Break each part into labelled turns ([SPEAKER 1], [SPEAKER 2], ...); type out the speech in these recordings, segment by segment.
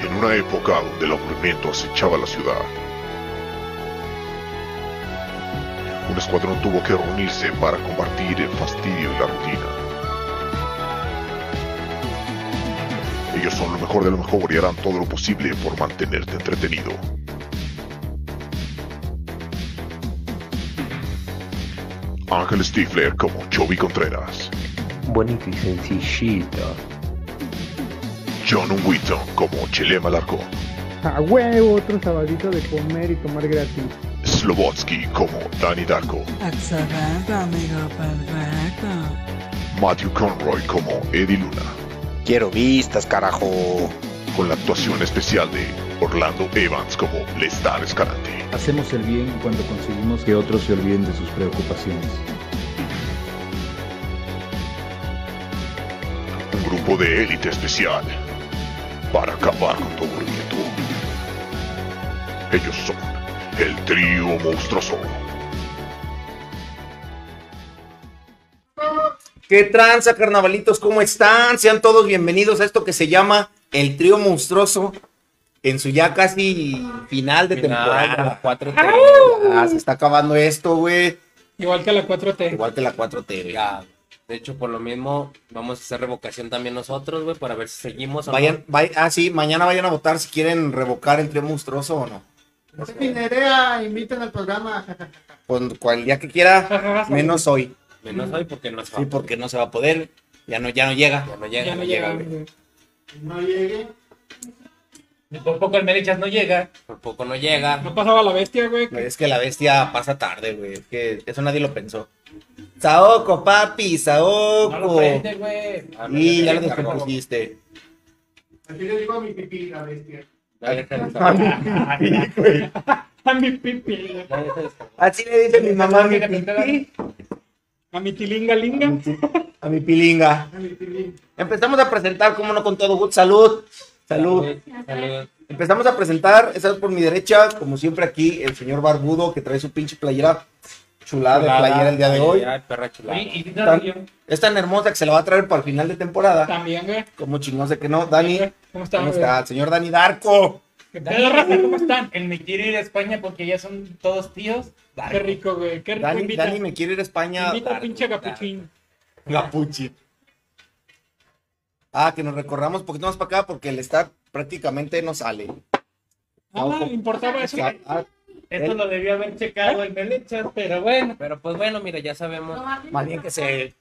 [SPEAKER 1] en una época donde el aburrimiento acechaba la ciudad. Un escuadrón tuvo que reunirse para combatir el fastidio y la rutina. Ellos son lo mejor de lo mejor y harán todo lo posible por mantenerte entretenido. Ángel Stifler como Chovy Contreras.
[SPEAKER 2] Bonito y sencillito.
[SPEAKER 1] John Wheaton como Chelema Larco.
[SPEAKER 3] A huevo, otro sabadito de comer y tomar gratis.
[SPEAKER 1] Slobotsky como Danny Darko.
[SPEAKER 4] Excelente, amigo perfecto.
[SPEAKER 1] Matthew Conroy como Eddie Luna.
[SPEAKER 5] Quiero vistas, carajo.
[SPEAKER 1] Con la actuación especial de Orlando Evans como Lestar Escalante.
[SPEAKER 6] Hacemos el bien cuando conseguimos que otros se olviden de sus preocupaciones.
[SPEAKER 1] Un grupo de élite especial para acabar con tu aburrimiento. Ellos son el trío monstruoso.
[SPEAKER 7] ¿Qué tranza, carnavalitos? ¿Cómo están? Sean todos bienvenidos a esto que se llama El Trío Monstruoso en su ya casi final de temporada.
[SPEAKER 8] Cuatro
[SPEAKER 7] Ah, se está acabando esto, güey.
[SPEAKER 8] Igual que la 4T.
[SPEAKER 7] Igual que la 4T, güey.
[SPEAKER 9] Ya, de hecho, por lo mismo, vamos a hacer revocación también nosotros, güey, para ver si seguimos o no.
[SPEAKER 7] Vayan, vay- ah, sí, mañana vayan a votar si quieren revocar el trío monstruoso o no.
[SPEAKER 3] Pinerea, inviten al programa.
[SPEAKER 7] Con Pues, cual día que quiera, menos hoy.
[SPEAKER 9] Menos hoy porque no es
[SPEAKER 7] Sí,
[SPEAKER 9] fácil.
[SPEAKER 7] porque no se va a poder. Ya no, ya no llega.
[SPEAKER 9] Ya no llega.
[SPEAKER 8] Ya no llega. güey.
[SPEAKER 3] No llegue.
[SPEAKER 10] Y por poco el Merichas no llega.
[SPEAKER 9] Por poco no llega.
[SPEAKER 8] No pasaba la bestia, güey.
[SPEAKER 7] No, Es que la bestia pasa tarde, güey. Es que eso nadie lo pensó. Saoco, papi,
[SPEAKER 10] No lo
[SPEAKER 7] Saoco.
[SPEAKER 10] prende, güey.
[SPEAKER 9] Ah, no,
[SPEAKER 7] y ya lo
[SPEAKER 9] le cargó.
[SPEAKER 7] descompusiste.
[SPEAKER 3] Así le digo a mi pipí, la bestia.
[SPEAKER 9] Ya le cargó.
[SPEAKER 8] A mi pipi. güey.
[SPEAKER 9] Ya se descargó.
[SPEAKER 7] Así le dice mi mamá a mi pipí,
[SPEAKER 8] A mi tilinga linga.
[SPEAKER 7] a mi pilinga.
[SPEAKER 3] A mi pipí.
[SPEAKER 7] Empezamos a presentar, como no, con todo gusto. Salud. Salud.
[SPEAKER 9] Salud.
[SPEAKER 7] Empezamos a presentar, estás por mi derecha, como siempre aquí, el señor Barbudo, que trae su pinche playera chulada Ah, de playera el día de hoy.
[SPEAKER 9] Ay, perra chulada.
[SPEAKER 10] Y, y no
[SPEAKER 7] Tan-
[SPEAKER 10] yo.
[SPEAKER 7] Es tan hermosa que se la va a traer para el final de temporada.
[SPEAKER 8] También, güey.
[SPEAKER 7] Como chingón sé que no. Dani,
[SPEAKER 8] ¿Cómo está,
[SPEAKER 7] ¿cómo
[SPEAKER 8] güey?
[SPEAKER 7] está? El señor Dani Darko.
[SPEAKER 10] ¿Qué tal la raza? ¿Cómo están? uh, El me quiere ir a España porque ya son todos tíos.
[SPEAKER 8] Qué rico, güey. Qué rico.
[SPEAKER 7] Dani,
[SPEAKER 8] invita
[SPEAKER 7] Dani me quiere ir a España.
[SPEAKER 8] invita al pinche capuchín.
[SPEAKER 7] Gapuchi. Ah, que nos recorramos un poquito más para acá porque el está prácticamente no sale.
[SPEAKER 8] Ah, le importaba eso.
[SPEAKER 7] Ah, ah,
[SPEAKER 10] Esto
[SPEAKER 7] El-
[SPEAKER 10] lo debió haber checado el Melichas, pero bueno.
[SPEAKER 9] Pero pues bueno, mira, ya sabemos.
[SPEAKER 7] más bien que se.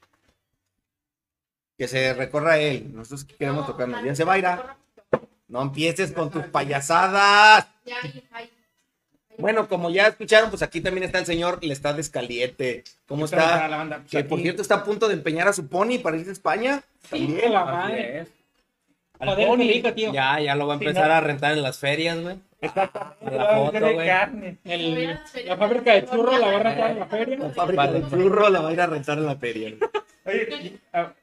[SPEAKER 7] Que se recorra él. Nosotros que queremos tocarnos. Ya se va a ir. ah. No empieces con tus payasadas. Bueno, como ya escucharon, pues aquí también está el señor Lestad Escaliente. ¿Cómo
[SPEAKER 10] Para
[SPEAKER 7] está?
[SPEAKER 10] la banda. Pues
[SPEAKER 7] Que
[SPEAKER 10] aquí.
[SPEAKER 7] por cierto está a punto de empeñar a su pony para irse a España.
[SPEAKER 8] Sí, la madre.
[SPEAKER 9] Así es.
[SPEAKER 10] Al Joder,
[SPEAKER 8] Pony.
[SPEAKER 10] mi hijo, tío.
[SPEAKER 9] Ya, ya lo va a
[SPEAKER 10] Sí,
[SPEAKER 9] empezar
[SPEAKER 10] no.
[SPEAKER 9] a rentar en las ferias, güey.
[SPEAKER 10] Lo
[SPEAKER 9] la
[SPEAKER 10] va a vender
[SPEAKER 9] foto,
[SPEAKER 10] de
[SPEAKER 9] güey.
[SPEAKER 10] carne.
[SPEAKER 8] El- la fábrica de churro la barra acá en la feria.
[SPEAKER 7] La fábrica de churro la va a ir a rentar en la feria.
[SPEAKER 10] Oye, ah,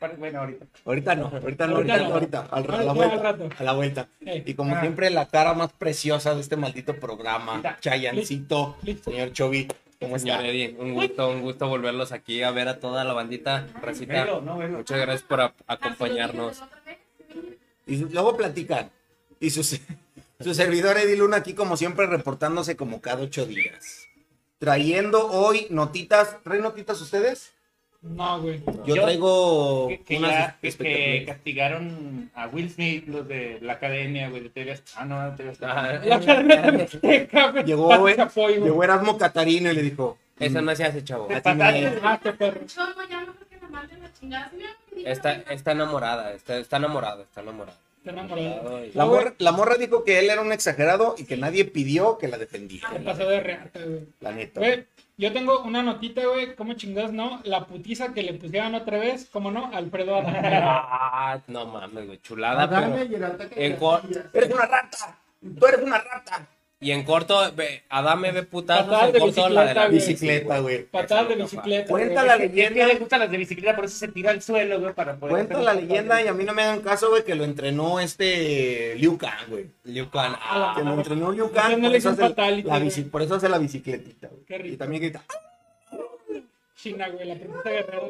[SPEAKER 10] para- bueno, ahorita.
[SPEAKER 7] Ahorita no, ahorita no,
[SPEAKER 10] Ahorita
[SPEAKER 7] ahorita, no,
[SPEAKER 10] no.
[SPEAKER 7] ahorita, al- a
[SPEAKER 8] Ahorita,
[SPEAKER 7] la
[SPEAKER 8] al
[SPEAKER 7] vuelta,
[SPEAKER 8] rato.
[SPEAKER 7] a la vuelta.
[SPEAKER 8] Eh,
[SPEAKER 7] Y como
[SPEAKER 10] ah.
[SPEAKER 7] siempre, la cara más preciosa de este maldito programa,
[SPEAKER 10] Mira,
[SPEAKER 7] Chayancito,
[SPEAKER 8] listo.
[SPEAKER 7] señor Chovy, ¿cómo está?
[SPEAKER 9] Señor Eddie, un gusto, un gusto volverlos aquí a ver a toda la bandita
[SPEAKER 10] Velo,
[SPEAKER 9] racita.
[SPEAKER 10] no, velo.
[SPEAKER 9] Muchas gracias por a-
[SPEAKER 11] Ah,
[SPEAKER 9] acompañarnos.
[SPEAKER 7] Y su- luego platican. Y su, su servidor Eddie Luna aquí, como siempre, reportándose como cada ocho días. Trayendo hoy notitas, ¿traen notitas ustedes?
[SPEAKER 8] No, güey.
[SPEAKER 7] Yo,
[SPEAKER 10] Yo-
[SPEAKER 7] traigo
[SPEAKER 10] Que, que
[SPEAKER 7] unas
[SPEAKER 10] ya que- que
[SPEAKER 7] espectaculares.
[SPEAKER 10] castigaron a Will Smith, los de la academia, güey, de TV Azteca. Ah, no, no, TV Azteca.
[SPEAKER 9] Ah,
[SPEAKER 8] La carne de Azteca, güey.
[SPEAKER 7] Llegó,
[SPEAKER 8] Pati
[SPEAKER 7] eh,
[SPEAKER 8] Chapoy, güey.
[SPEAKER 7] Llegó Erasmo Catarino y le dijo,
[SPEAKER 9] Eso no se hace, chavo.
[SPEAKER 7] Así
[SPEAKER 8] Patates,
[SPEAKER 7] me-
[SPEAKER 8] ah, qué perro.
[SPEAKER 9] Está, está enamorada, está, está enamorada, está enamorada.
[SPEAKER 8] Está enamorado.
[SPEAKER 9] Ay,
[SPEAKER 7] la, morra, la morra dijo que él era un exagerado y que nadie pidió que la defendiera,
[SPEAKER 8] Se pasó de reata, güey.
[SPEAKER 7] la neta.
[SPEAKER 8] Güey, yo tengo una notita, güey. ¿Cómo chingados no? La putiza que le pusieron otra vez, ¿cómo no? Alfredo Adame.
[SPEAKER 9] Ah, no mames, güey, chulada,
[SPEAKER 3] Adame
[SPEAKER 9] pero...
[SPEAKER 3] y el ataque
[SPEAKER 9] en
[SPEAKER 3] de
[SPEAKER 9] cor-
[SPEAKER 3] Casillas.
[SPEAKER 7] Eres una rata. Tú eres una rata.
[SPEAKER 9] Y en corto, ve, Adame ve putazos,
[SPEAKER 8] Patadas
[SPEAKER 9] en
[SPEAKER 8] de
[SPEAKER 9] corto la de la
[SPEAKER 8] bicicleta, güey.
[SPEAKER 7] Bicicleta, güey.
[SPEAKER 8] Patadas de bicicleta. güey.
[SPEAKER 7] Cuenta la
[SPEAKER 10] Es que le
[SPEAKER 7] leyenda.
[SPEAKER 10] gustan las de bicicleta, por eso se tira al suelo, güey, para poder...
[SPEAKER 7] Cuenta
[SPEAKER 10] hacer
[SPEAKER 7] la
[SPEAKER 10] los
[SPEAKER 7] leyenda y a mí no me hagan caso, güey, que lo entrenó este Liu Kang, güey.
[SPEAKER 9] Liu Kang,
[SPEAKER 8] A la-
[SPEAKER 9] ah,
[SPEAKER 7] Que lo entrenó Liu
[SPEAKER 8] Yo
[SPEAKER 7] Kang,
[SPEAKER 8] no
[SPEAKER 7] por
[SPEAKER 8] le
[SPEAKER 7] eso,
[SPEAKER 8] hice
[SPEAKER 7] hace
[SPEAKER 8] un
[SPEAKER 7] la
[SPEAKER 8] fatality, güey.
[SPEAKER 7] bici- por eso hace la bicicletita, güey.
[SPEAKER 8] Qué rico.
[SPEAKER 7] Y "Ah, también grita,
[SPEAKER 8] China, güey, la princesa guerrera.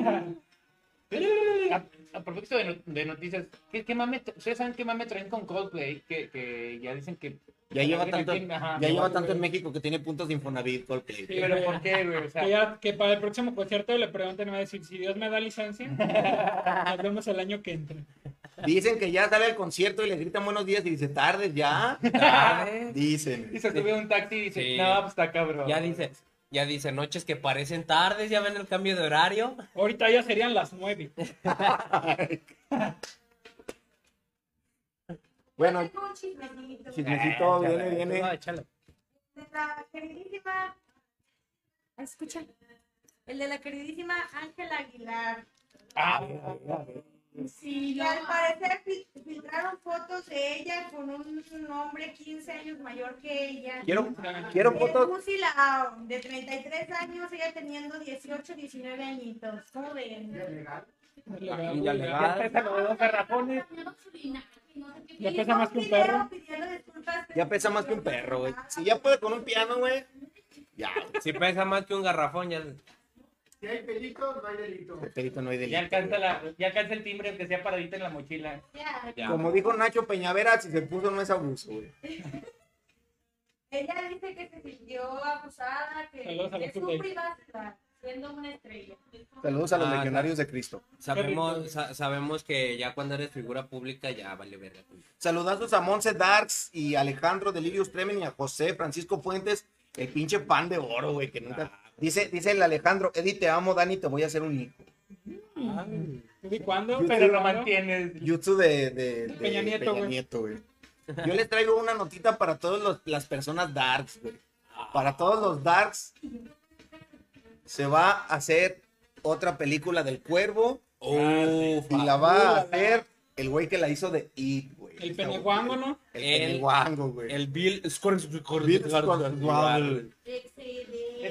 [SPEAKER 8] la-
[SPEAKER 10] A, a propósito de, no- de noticias, ¿qué, qué mame tra- ¿ustedes saben qué mame traen con Coldplay? Que, que ya dicen que.
[SPEAKER 7] Ya lleva
[SPEAKER 10] que
[SPEAKER 7] tanto,
[SPEAKER 10] quieren- ajá,
[SPEAKER 7] ya lleva
[SPEAKER 10] igual,
[SPEAKER 7] tanto en
[SPEAKER 10] güey.
[SPEAKER 7] México que tiene puntos de Infonavit, Coldplay.
[SPEAKER 8] Sí.
[SPEAKER 10] Pero ¿por qué, güey? O sea,
[SPEAKER 8] Que, ya- que para el próximo concierto le pregunten, me va a decir, si Dios me da licencia, nos vemos el año que entra.
[SPEAKER 7] Dicen que ya sale al concierto y le gritan buenos días y dice, tardes ya.
[SPEAKER 9] Tarde.
[SPEAKER 7] Dicen.
[SPEAKER 10] y se subió a un taxi y dice,
[SPEAKER 9] Sí.
[SPEAKER 10] no, pues está cabrón.
[SPEAKER 9] Ya dice, ya dice, noches que parecen tardes, ya ven el cambio de horario.
[SPEAKER 8] Ahorita ya serían las nueve.
[SPEAKER 7] Bueno,
[SPEAKER 11] Tengo un chismecito.
[SPEAKER 7] chismecito, viene,
[SPEAKER 9] No,
[SPEAKER 7] viene.
[SPEAKER 9] échale.
[SPEAKER 11] de la queridísima. Ah, Escucha. El de la queridísima Ángela Aguilar.
[SPEAKER 8] Ah,
[SPEAKER 11] Sí, que al parecer fil- filtraron fotos de ella con un hombre 15 años mayor que ella.
[SPEAKER 7] Quiero, quiero
[SPEAKER 11] El
[SPEAKER 7] fotos.
[SPEAKER 11] Musi Lao, de 33 años, ella teniendo 18, 19 añitos. ¿Cómo ven?
[SPEAKER 8] Legal,
[SPEAKER 9] ya
[SPEAKER 8] legal.
[SPEAKER 9] legal.
[SPEAKER 10] Pesa como dos garrafones.
[SPEAKER 8] Ya
[SPEAKER 11] Y
[SPEAKER 8] pesa
[SPEAKER 11] hizo
[SPEAKER 8] más que un
[SPEAKER 11] video
[SPEAKER 8] perro.
[SPEAKER 11] pidiendo disculpas que
[SPEAKER 7] Ya
[SPEAKER 11] se
[SPEAKER 7] pesa más que un
[SPEAKER 11] equivocó.
[SPEAKER 7] perro, güey. Si ya puede con un piano, güey. Ya,
[SPEAKER 9] Si pesa más que un garrafón, ya.
[SPEAKER 7] güey, perito no hay delito.
[SPEAKER 10] Ya alcanza, la, ya alcanza el timbre, aunque sea paradita en la mochila.
[SPEAKER 11] Ya.
[SPEAKER 9] ya.
[SPEAKER 7] Como dijo Nacho Peñavera, si se puso no es abuso, güey.
[SPEAKER 11] Ella dice que se sintió abusada, que
[SPEAKER 8] Saludos a la
[SPEAKER 11] de su
[SPEAKER 8] Tuca.
[SPEAKER 11] privacidad, siendo una estrella.
[SPEAKER 7] Saludos a los
[SPEAKER 9] Ah,
[SPEAKER 7] legionarios de Cristo.
[SPEAKER 9] Sabemos, sa- sabemos que ya cuando eres figura pública ya vale verga.
[SPEAKER 7] Saludazos a Monse Darks y Alejandro Delirius Tremen y a José Francisco Fuentes, el pinche pan de oro, güey, que nunca.
[SPEAKER 9] Ah,
[SPEAKER 7] Dice, dice el Alejandro, Eddie, te amo, Dani, te voy a hacer un hijo.
[SPEAKER 8] ¿Y cuándo?
[SPEAKER 10] Pero lo
[SPEAKER 8] ¿Cuándo?
[SPEAKER 10] mantienes.
[SPEAKER 7] Jutsu de, de, de
[SPEAKER 8] Peña Nieto, güey.
[SPEAKER 7] Nieto, güey. Yo les traigo una notita para todas las personas Darks, güey. Para todos los Darks, se va a hacer otra película del cuervo
[SPEAKER 9] Uf,
[SPEAKER 7] y la va a hacer el güey que la hizo de It, güey.
[SPEAKER 8] El
[SPEAKER 7] Está
[SPEAKER 8] peneguango, ¿no?
[SPEAKER 7] El
[SPEAKER 9] El-
[SPEAKER 7] peneguango, güey.
[SPEAKER 9] el Bill Scores.
[SPEAKER 7] Bill Skarsgård.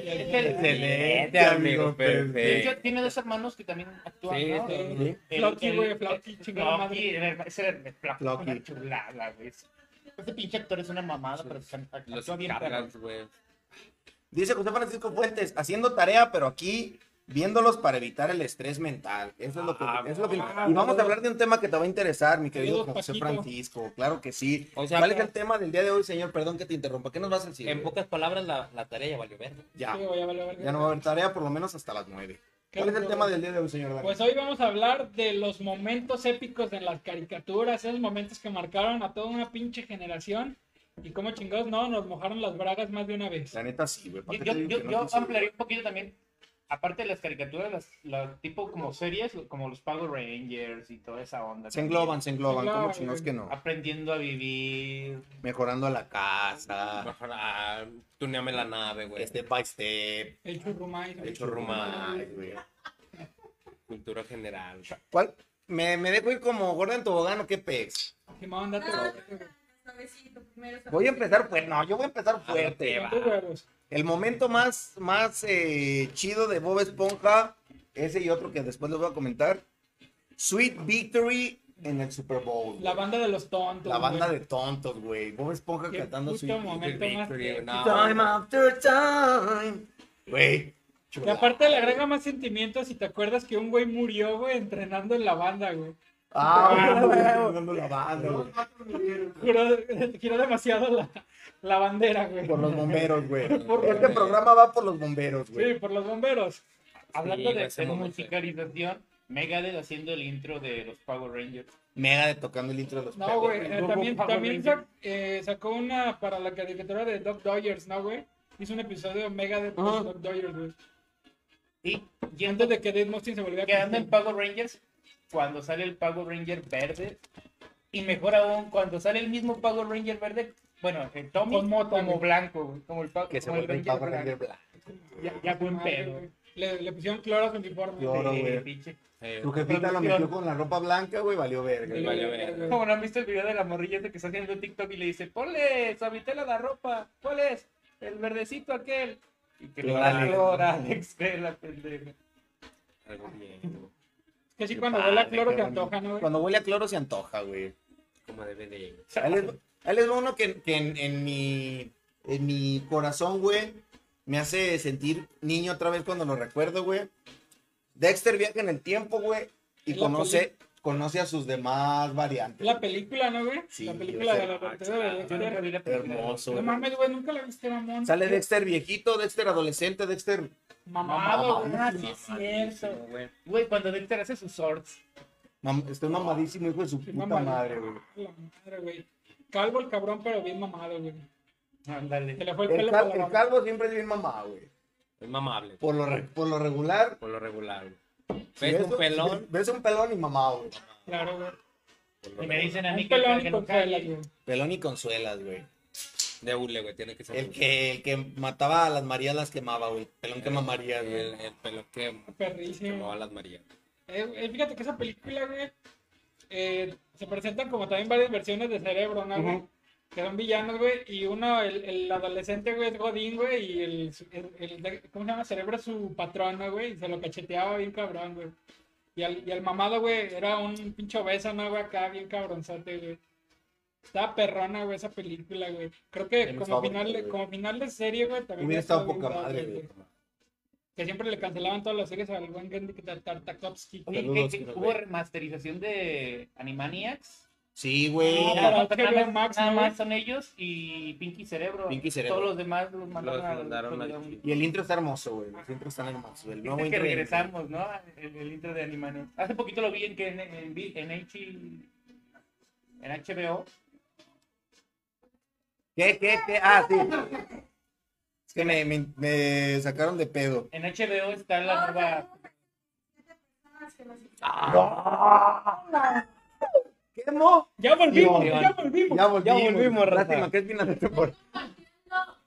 [SPEAKER 9] Excelente,
[SPEAKER 7] amigo,
[SPEAKER 9] amigo,
[SPEAKER 10] De hecho,
[SPEAKER 9] perfecto.
[SPEAKER 10] tiene dos hermanos que también actúan.
[SPEAKER 9] Sí,
[SPEAKER 10] ¿no?
[SPEAKER 9] sí.
[SPEAKER 10] El- el-
[SPEAKER 8] Flocky, güey,
[SPEAKER 10] el-
[SPEAKER 8] Flocky,
[SPEAKER 10] el-
[SPEAKER 8] chingada
[SPEAKER 10] Flocky, el herma- ese era el Flocky,
[SPEAKER 7] Flocky.
[SPEAKER 10] una chulada, güey. Este pinche actor es una mamada, pero can-
[SPEAKER 9] Los
[SPEAKER 10] actúa bien. perro.
[SPEAKER 9] cargas, güey.
[SPEAKER 7] Dice José Francisco Fuentes, haciendo tarea, pero aquí viéndolos para evitar el estrés mental. Eso es lo que.
[SPEAKER 9] Ah,
[SPEAKER 7] es lo que-
[SPEAKER 9] ah,
[SPEAKER 7] y vamos
[SPEAKER 9] bueno.
[SPEAKER 7] a hablar de un tema que te va a interesar, mi querido
[SPEAKER 8] Saludos,
[SPEAKER 7] José
[SPEAKER 8] Paquito.
[SPEAKER 7] Francisco. Claro que sí.
[SPEAKER 9] O sea,
[SPEAKER 7] ¿Cuál es
[SPEAKER 9] pero-
[SPEAKER 7] el tema del día de hoy, señor? Perdón que te interrumpa. ¿Qué nos vas a decir?
[SPEAKER 9] En pocas palabras, la, la tarea ya valió verga.
[SPEAKER 7] Ya.
[SPEAKER 8] Sí, güey, ya vale, vale.
[SPEAKER 7] Ya no va a haber tarea por lo menos hasta las nueve.
[SPEAKER 8] ¿Qué
[SPEAKER 7] ¿Cuál es el
[SPEAKER 8] otro?
[SPEAKER 7] tema del día de hoy, señor? Dani?
[SPEAKER 8] Pues hoy vamos a hablar de los momentos épicos en las caricaturas, esos momentos que marcaron a toda una pinche generación y cómo chingados no, nos mojaron las bragas más de una vez.
[SPEAKER 7] La neta sí, güey. ¿Para
[SPEAKER 10] Yo,
[SPEAKER 7] qué
[SPEAKER 10] yo,
[SPEAKER 7] te digo
[SPEAKER 10] yo,
[SPEAKER 7] que no
[SPEAKER 10] yo
[SPEAKER 7] te sirve?
[SPEAKER 10] ampliaría un poquito también. Aparte de las caricaturas, las, las tipo como series, como los Power Rangers y toda esa onda.
[SPEAKER 7] Se engloban, se engloban.
[SPEAKER 8] Claro,
[SPEAKER 7] ¿Cómo chingados
[SPEAKER 8] güey.
[SPEAKER 7] que no?
[SPEAKER 10] Aprendiendo a vivir.
[SPEAKER 7] Mejorando la casa.
[SPEAKER 9] Mejor, ah, Este- tuneame la nave, güey.
[SPEAKER 7] Step by step.
[SPEAKER 8] El churrumay.
[SPEAKER 7] El
[SPEAKER 8] güey.
[SPEAKER 7] churrumay, güey.
[SPEAKER 9] Cultura general.
[SPEAKER 7] ¿Cuál? ¿Me, me dejo ir como Gordon Tobogán o qué pex?
[SPEAKER 8] Simón, date
[SPEAKER 11] No.
[SPEAKER 8] los-
[SPEAKER 11] Suavecito, primero
[SPEAKER 7] Voy a
[SPEAKER 11] suavecito.
[SPEAKER 7] empezar, pues no, yo voy a empezar fuerte.
[SPEAKER 8] con tus huevos.
[SPEAKER 7] El momento más, más eh, chido de Bob Esponja, ese y otro que después les voy a comentar. Sweet Victory en el Super Bowl.
[SPEAKER 8] La banda de los tontos.
[SPEAKER 7] La banda
[SPEAKER 8] güey.
[SPEAKER 7] de tontos, güey. Bob Esponja
[SPEAKER 8] Qué
[SPEAKER 7] cantando
[SPEAKER 8] puto
[SPEAKER 7] Sweet Victory.
[SPEAKER 8] momento más
[SPEAKER 9] Victory,
[SPEAKER 8] épico.
[SPEAKER 9] no.
[SPEAKER 7] Time after time. Güey.
[SPEAKER 8] Y aparte le agrega más sentimientos si te acuerdas que un güey murió, güey, entrenando en la banda, güey.
[SPEAKER 7] Ah, güey, dando la banda, güey.
[SPEAKER 8] Giró, giró demasiado la, la bandera, güey.
[SPEAKER 7] Por los bomberos, güey.
[SPEAKER 8] Por-
[SPEAKER 7] Este programa va por los bomberos, güey.
[SPEAKER 8] Sí, por los bomberos.
[SPEAKER 10] Hablando
[SPEAKER 9] güey,
[SPEAKER 10] de,
[SPEAKER 9] ese
[SPEAKER 10] de
[SPEAKER 9] momento.
[SPEAKER 10] musicalización, Megadeth haciendo el intro de los Power Rangers.
[SPEAKER 7] Mega de tocando el intro de los
[SPEAKER 8] No,
[SPEAKER 7] perros.
[SPEAKER 8] güey, eh,
[SPEAKER 10] Luego
[SPEAKER 8] también,
[SPEAKER 10] Power
[SPEAKER 8] también
[SPEAKER 10] Ranger.
[SPEAKER 8] sac- eh, sacó una para la caricatura de Doc Dodgers, ¿no, güey? Hizo un episodio mega de
[SPEAKER 7] Ajá.
[SPEAKER 8] Doc Dodgers, güey.
[SPEAKER 10] Y
[SPEAKER 8] Y antes de que Dave Mustaine se volviera
[SPEAKER 10] quedando en
[SPEAKER 8] cristiano.
[SPEAKER 10] Power Rangers, cuando sale el Power Ranger verde, y mejor aún, cuando sale el mismo Power Ranger verde, bueno, el eh, Tommy
[SPEAKER 8] Con moto,
[SPEAKER 10] como
[SPEAKER 8] güey.
[SPEAKER 10] blanco, güey, como el, pa-
[SPEAKER 7] Que se
[SPEAKER 10] como el
[SPEAKER 7] vuelve el
[SPEAKER 10] Ranger
[SPEAKER 7] Power Ranger
[SPEAKER 10] blanco.
[SPEAKER 7] blanco.
[SPEAKER 10] Ya, ya buen
[SPEAKER 8] Madre,
[SPEAKER 10] pedo.
[SPEAKER 8] güey. Le, le pusieron cloro a su uniforme.
[SPEAKER 7] Yo- Oro, güey.
[SPEAKER 10] pinche.
[SPEAKER 9] Eh,
[SPEAKER 7] Tu jefita lo metió con la ropa blanca, güey, valió verga.
[SPEAKER 8] Y
[SPEAKER 7] güey.
[SPEAKER 8] valió
[SPEAKER 9] verga.
[SPEAKER 8] verga, güey.
[SPEAKER 10] Como Eh, no han visto el video de la morrilla esa que está haciendo TikTok y le dice, ponle suavitela a la ropa, ¿cuál es? El verdecito aquel. Y que le
[SPEAKER 7] Clor
[SPEAKER 10] da
[SPEAKER 7] Alex.
[SPEAKER 10] clor a Alex, güey, la pendeja.
[SPEAKER 9] algo bien,
[SPEAKER 8] Es que sí,
[SPEAKER 7] Qué
[SPEAKER 8] cuando huele a
[SPEAKER 7] padre,
[SPEAKER 8] cloro
[SPEAKER 7] qué
[SPEAKER 8] te
[SPEAKER 7] bonito.
[SPEAKER 8] antoja, ¿no, güey?
[SPEAKER 7] Cuando huele a cloro se antoja, güey.
[SPEAKER 9] como debe de ir.
[SPEAKER 7] Ahí les, ahí les va uno que, que en, en mi, en mi corazón, güey, me hace sentir niño otra vez cuando lo recuerdo, güey. Dexter viaja en el tiempo, güey, y
[SPEAKER 10] Es la
[SPEAKER 7] conoce, conoce a sus demás variantes.
[SPEAKER 10] La película, ¿no, güey?
[SPEAKER 7] Sí,
[SPEAKER 10] la película
[SPEAKER 7] yo sé,
[SPEAKER 10] de la
[SPEAKER 7] macho,
[SPEAKER 10] batalla de
[SPEAKER 3] Yo nunca
[SPEAKER 10] Dexter.
[SPEAKER 3] vi la película.
[SPEAKER 9] Hermoso.
[SPEAKER 10] No
[SPEAKER 9] güey.
[SPEAKER 10] mames, güey, nunca la viste, mamón.
[SPEAKER 7] Sale Dexter viejito, Dexter adolescente, Dexter.
[SPEAKER 10] Mamado, güey.
[SPEAKER 3] Mamá,
[SPEAKER 10] sí,
[SPEAKER 3] sí,
[SPEAKER 10] es
[SPEAKER 3] es
[SPEAKER 10] cierto.
[SPEAKER 3] cierto. Güey, cuando Dexter hace sus swords.
[SPEAKER 7] mam- está mamadísimo, hijo de su
[SPEAKER 10] Sí,
[SPEAKER 7] puta
[SPEAKER 10] mamado.
[SPEAKER 7] madre, güey.
[SPEAKER 10] La madre, güey. Calvo el cabrón, pero bien mamado, güey. Se
[SPEAKER 3] Ándale.
[SPEAKER 10] le fue el,
[SPEAKER 7] El,
[SPEAKER 10] pelo
[SPEAKER 7] cal-
[SPEAKER 10] para la
[SPEAKER 7] el calvo siempre es bien mamado, güey.
[SPEAKER 9] Es mamable,
[SPEAKER 7] Por lo, re- por lo regular.
[SPEAKER 9] por lo regular, güey.
[SPEAKER 7] si
[SPEAKER 9] Ves un pelón.
[SPEAKER 7] Ves un pelón y mamado, güey.
[SPEAKER 10] Claro, güey.
[SPEAKER 9] por lo
[SPEAKER 3] Y me dicen a mí
[SPEAKER 10] Un
[SPEAKER 3] que,
[SPEAKER 10] pelón
[SPEAKER 3] que
[SPEAKER 10] y
[SPEAKER 3] no
[SPEAKER 10] con
[SPEAKER 3] cae.
[SPEAKER 10] güey.
[SPEAKER 7] Pelón y consuelas, güey.
[SPEAKER 9] regular. De hule, güey, tiene que ser.
[SPEAKER 7] El
[SPEAKER 9] hule.
[SPEAKER 7] que, el que mataba a las Marías las quemaba, güey. Pelón quema
[SPEAKER 9] El-
[SPEAKER 7] Marías, güey.
[SPEAKER 9] El, el pelón que
[SPEAKER 10] Perrísimo.
[SPEAKER 9] tomaba las Marías.
[SPEAKER 10] Eh, eh, fíjate que esa película, güey, eh, se presentan como también varias versiones de Cerebro, ¿no, güey? Que son villanos, güey, y uno, el, el adolescente, güey, es Godín, güey, y el, el- el de- ¿cómo se llama? Cerebro es su patrón, ¿no, güey? Y se lo cacheteaba bien cabrón, güey. Y al, y al mamado, güey, era un pinche obeso, ¿no, güey? Acá bien cabronzote, güey. Estaba perrona, güey, esa película, güey. Creo
[SPEAKER 7] De
[SPEAKER 10] que
[SPEAKER 7] mis
[SPEAKER 10] como final,
[SPEAKER 7] favoritas,
[SPEAKER 10] de-
[SPEAKER 7] güey.
[SPEAKER 10] como final de serie, güey, también...
[SPEAKER 7] Hubiera estado
[SPEAKER 10] bien
[SPEAKER 7] poca
[SPEAKER 10] padre,
[SPEAKER 7] madre, güey.
[SPEAKER 10] Que siempre le cancelaban todas las series al buen Gendy Tartakovsky.
[SPEAKER 3] Oye, ¿qué-
[SPEAKER 7] Saludos,
[SPEAKER 3] qué-
[SPEAKER 7] que nos
[SPEAKER 3] hubo
[SPEAKER 7] ve.
[SPEAKER 3] remasterización de Animaniacs.
[SPEAKER 7] Sí, güey.
[SPEAKER 10] Ah,
[SPEAKER 3] Nada
[SPEAKER 10] pero
[SPEAKER 3] más-
[SPEAKER 10] es que
[SPEAKER 3] nada
[SPEAKER 10] ve
[SPEAKER 3] más,
[SPEAKER 10] Max,
[SPEAKER 3] nada
[SPEAKER 10] ¿no?
[SPEAKER 3] más son ellos y Pinky Cerebro.
[SPEAKER 7] Pinky Cerebro.
[SPEAKER 3] Todos los demás los
[SPEAKER 9] Los
[SPEAKER 3] mandaron a-
[SPEAKER 9] mandaron
[SPEAKER 3] los-
[SPEAKER 9] al
[SPEAKER 7] Y el intro está hermoso, güey. Los intros están hermosos. El nuevo
[SPEAKER 3] Viste que
[SPEAKER 7] intro de-
[SPEAKER 3] regresamos, ¿no? El, el intro de Animaniacs. Hace poquito lo vi en, que en, en, en H- en HBO.
[SPEAKER 7] ¿Qué, qué, qué? Ah, sí. Es que me, me- me sacaron de pedo.
[SPEAKER 3] En HBO está la nueva...
[SPEAKER 7] ¿Qué, mo?
[SPEAKER 10] Ya volvimos,
[SPEAKER 7] Dios.
[SPEAKER 10] ya volvimos.
[SPEAKER 7] Ya volvimos.
[SPEAKER 3] Ya volvimos, Rafa.
[SPEAKER 7] Lástima que es final de temporada.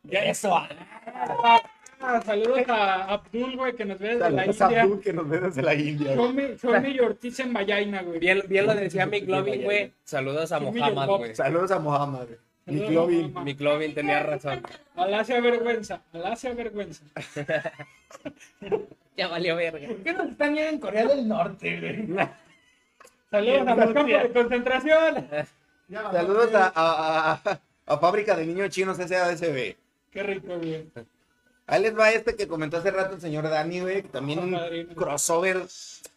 [SPEAKER 3] Ya eso.
[SPEAKER 10] Ah, saludos a Abdul, güey, que nos ve desde la
[SPEAKER 7] Saludos a
[SPEAKER 10] India.
[SPEAKER 7] Abdul, que nos ve desde la India. güey.
[SPEAKER 10] Somi Somi y Ortiz en Vallaina, güey.
[SPEAKER 9] Bien, bien lo decía McLovin, güey. Saludos a
[SPEAKER 10] Sí,
[SPEAKER 9] Mohamed,
[SPEAKER 10] Bob.
[SPEAKER 9] güey.
[SPEAKER 7] Saludos a Mohamed. güey.
[SPEAKER 10] Saludos a
[SPEAKER 7] Niclovin.
[SPEAKER 10] Mohamed.
[SPEAKER 9] McLovin tenía razón.
[SPEAKER 10] Alá sea vergüenza, alá sea vergüenza.
[SPEAKER 9] Ya valió verga.
[SPEAKER 3] ¿Por qué nos están viendo en Corea del Norte, güey?
[SPEAKER 10] Saludos
[SPEAKER 3] Bien,
[SPEAKER 10] a los campos
[SPEAKER 3] Rusia.
[SPEAKER 10] de concentración.
[SPEAKER 7] Saludos a, a, a- a Fábrica de Niños Chinos SADCB.
[SPEAKER 10] Qué rico, güey.
[SPEAKER 7] Ahí les va este que comentó hace rato el señor Dani, güey. que También un
[SPEAKER 10] Padrino.
[SPEAKER 7] crossover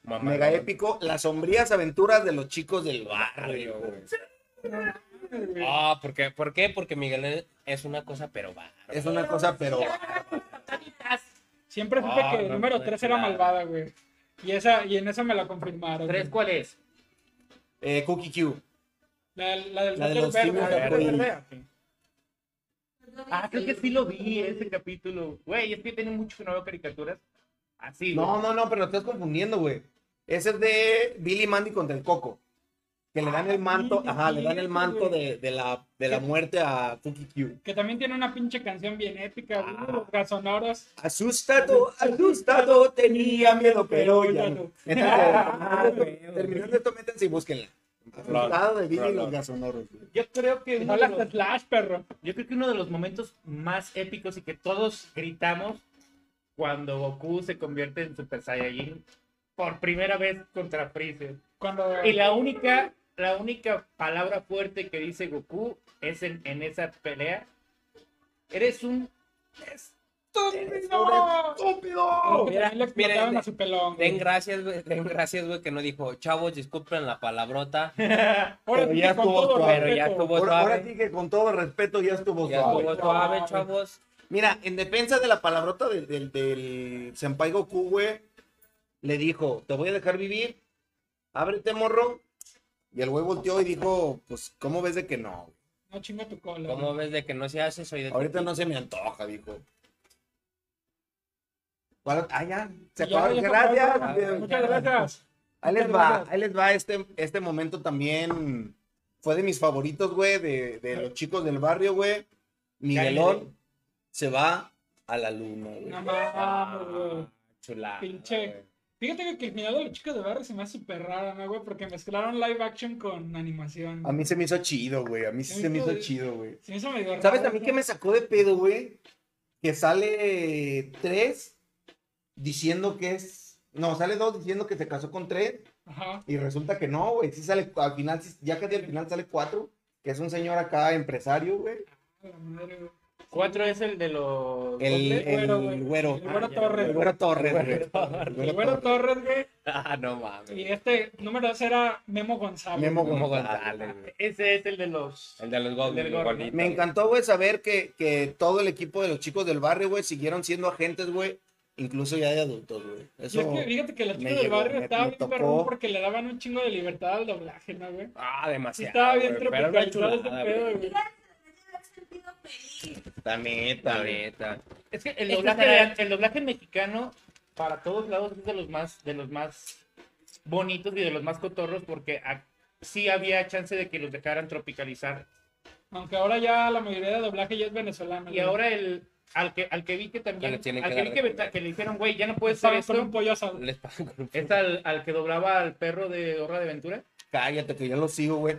[SPEAKER 9] Mamá,
[SPEAKER 7] mega
[SPEAKER 9] güey.
[SPEAKER 7] épico. Las sombrías aventuras de los chicos del barrio, güey.
[SPEAKER 9] Ah, ¿por qué? ¿Por qué? Porque Miguel es una cosa, pero va.
[SPEAKER 7] Es una cosa, pero.
[SPEAKER 10] Siempre supe
[SPEAKER 9] Ah,
[SPEAKER 10] que el
[SPEAKER 9] no,
[SPEAKER 10] número
[SPEAKER 9] no,
[SPEAKER 10] 3 era
[SPEAKER 9] nada.
[SPEAKER 10] malvada, güey. Y esa y en esa me la confirmaron.
[SPEAKER 3] ¿Tres
[SPEAKER 10] güey.
[SPEAKER 3] cuál es?
[SPEAKER 7] Eh, Cookie Q.
[SPEAKER 10] La, la del
[SPEAKER 7] La de
[SPEAKER 10] Hotel
[SPEAKER 7] los
[SPEAKER 10] Verde,
[SPEAKER 7] Kinder
[SPEAKER 10] güey.
[SPEAKER 7] Verde.
[SPEAKER 3] Ah, creo que sí lo vi ese capítulo. Güey, es que tiene mucho que no veo caricaturas. Así. güey.
[SPEAKER 7] No, no, no, pero lo estás confundiendo, güey. Ese es de Billy Mandy contra el Coco. Que le dan el manto,
[SPEAKER 10] sí,
[SPEAKER 7] ajá, le dan el
[SPEAKER 10] cierto,
[SPEAKER 7] manto
[SPEAKER 10] güey.
[SPEAKER 7] de, de la, de la muerte a Cookie Q.
[SPEAKER 10] Que también tiene una pinche canción bien épica,
[SPEAKER 9] Ah.
[SPEAKER 10] güey. Los gasonoros.
[SPEAKER 7] Asustado, asustado, tenía miedo, pero ya no.
[SPEAKER 10] Ah,
[SPEAKER 7] Entonces, terminando esto, métanse y búsquenla. Asustado de Billy y los gasonoros. güey.
[SPEAKER 3] Yo creo que uno de
[SPEAKER 10] Hablas de
[SPEAKER 3] los,
[SPEAKER 10] Slash, perro.
[SPEAKER 3] yo creo que uno de los momentos más épicos y que todos gritamos cuando Goku se convierte en Super Saiyajin por primera vez contra Freezer.
[SPEAKER 10] Cuando
[SPEAKER 3] Y la única, la única palabra fuerte que dice Goku es en, en esa pelea. Eres un
[SPEAKER 10] ¡Estúpido! ¡Estúpido!
[SPEAKER 9] Mira,
[SPEAKER 10] Mira, le explotaban
[SPEAKER 9] miren,
[SPEAKER 10] a su pelón. güey.
[SPEAKER 9] Den gracias, güey. Den gracias, güey, que no dijo, chavos, disculpen la palabrota,
[SPEAKER 10] Ahora
[SPEAKER 7] Pero
[SPEAKER 10] sí,
[SPEAKER 7] ya
[SPEAKER 10] con
[SPEAKER 7] estuvo
[SPEAKER 10] todo
[SPEAKER 7] suave,
[SPEAKER 9] pero ya
[SPEAKER 10] respeto.
[SPEAKER 9] estuvo
[SPEAKER 7] Ahora, ahora
[SPEAKER 9] suave.
[SPEAKER 7] sí que con todo respeto ya estuvo
[SPEAKER 9] Ya
[SPEAKER 7] suave.
[SPEAKER 9] estuvo suave, chavos.
[SPEAKER 7] Mira, en defensa de la palabrota del, del, del Senpai Goku, güey, le dijo, te voy a dejar vivir, ábrete, morro. Y el güey volteó y dijo, pues, ¿cómo ves de que no?
[SPEAKER 10] No chinga tu cola.
[SPEAKER 9] ¿Cómo ves de que no se hace? Soy de
[SPEAKER 7] Ahorita no se me antoja, dijo. ¿Cuál? Ah, ya. Se
[SPEAKER 10] Y ya,
[SPEAKER 7] acabaron.
[SPEAKER 10] ya
[SPEAKER 7] Gracias.
[SPEAKER 10] acabó, güey. Muchas gracias.
[SPEAKER 7] Ahí les
[SPEAKER 10] Muchas
[SPEAKER 7] va,
[SPEAKER 10] gracias.
[SPEAKER 7] ahí les va este, este momento también. Fue de mis favoritos, güey, de, de los chicos del barrio, güey. Miguelón se va a la luna, güey. Ah,
[SPEAKER 10] No mames, güey.
[SPEAKER 9] Chula.
[SPEAKER 10] Pinche. Fíjate güey, que el final de los chicos de barrio se me hace súper raro, ¿no, güey? Porque mezclaron live action con animación.
[SPEAKER 7] A mí se me hizo chido, güey. A mí sí se me hizo
[SPEAKER 10] Entonces-
[SPEAKER 7] chido, güey.
[SPEAKER 10] Se me hizo medio raro.
[SPEAKER 7] ¿Sabes también
[SPEAKER 10] ¿no?
[SPEAKER 7] qué me sacó de pedo, güey? Que sale tres diciendo que es. No, sale dos diciendo que se casó con tres.
[SPEAKER 10] Ajá.
[SPEAKER 7] Y resulta que no, güey. Sí sale, al final, sí- ya casi al final sale cuatro, que es un señor acá empresario, güey.
[SPEAKER 10] A la madre, güey.
[SPEAKER 3] 4 es el de los
[SPEAKER 7] El,
[SPEAKER 10] El
[SPEAKER 7] el,
[SPEAKER 10] güero, güey.
[SPEAKER 7] güero.
[SPEAKER 10] El güero
[SPEAKER 3] Ah, ya,
[SPEAKER 10] Torres.
[SPEAKER 7] El
[SPEAKER 10] güey.
[SPEAKER 7] güero Torres, güey. El
[SPEAKER 10] El
[SPEAKER 7] güero
[SPEAKER 10] güero
[SPEAKER 7] Torres.
[SPEAKER 10] Torres, güey.
[SPEAKER 9] Ah, no mames.
[SPEAKER 10] Y este número 2 era Memo González.
[SPEAKER 7] Memo
[SPEAKER 9] Como
[SPEAKER 7] González.
[SPEAKER 9] González, güey.
[SPEAKER 2] Ese es el de los.
[SPEAKER 9] El de los
[SPEAKER 2] El del
[SPEAKER 9] gordos.
[SPEAKER 2] gordo.
[SPEAKER 9] bonito.
[SPEAKER 7] Me encantó, güey, saber que, que todo el equipo de los chicos del barrio, güey, siguieron siendo agentes, güey, incluso ya de adultos, güey.
[SPEAKER 10] Y
[SPEAKER 7] Eso.
[SPEAKER 10] es que fíjate que los
[SPEAKER 7] me
[SPEAKER 10] chicos del
[SPEAKER 7] llegó,
[SPEAKER 10] barrio
[SPEAKER 7] me-
[SPEAKER 10] estaban
[SPEAKER 7] me
[SPEAKER 10] bien
[SPEAKER 7] tocó.
[SPEAKER 10] perrón porque le daban un chingo de libertad al doblaje, ¿no, güey?
[SPEAKER 9] Ah,
[SPEAKER 10] Sí,
[SPEAKER 9] demasiado.
[SPEAKER 10] estaba bien
[SPEAKER 9] güey, pero era una
[SPEAKER 10] tropicalizado ese
[SPEAKER 9] chulada,
[SPEAKER 10] pedo,
[SPEAKER 9] güey.
[SPEAKER 10] güey.
[SPEAKER 11] sentido feliz.
[SPEAKER 7] La neta,
[SPEAKER 9] La
[SPEAKER 7] güey.
[SPEAKER 9] neta.
[SPEAKER 2] Es que el
[SPEAKER 11] Este
[SPEAKER 2] doblaje,
[SPEAKER 11] será-
[SPEAKER 2] el doblaje mexicano para todos lados es de los más, de los más bonitos y de los más cotorros porque a- sí había chance de que los dejaran tropicalizar.
[SPEAKER 10] Aunque ahora ya la mayoría de doblaje ya es venezolano.
[SPEAKER 2] Y ahora el al que al que vi que también
[SPEAKER 9] Que le tienen
[SPEAKER 2] al
[SPEAKER 9] que
[SPEAKER 2] que,
[SPEAKER 9] dar
[SPEAKER 2] vi
[SPEAKER 9] de
[SPEAKER 2] que,
[SPEAKER 9] comer.
[SPEAKER 2] que le dijeron güey ya no puedes hacer
[SPEAKER 10] estaban
[SPEAKER 2] esto
[SPEAKER 10] con un pollo asado.
[SPEAKER 9] Les pagan con un-
[SPEAKER 2] es al, al que doblaba al perro de Hora de Aventura
[SPEAKER 7] Cállate, que yo lo sigo, güey.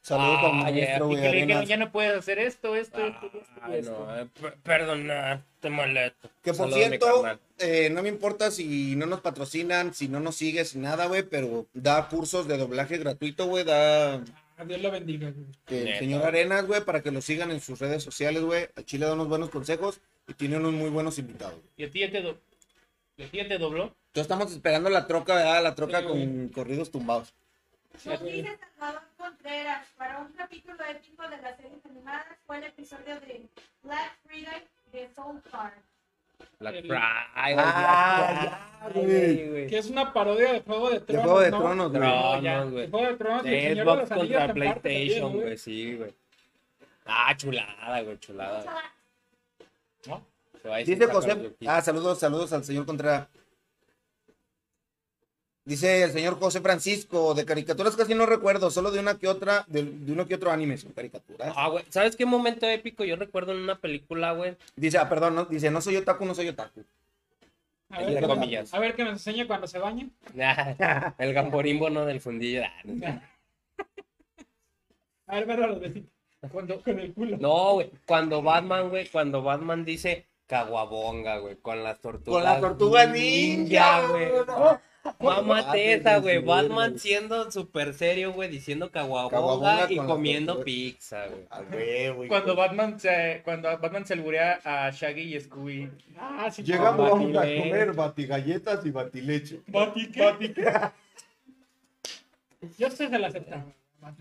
[SPEAKER 7] Saludos
[SPEAKER 9] Ah,
[SPEAKER 7] al
[SPEAKER 9] ya,
[SPEAKER 7] maestro,
[SPEAKER 2] y
[SPEAKER 7] güey.
[SPEAKER 2] que le dijeron
[SPEAKER 7] Arenas.
[SPEAKER 2] ya no puedes hacer esto esto esto, y esto, y
[SPEAKER 9] Ay,
[SPEAKER 2] esto".
[SPEAKER 9] no, eh, per- perdona, te molesto.
[SPEAKER 7] Que por
[SPEAKER 9] Saludos, mi
[SPEAKER 7] cierto,
[SPEAKER 9] carnal.
[SPEAKER 7] eh, no me importa si no nos patrocinan, si no nos sigues, nada, güey, pero da cursos de doblaje gratuito, güey, da
[SPEAKER 10] A Ah, Dios lo bendiga, güey.
[SPEAKER 7] eh, el
[SPEAKER 9] Neta.
[SPEAKER 7] señor Arenas, güey, para que lo sigan en sus redes sociales, güey. A Chile da unos buenos consejos y tiene unos muy buenos invitados.
[SPEAKER 2] y a ti ya te do- y a ti ya te dobló
[SPEAKER 7] Entonces estamos esperando la troca, ¿verdad? La troca
[SPEAKER 10] Sí,
[SPEAKER 7] con corridos tumbados.
[SPEAKER 11] Nos dice Salvador Contreras, para un capítulo épico de las series animadas fue el episodio de Black Friday de Soul Park.
[SPEAKER 9] La
[SPEAKER 10] El-
[SPEAKER 9] Ay,
[SPEAKER 7] Ah,
[SPEAKER 9] la-
[SPEAKER 7] ya, güey.
[SPEAKER 9] güey.
[SPEAKER 10] Que es una parodia de Juego de
[SPEAKER 7] De
[SPEAKER 10] Tronos.
[SPEAKER 7] Juego de
[SPEAKER 10] ¿no?
[SPEAKER 7] Tronos, güey.
[SPEAKER 9] No,
[SPEAKER 2] ya,
[SPEAKER 9] no,
[SPEAKER 10] De
[SPEAKER 9] güey.
[SPEAKER 10] Juego de Tronos. que el
[SPEAKER 9] De
[SPEAKER 10] Señor de los
[SPEAKER 9] Xbox
[SPEAKER 10] Anillos
[SPEAKER 9] contra
[SPEAKER 10] en parte
[SPEAKER 9] PlayStation,
[SPEAKER 10] también,
[SPEAKER 9] güey, sí, güey. Ah, chulada, güey, chulada. Se va a decir
[SPEAKER 7] Dice
[SPEAKER 9] Saca
[SPEAKER 7] José.
[SPEAKER 9] Yuki.
[SPEAKER 7] Ah, saludos, saludos al señor Contreras. Dice el señor José Francisco, de caricaturas casi no recuerdo, solo de una que otra, de, de uno que otro anime son caricaturas.
[SPEAKER 9] Ah, güey, ¿sabes qué momento épico yo recuerdo en una película, güey?
[SPEAKER 7] Dice, ah, perdón, no, dice, no soy otaku, no soy otaku.
[SPEAKER 10] A
[SPEAKER 9] Entre
[SPEAKER 10] ver,
[SPEAKER 9] comillas.
[SPEAKER 10] a ver que nos enseñe cuando se bañen.
[SPEAKER 9] El gamborimbo, no, del fundillo. Ah, no.
[SPEAKER 10] A ver, ver a los besitos. Cuando, con el culo.
[SPEAKER 9] No, güey, cuando Batman, güey, cuando Batman dice caguabonga, güey, con las tortugas.
[SPEAKER 7] Con la tortuga ninja,
[SPEAKER 9] güey.
[SPEAKER 7] no.
[SPEAKER 9] Mámate esa, güey.
[SPEAKER 7] Sí,
[SPEAKER 9] Batman
[SPEAKER 7] güey.
[SPEAKER 9] siendo súper serio, güey, diciendo
[SPEAKER 7] Caguabonga
[SPEAKER 9] caguabonga y
[SPEAKER 7] con la
[SPEAKER 9] comiendo
[SPEAKER 7] tortuga.
[SPEAKER 9] pizza, güey.
[SPEAKER 7] Ah, güey, güey.
[SPEAKER 2] cuando Batman se cuando Batman se alburea a Shaggy y Scooby
[SPEAKER 10] Ah, sí.
[SPEAKER 9] Llegamos
[SPEAKER 10] como
[SPEAKER 9] a- Batilé.
[SPEAKER 12] batigalletas y batileche.
[SPEAKER 10] Bati, ¿qué? Yo sé se la aceptaba.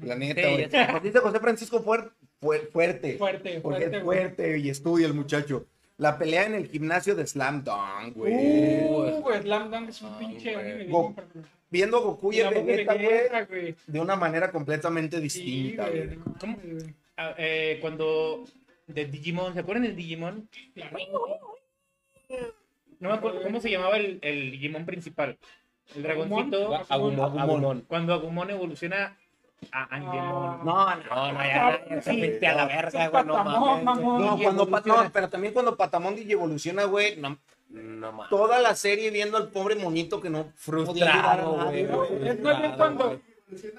[SPEAKER 7] La neta,
[SPEAKER 9] Sí,
[SPEAKER 7] güey.
[SPEAKER 9] ya
[SPEAKER 7] Nos dice José Francisco fuer- fuer- fuerte.
[SPEAKER 10] Fuerte,
[SPEAKER 7] Porque
[SPEAKER 10] fuerte,
[SPEAKER 7] es
[SPEAKER 10] güey.
[SPEAKER 7] fuerte y estudia el muchacho. La pelea en el gimnasio de Slam Dunk, güey.
[SPEAKER 10] Uh, güey, Slam Dunk es
[SPEAKER 2] Ah,
[SPEAKER 10] un pinche
[SPEAKER 9] güey.
[SPEAKER 10] anime.
[SPEAKER 7] Go- Viendo a Goku y
[SPEAKER 10] Oye,
[SPEAKER 7] el Vegeta, güey,
[SPEAKER 10] güey.
[SPEAKER 7] de una manera completamente
[SPEAKER 10] Sí,
[SPEAKER 7] distinta,
[SPEAKER 10] güey,
[SPEAKER 7] güey.
[SPEAKER 10] no mames, güey.
[SPEAKER 2] Ah, eh, cuando de Digimon se acuerdan del Digimon
[SPEAKER 10] Claro.
[SPEAKER 2] no me acuerdo cómo se llamaba el, el Digimon principal el dragoncito
[SPEAKER 9] Gua- Ah, Agumon. Agumon.
[SPEAKER 2] cuando Agumon Ah, evoluciona a Angemon.
[SPEAKER 9] No, no,
[SPEAKER 10] Ah,
[SPEAKER 9] no,
[SPEAKER 2] Ah.
[SPEAKER 9] ya, ya se fuiste a la verga,
[SPEAKER 10] Es
[SPEAKER 9] güey, no
[SPEAKER 10] patamón,
[SPEAKER 9] mames.
[SPEAKER 10] mamón.
[SPEAKER 7] Eh, No,
[SPEAKER 2] Y
[SPEAKER 7] cuando Pat-
[SPEAKER 2] evoluciona.
[SPEAKER 7] no, pero también cuando Patamón DJ evoluciona, güey, no-
[SPEAKER 9] No mames.
[SPEAKER 7] toda la serie viendo al pobre monito que no podía ayudar a
[SPEAKER 9] Frustrado,
[SPEAKER 7] nadie,
[SPEAKER 9] Pues güey.
[SPEAKER 10] Es más bien cuando,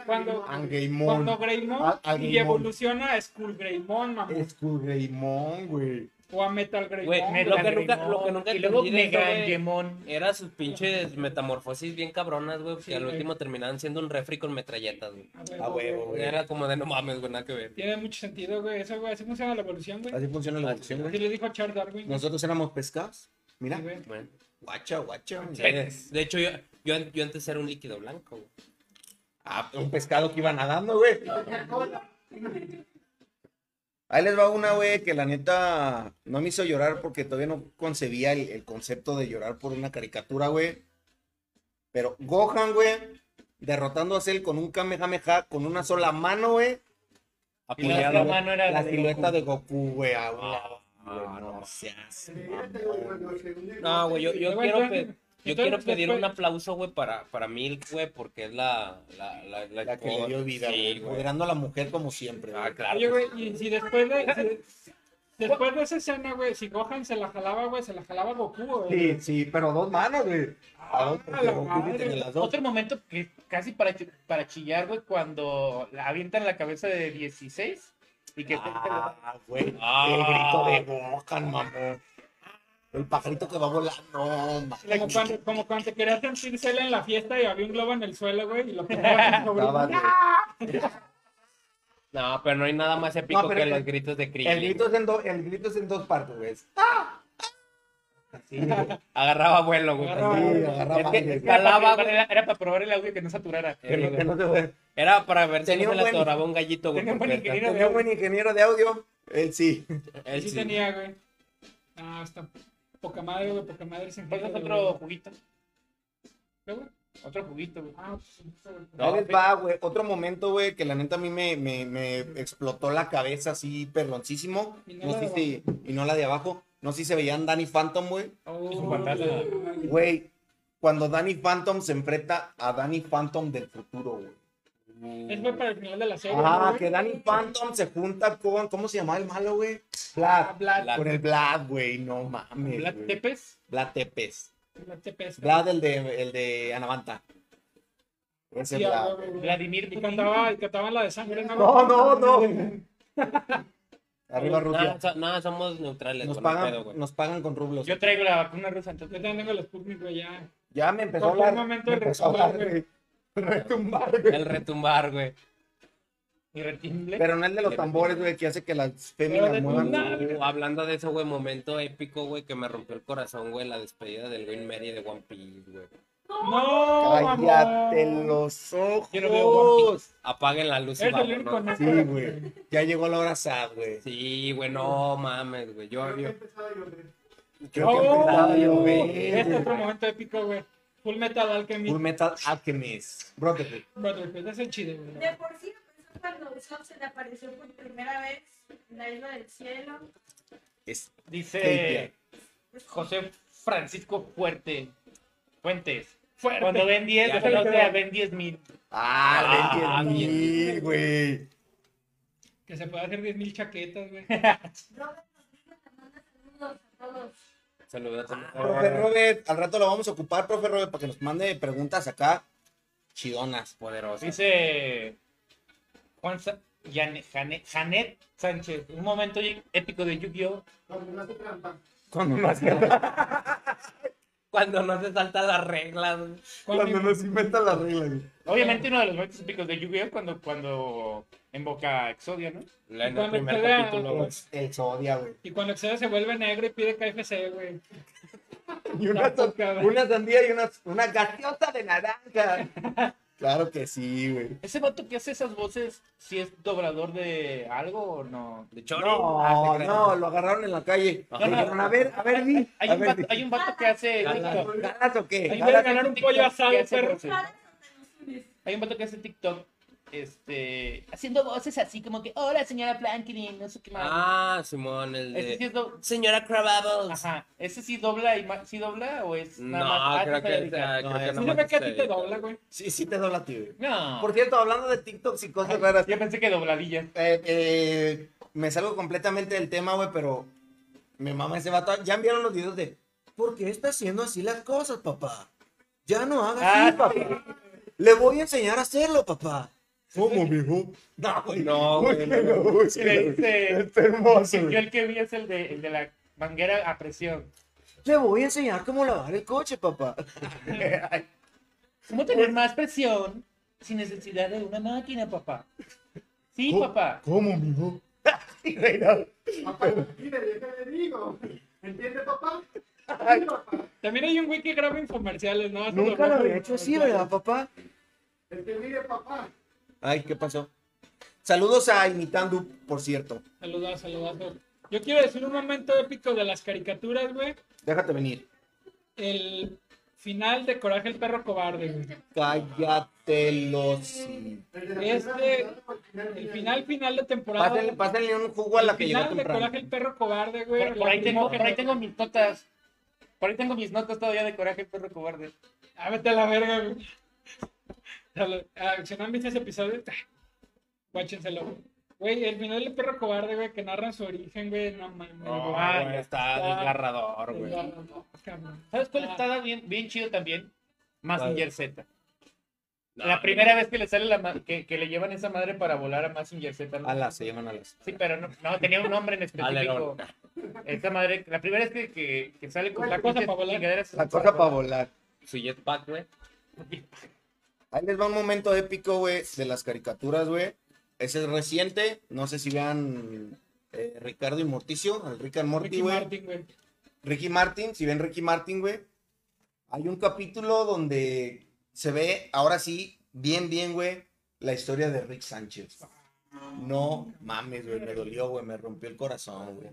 [SPEAKER 10] cuando,
[SPEAKER 7] Angemon.
[SPEAKER 10] cuando Greymon
[SPEAKER 7] A- a
[SPEAKER 10] y
[SPEAKER 7] Greymon.
[SPEAKER 10] evoluciona a Skull Greymon, mamón.
[SPEAKER 7] Escurreimón, güey.
[SPEAKER 10] O a Metal
[SPEAKER 9] Güey,
[SPEAKER 10] Greymon.
[SPEAKER 9] me-
[SPEAKER 10] güey.
[SPEAKER 9] lo que nunca- lo que nunca
[SPEAKER 2] y luego
[SPEAKER 9] entendí de
[SPEAKER 2] Mega
[SPEAKER 9] eso, güey.
[SPEAKER 2] Angemon.
[SPEAKER 9] Era sus pinches metamorfosis bien cabronas, güey,
[SPEAKER 10] Sí,
[SPEAKER 9] que al
[SPEAKER 10] güey.
[SPEAKER 9] último terminaban siendo un refri con metralletas, güey.
[SPEAKER 10] A huevo,
[SPEAKER 7] A huevo,
[SPEAKER 10] güey.
[SPEAKER 7] güey.
[SPEAKER 9] Era como de no mames, güey, nada que ver.
[SPEAKER 10] Tiene mucho sentido, güey. Eso, güey. Así funciona la evolución, güey.
[SPEAKER 7] Así funciona la evolución,
[SPEAKER 10] Así
[SPEAKER 7] güey.
[SPEAKER 10] le dijo Charles Darwin.
[SPEAKER 7] Nosotros éramos pescados. Mira,
[SPEAKER 10] Sí, güey.
[SPEAKER 9] Bueno,
[SPEAKER 7] guacha, guacha.
[SPEAKER 9] sí.
[SPEAKER 7] mira.
[SPEAKER 9] de hecho, yo, yo, an- yo antes era un líquido blanco, güey.
[SPEAKER 7] Ah, un pescado que iba nadando, güey. Ahí les va una, güey, que la neta no me hizo llorar porque todavía no concebía el, el concepto de llorar por una caricatura, güey. Pero Gohan, güey, derrotando a Cell con un Kamehameha con una sola mano, güey.
[SPEAKER 2] Y la
[SPEAKER 7] apuñala,
[SPEAKER 2] otra
[SPEAKER 7] güey,
[SPEAKER 2] mano era
[SPEAKER 7] la
[SPEAKER 2] de
[SPEAKER 7] silueta
[SPEAKER 2] Goku.
[SPEAKER 7] de Goku, güey. a
[SPEAKER 9] Ah,
[SPEAKER 7] la- güey, Ah, no seas mamón.
[SPEAKER 9] No, güey, yo, yo
[SPEAKER 10] Igual,
[SPEAKER 9] quiero, pe- yo
[SPEAKER 10] entonces, entonces,
[SPEAKER 9] quiero pedir
[SPEAKER 10] después-
[SPEAKER 9] un aplauso, güey, para, para Milk, güey, porque es la... La, la, la,
[SPEAKER 7] La que le dio vida,
[SPEAKER 9] Sí,
[SPEAKER 7] güey. Empoderando a la mujer como siempre, güey.
[SPEAKER 9] Ah, claro.
[SPEAKER 10] Oye, güey, y si después de... si- después de esa escena, güey, si Gohan se la jalaba, güey, se la jalaba Goku, güey.
[SPEAKER 7] Sí, sí, pero dos manos, güey. A dos,
[SPEAKER 10] Ah,
[SPEAKER 7] porque
[SPEAKER 10] la
[SPEAKER 7] Goku sí
[SPEAKER 10] madre.
[SPEAKER 7] tenía las dos.
[SPEAKER 2] Otro momento que casi para, chi- para chillar, güey, cuando la avientan la cabeza de 16 y que
[SPEAKER 7] Ah, güey.
[SPEAKER 9] Ah.
[SPEAKER 7] El grito de Gohan, mamón. El pajarito que va volando, mamá.
[SPEAKER 10] Como cuando, como cuando te querías sentir cela en la fiesta y había un globo en el suelo, güey, y lo pegabas sobre
[SPEAKER 7] Estaba de-
[SPEAKER 9] No, pero no hay nada más épico
[SPEAKER 7] No, pero
[SPEAKER 9] que
[SPEAKER 7] el-
[SPEAKER 9] los gritos de Krillin.
[SPEAKER 7] El grito es en, do- el grito es en dos partes, güey. Sí, güey.
[SPEAKER 9] Agarraba vuelo, güey.
[SPEAKER 8] Agarraba
[SPEAKER 9] cuando-
[SPEAKER 8] vuelo.
[SPEAKER 7] Sí, agarraba
[SPEAKER 9] Es que
[SPEAKER 7] vuelo.
[SPEAKER 9] jalaba,
[SPEAKER 10] Era
[SPEAKER 9] güey.
[SPEAKER 10] para- Era, era para probar el audio que no saturara.
[SPEAKER 9] Eh,
[SPEAKER 7] Que no se ve.
[SPEAKER 9] Era para ver si
[SPEAKER 7] Tenía
[SPEAKER 9] no
[SPEAKER 7] un
[SPEAKER 9] se le
[SPEAKER 7] buen-
[SPEAKER 9] atoraba un gallito, güey.
[SPEAKER 10] tenía un buen
[SPEAKER 9] porque
[SPEAKER 10] ingeniero.
[SPEAKER 7] Tenía un buen ingeniero de audio. Él Eh, sí.
[SPEAKER 9] él
[SPEAKER 8] sí,
[SPEAKER 9] sí.
[SPEAKER 8] tenía, güey. Ah, está poca madre, güey, poca madre. Sin
[SPEAKER 10] Ponnos
[SPEAKER 8] pedo,
[SPEAKER 10] otro
[SPEAKER 8] güey.
[SPEAKER 10] juguito.
[SPEAKER 8] ¿Qué, güey?
[SPEAKER 10] Otro juguito, güey.
[SPEAKER 8] Ah, pues,
[SPEAKER 9] No,
[SPEAKER 7] Ahí les va, güey. Otro momento, güey, que la neta a mí me, me, me explotó la cabeza así perroncísimo.
[SPEAKER 8] Y no
[SPEAKER 7] No
[SPEAKER 8] la
[SPEAKER 7] sé
[SPEAKER 8] de
[SPEAKER 7] si, y no la de abajo. No sé si se veían Danny Phantom, güey.
[SPEAKER 8] oh,
[SPEAKER 10] Es un fantasma.
[SPEAKER 8] güey.
[SPEAKER 7] Güey, cuando Danny Phantom se enfrenta a Danny Phantom del futuro, güey.
[SPEAKER 8] Es fue para el final de la serie.
[SPEAKER 7] Ah,
[SPEAKER 8] güey.
[SPEAKER 7] que Danny Phantom se junta con. ¿Cómo se llamaba el malo, güey? Vlad.
[SPEAKER 8] Ah, Vlad.
[SPEAKER 9] Vlad.
[SPEAKER 7] Con el Vlad, güey. No mames.
[SPEAKER 10] Vlad
[SPEAKER 7] güey.
[SPEAKER 10] Tepes.
[SPEAKER 7] Vlad Tepes.
[SPEAKER 8] Vlad te pesa.
[SPEAKER 7] Vlad, el de, el de Anavanta. Ese
[SPEAKER 8] Sí, ah,
[SPEAKER 7] Vlad.
[SPEAKER 8] güey, güey.
[SPEAKER 10] Vladimir
[SPEAKER 8] Y
[SPEAKER 10] Putin.
[SPEAKER 8] cantaba, y cantaba la de sangre, ¿no?
[SPEAKER 7] No, no, no. Arriba, Rusia.
[SPEAKER 9] No, so- no, somos neutrales,
[SPEAKER 7] Nos
[SPEAKER 9] güey. no pedo,
[SPEAKER 7] pagan,
[SPEAKER 9] güey.
[SPEAKER 7] nos pagan con rublos.
[SPEAKER 10] Pues Yo traigo la vacuna rusa,
[SPEAKER 8] Yo
[SPEAKER 10] entonces.
[SPEAKER 8] también tengo los Sputnik, güey, ya.
[SPEAKER 7] ya me empezó a
[SPEAKER 8] Cualquier
[SPEAKER 7] hablar.
[SPEAKER 8] momento
[SPEAKER 7] me
[SPEAKER 8] el
[SPEAKER 7] empezó
[SPEAKER 8] retumbar,
[SPEAKER 7] a hablar, güey. Retumbar, güey.
[SPEAKER 9] El retumbar, güey.
[SPEAKER 10] Y retimble.
[SPEAKER 7] Pero no el de los tambores, güey, que hace que las féminas
[SPEAKER 8] de
[SPEAKER 7] muevan.
[SPEAKER 8] tumbar.
[SPEAKER 9] Uh, hablando de eso, güey, momento épico, güey, que me rompió el corazón, güey, la despedida del Green Mary de One Piece, güey.
[SPEAKER 8] No,
[SPEAKER 7] Cállate
[SPEAKER 8] mamón.
[SPEAKER 7] los
[SPEAKER 10] Yo no veo
[SPEAKER 7] ojos.
[SPEAKER 9] Apaguen la luz y
[SPEAKER 8] Es el único,
[SPEAKER 9] vámonos.
[SPEAKER 8] ¿no?
[SPEAKER 7] Sí, güey. Ya llegó la hora sad, güey.
[SPEAKER 9] Sí, güey, no mames, güey. Yo, yo-
[SPEAKER 7] Creo que
[SPEAKER 8] Oh,
[SPEAKER 7] empezaba a
[SPEAKER 8] Este
[SPEAKER 7] llover.
[SPEAKER 8] es otro
[SPEAKER 7] güey.
[SPEAKER 8] momento épico, güey. Full Metal Alchemy.
[SPEAKER 7] Full Metal Alchemist. Brotherhood.
[SPEAKER 8] Brotherhood, ese es chido, güey.
[SPEAKER 11] De por sí, empezó cuando Usopp se le apareció por primera vez en la isla del cielo.
[SPEAKER 7] Es
[SPEAKER 10] Dice José Francisco Fuerte. Fuentes. Cuando ven 10,
[SPEAKER 9] Ya,
[SPEAKER 10] deja la otra, ven 10 mil.
[SPEAKER 7] Ah,
[SPEAKER 9] Ah,
[SPEAKER 7] le entendí, güey.
[SPEAKER 8] Que se puede hacer 10.000 chaquetas, güey.
[SPEAKER 11] Robert Rodríguez te manda saludos a todos.
[SPEAKER 9] saludos a-
[SPEAKER 7] Profe Robert, al rato lo vamos a ocupar, profe Robert, para que nos mande preguntas acá chidonas.
[SPEAKER 9] poderosas.
[SPEAKER 10] Dice Juan Sa- Jane- Jane- Janet Sánchez. Un momento épico de Yu-Gi-Oh!
[SPEAKER 7] Cuando no hace
[SPEAKER 9] Cuando no se saltan las reglas, güey.
[SPEAKER 7] Cuando nos inventan las reglas. güey.
[SPEAKER 10] Obviamente uno de los momentos épicos de Yu-Gi-Oh! cuando, cuando invoca a Exodia, ¿no?
[SPEAKER 9] En el
[SPEAKER 8] Cuando
[SPEAKER 9] primer
[SPEAKER 8] pega-
[SPEAKER 9] capítulo, güey.
[SPEAKER 7] El Zodia, güey.
[SPEAKER 8] Y cuando Exodia se vuelve negro y pide KFC, güey.
[SPEAKER 7] Y una,
[SPEAKER 8] Está
[SPEAKER 7] san-
[SPEAKER 8] poca madre.
[SPEAKER 7] una sandía y una, una gaseosa de naranja. Claro que sí, güey.
[SPEAKER 10] Ese vato que hace esas voces, si es doblador de algo o no.
[SPEAKER 9] De Chori. Ah,
[SPEAKER 7] No,
[SPEAKER 9] te
[SPEAKER 7] no, lo agarraron en la calle.
[SPEAKER 9] Ajá.
[SPEAKER 7] Le dijeron, a ver, a ver, vi.
[SPEAKER 10] Hay
[SPEAKER 7] a
[SPEAKER 10] un,
[SPEAKER 7] ver,
[SPEAKER 10] vato,
[SPEAKER 7] vi.
[SPEAKER 10] hay un vato que hace
[SPEAKER 9] Jala.
[SPEAKER 10] TikTok.
[SPEAKER 7] ¿Galas o qué?
[SPEAKER 8] voy
[SPEAKER 10] Hay
[SPEAKER 8] a
[SPEAKER 7] ¿Galas?
[SPEAKER 8] ganar un
[SPEAKER 10] TikTok
[SPEAKER 8] pollo asado,
[SPEAKER 10] que hace
[SPEAKER 8] perro.
[SPEAKER 10] voces. Hay un vato que hace TikTok, este, haciendo voces así como que, hola señora Plankin, no sé qué más.
[SPEAKER 9] Ah, Simón, el
[SPEAKER 10] Ese sí
[SPEAKER 9] de.
[SPEAKER 10] es do-
[SPEAKER 9] Señora Crababbles.
[SPEAKER 10] Ajá, ese sí dobla y ma- sí dobla o es nada
[SPEAKER 9] No,
[SPEAKER 10] más.
[SPEAKER 9] creo
[SPEAKER 10] Ah,
[SPEAKER 9] que,
[SPEAKER 10] esa
[SPEAKER 9] ah,
[SPEAKER 7] No,
[SPEAKER 9] creo que
[SPEAKER 7] es-
[SPEAKER 8] ¿Sí
[SPEAKER 9] nomás
[SPEAKER 8] se ve que a ti
[SPEAKER 9] está
[SPEAKER 8] te
[SPEAKER 9] ahí.
[SPEAKER 8] dobla, güey?
[SPEAKER 7] Sí, sí te doy la tibia.
[SPEAKER 10] No.
[SPEAKER 7] Por cierto, hablando de TikToks y cosas raras,
[SPEAKER 10] Yo pensé que dobladilla.
[SPEAKER 7] eh, eh, me salgo completamente del tema, güey, pero me mama ese vato. Ya enviaron los videos de ¿Por qué está haciendo así las cosas, papá? Ya no hagas así,
[SPEAKER 10] Ah,
[SPEAKER 7] papá. Le voy a enseñar a hacerlo, papá. ¿Cómo, mijo? No, güey.
[SPEAKER 9] No, güey, no,
[SPEAKER 7] Búsquelo, búsquelo,
[SPEAKER 10] Le dice-
[SPEAKER 7] Está hermoso,
[SPEAKER 10] Este, Yo
[SPEAKER 7] güey.
[SPEAKER 10] el que vi es el de, el de la manguera a presión.
[SPEAKER 7] Le voy a enseñar cómo lavar el coche, papá.
[SPEAKER 10] ¿Cómo
[SPEAKER 7] Pues
[SPEAKER 10] tener más presión sin necesidad de una máquina, papá? Sí,
[SPEAKER 7] Oh.
[SPEAKER 10] papá.
[SPEAKER 7] ¿Cómo, mijo? Sí, güey, no.
[SPEAKER 8] También hay un güey que graba infomerciales, ¿no? Hace
[SPEAKER 7] Nunca lo
[SPEAKER 8] doblajes
[SPEAKER 7] había
[SPEAKER 8] de
[SPEAKER 7] hecho así,
[SPEAKER 8] infomerciales.
[SPEAKER 7] ¿verdad, papá? Ay, ¿qué pasó? Saludos a Imitando, por cierto.
[SPEAKER 8] Saludos, saludos. Yo quiero decir un momento épico de las caricaturas, güey.
[SPEAKER 7] Déjate venir.
[SPEAKER 8] El final de Coraje el Perro Cobarde, güey.
[SPEAKER 7] Cállate los.
[SPEAKER 8] Este, el final final de temporada.
[SPEAKER 7] Pásenle, pásenle un jugo a la
[SPEAKER 8] el
[SPEAKER 7] que llegó
[SPEAKER 8] final de
[SPEAKER 7] temprano.
[SPEAKER 8] Coraje el Perro Cobarde, güey.
[SPEAKER 10] Por, por ahí tengo, por ahí
[SPEAKER 8] Lacrimógena.
[SPEAKER 10] tengo mis notas. Por ahí tengo mis notas todavía de coraje, perro cobarde.
[SPEAKER 8] Ah, vete a la verga, güey. Dale. Ah, si no han visto ese episodio, ta, guáchenselo. Güey, el final del perro cobarde, güey, que narra su origen, güey, no mames. güey.
[SPEAKER 9] No, Oh, güey, está
[SPEAKER 8] está-
[SPEAKER 9] desgarrador, güey.
[SPEAKER 8] No, no, no, cabrón.
[SPEAKER 10] ¿Sabes cuál está bien, bien chido también? Massinger Z.
[SPEAKER 9] No,
[SPEAKER 10] la primera vez que le sale la ma- que, que le llevan esa madre para volar a Massinger Z. ¿no?
[SPEAKER 7] Alas, se llaman alas.
[SPEAKER 10] Sí, pero no, no, tenía un nombre en específico.
[SPEAKER 9] Alerón.
[SPEAKER 10] Esa madre, la primera vez que, que, que sale con
[SPEAKER 8] La cosa
[SPEAKER 10] pinches
[SPEAKER 8] pa' volar.
[SPEAKER 10] chingaderas-
[SPEAKER 7] La cosa para volar.
[SPEAKER 9] Su jetpack, güey.
[SPEAKER 7] Ahí les va un momento épico, güey, de las caricaturas, güey. Ese es reciente. No sé si vean eh, Ricardo y Morticio, el Rick and Morty,
[SPEAKER 8] Ricky
[SPEAKER 7] güey.
[SPEAKER 8] Martin, güey.
[SPEAKER 7] Ricky Martin, si ven Ricky Martin, güey, hay un capítulo donde se ve, ahora sí, bien, bien, güey, la historia de Rick Sánchez. güey. No mames, güey, me dolió, güey, me rompió el corazón, güey.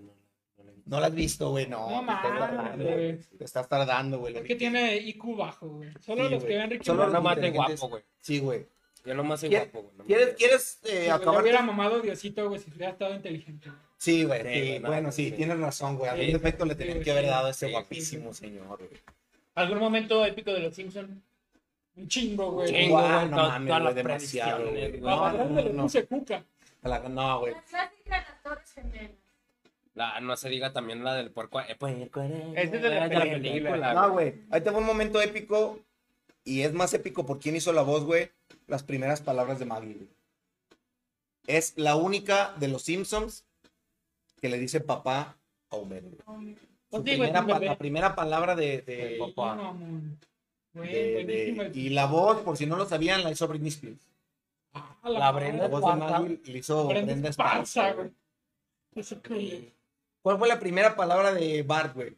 [SPEAKER 7] No la has visto, güey, no.
[SPEAKER 8] No
[SPEAKER 7] te
[SPEAKER 8] mames,
[SPEAKER 7] estás tardando,
[SPEAKER 8] güey.
[SPEAKER 7] güey. Te estás tardando, güey. la
[SPEAKER 8] Es que
[SPEAKER 7] Ricky.
[SPEAKER 8] tiene IQ bajo, güey. Solo
[SPEAKER 7] Sí,
[SPEAKER 8] los
[SPEAKER 7] güey.
[SPEAKER 8] que ven Ricky
[SPEAKER 7] Solo
[SPEAKER 9] Yo
[SPEAKER 8] Martin.
[SPEAKER 7] los
[SPEAKER 9] nomás de
[SPEAKER 7] inteligentes.
[SPEAKER 9] guapo, güey.
[SPEAKER 7] Sí, güey.
[SPEAKER 9] Yo nomás de
[SPEAKER 7] ¿Quién-
[SPEAKER 9] guapo, güey. no me-
[SPEAKER 7] ¿Quieres, quieres eh,
[SPEAKER 8] Sí, güey, le
[SPEAKER 7] acabar?
[SPEAKER 8] hubiera mamado Diosito, güey, si hubiera estado inteligente. güey.
[SPEAKER 7] Sí, güey,
[SPEAKER 9] Sí,
[SPEAKER 7] sí,
[SPEAKER 9] güey, no,
[SPEAKER 7] bueno, sí,
[SPEAKER 9] sí.
[SPEAKER 7] tienes razón, güey. A
[SPEAKER 8] Sí,
[SPEAKER 7] mi respecto le
[SPEAKER 8] sí,
[SPEAKER 7] tenían
[SPEAKER 8] güey,
[SPEAKER 7] que haber
[SPEAKER 8] sí,
[SPEAKER 7] dado a ese
[SPEAKER 9] sí, sí,
[SPEAKER 7] guapísimo señor, güey.
[SPEAKER 10] ¿Algún momento épico de los Simpsons?
[SPEAKER 8] Un chingo, güey.
[SPEAKER 9] Chingo,
[SPEAKER 7] Guau,
[SPEAKER 9] güey,
[SPEAKER 7] no
[SPEAKER 9] to-
[SPEAKER 7] mames,
[SPEAKER 9] todas
[SPEAKER 7] güey,
[SPEAKER 9] las
[SPEAKER 7] demasiado, güey.
[SPEAKER 9] predicciones, güey.
[SPEAKER 8] No,
[SPEAKER 7] no,
[SPEAKER 8] no, le
[SPEAKER 7] no.
[SPEAKER 8] puse cuca.
[SPEAKER 7] A la- No, güey.
[SPEAKER 11] La clásica de las Torres Gemelas.
[SPEAKER 9] La- no se diga también la del puerco. Eh, puerco arena,
[SPEAKER 10] Esa es de la película.
[SPEAKER 7] No, güey. Ahí te va un momento épico. Y es más épico por quién hizo la voz, güey. Las primeras palabras de Maggie, güey. Es la única de los Simpsons que le dice papá a Homero. güey. Su
[SPEAKER 8] Pues sí, güey,
[SPEAKER 7] primera
[SPEAKER 8] un
[SPEAKER 7] pa-
[SPEAKER 8] bebé.
[SPEAKER 7] la primera palabra de, de
[SPEAKER 8] Sí,
[SPEAKER 7] papá.
[SPEAKER 8] no, man. Güey,
[SPEAKER 7] De- de-
[SPEAKER 8] buenísima.
[SPEAKER 7] y la voz, por si no lo sabían, la hizo Britney Spears.
[SPEAKER 8] Ah,
[SPEAKER 9] la
[SPEAKER 8] madre.
[SPEAKER 9] Brenda
[SPEAKER 7] La voz de
[SPEAKER 9] Esparza.
[SPEAKER 7] Maggie la hizo
[SPEAKER 8] Brenda
[SPEAKER 7] Brenda
[SPEAKER 8] Esparza,
[SPEAKER 7] Esparza,
[SPEAKER 8] güey.
[SPEAKER 7] güey.
[SPEAKER 8] Ese culo.
[SPEAKER 7] ¿Cuál fue la primera palabra de Bart, güey?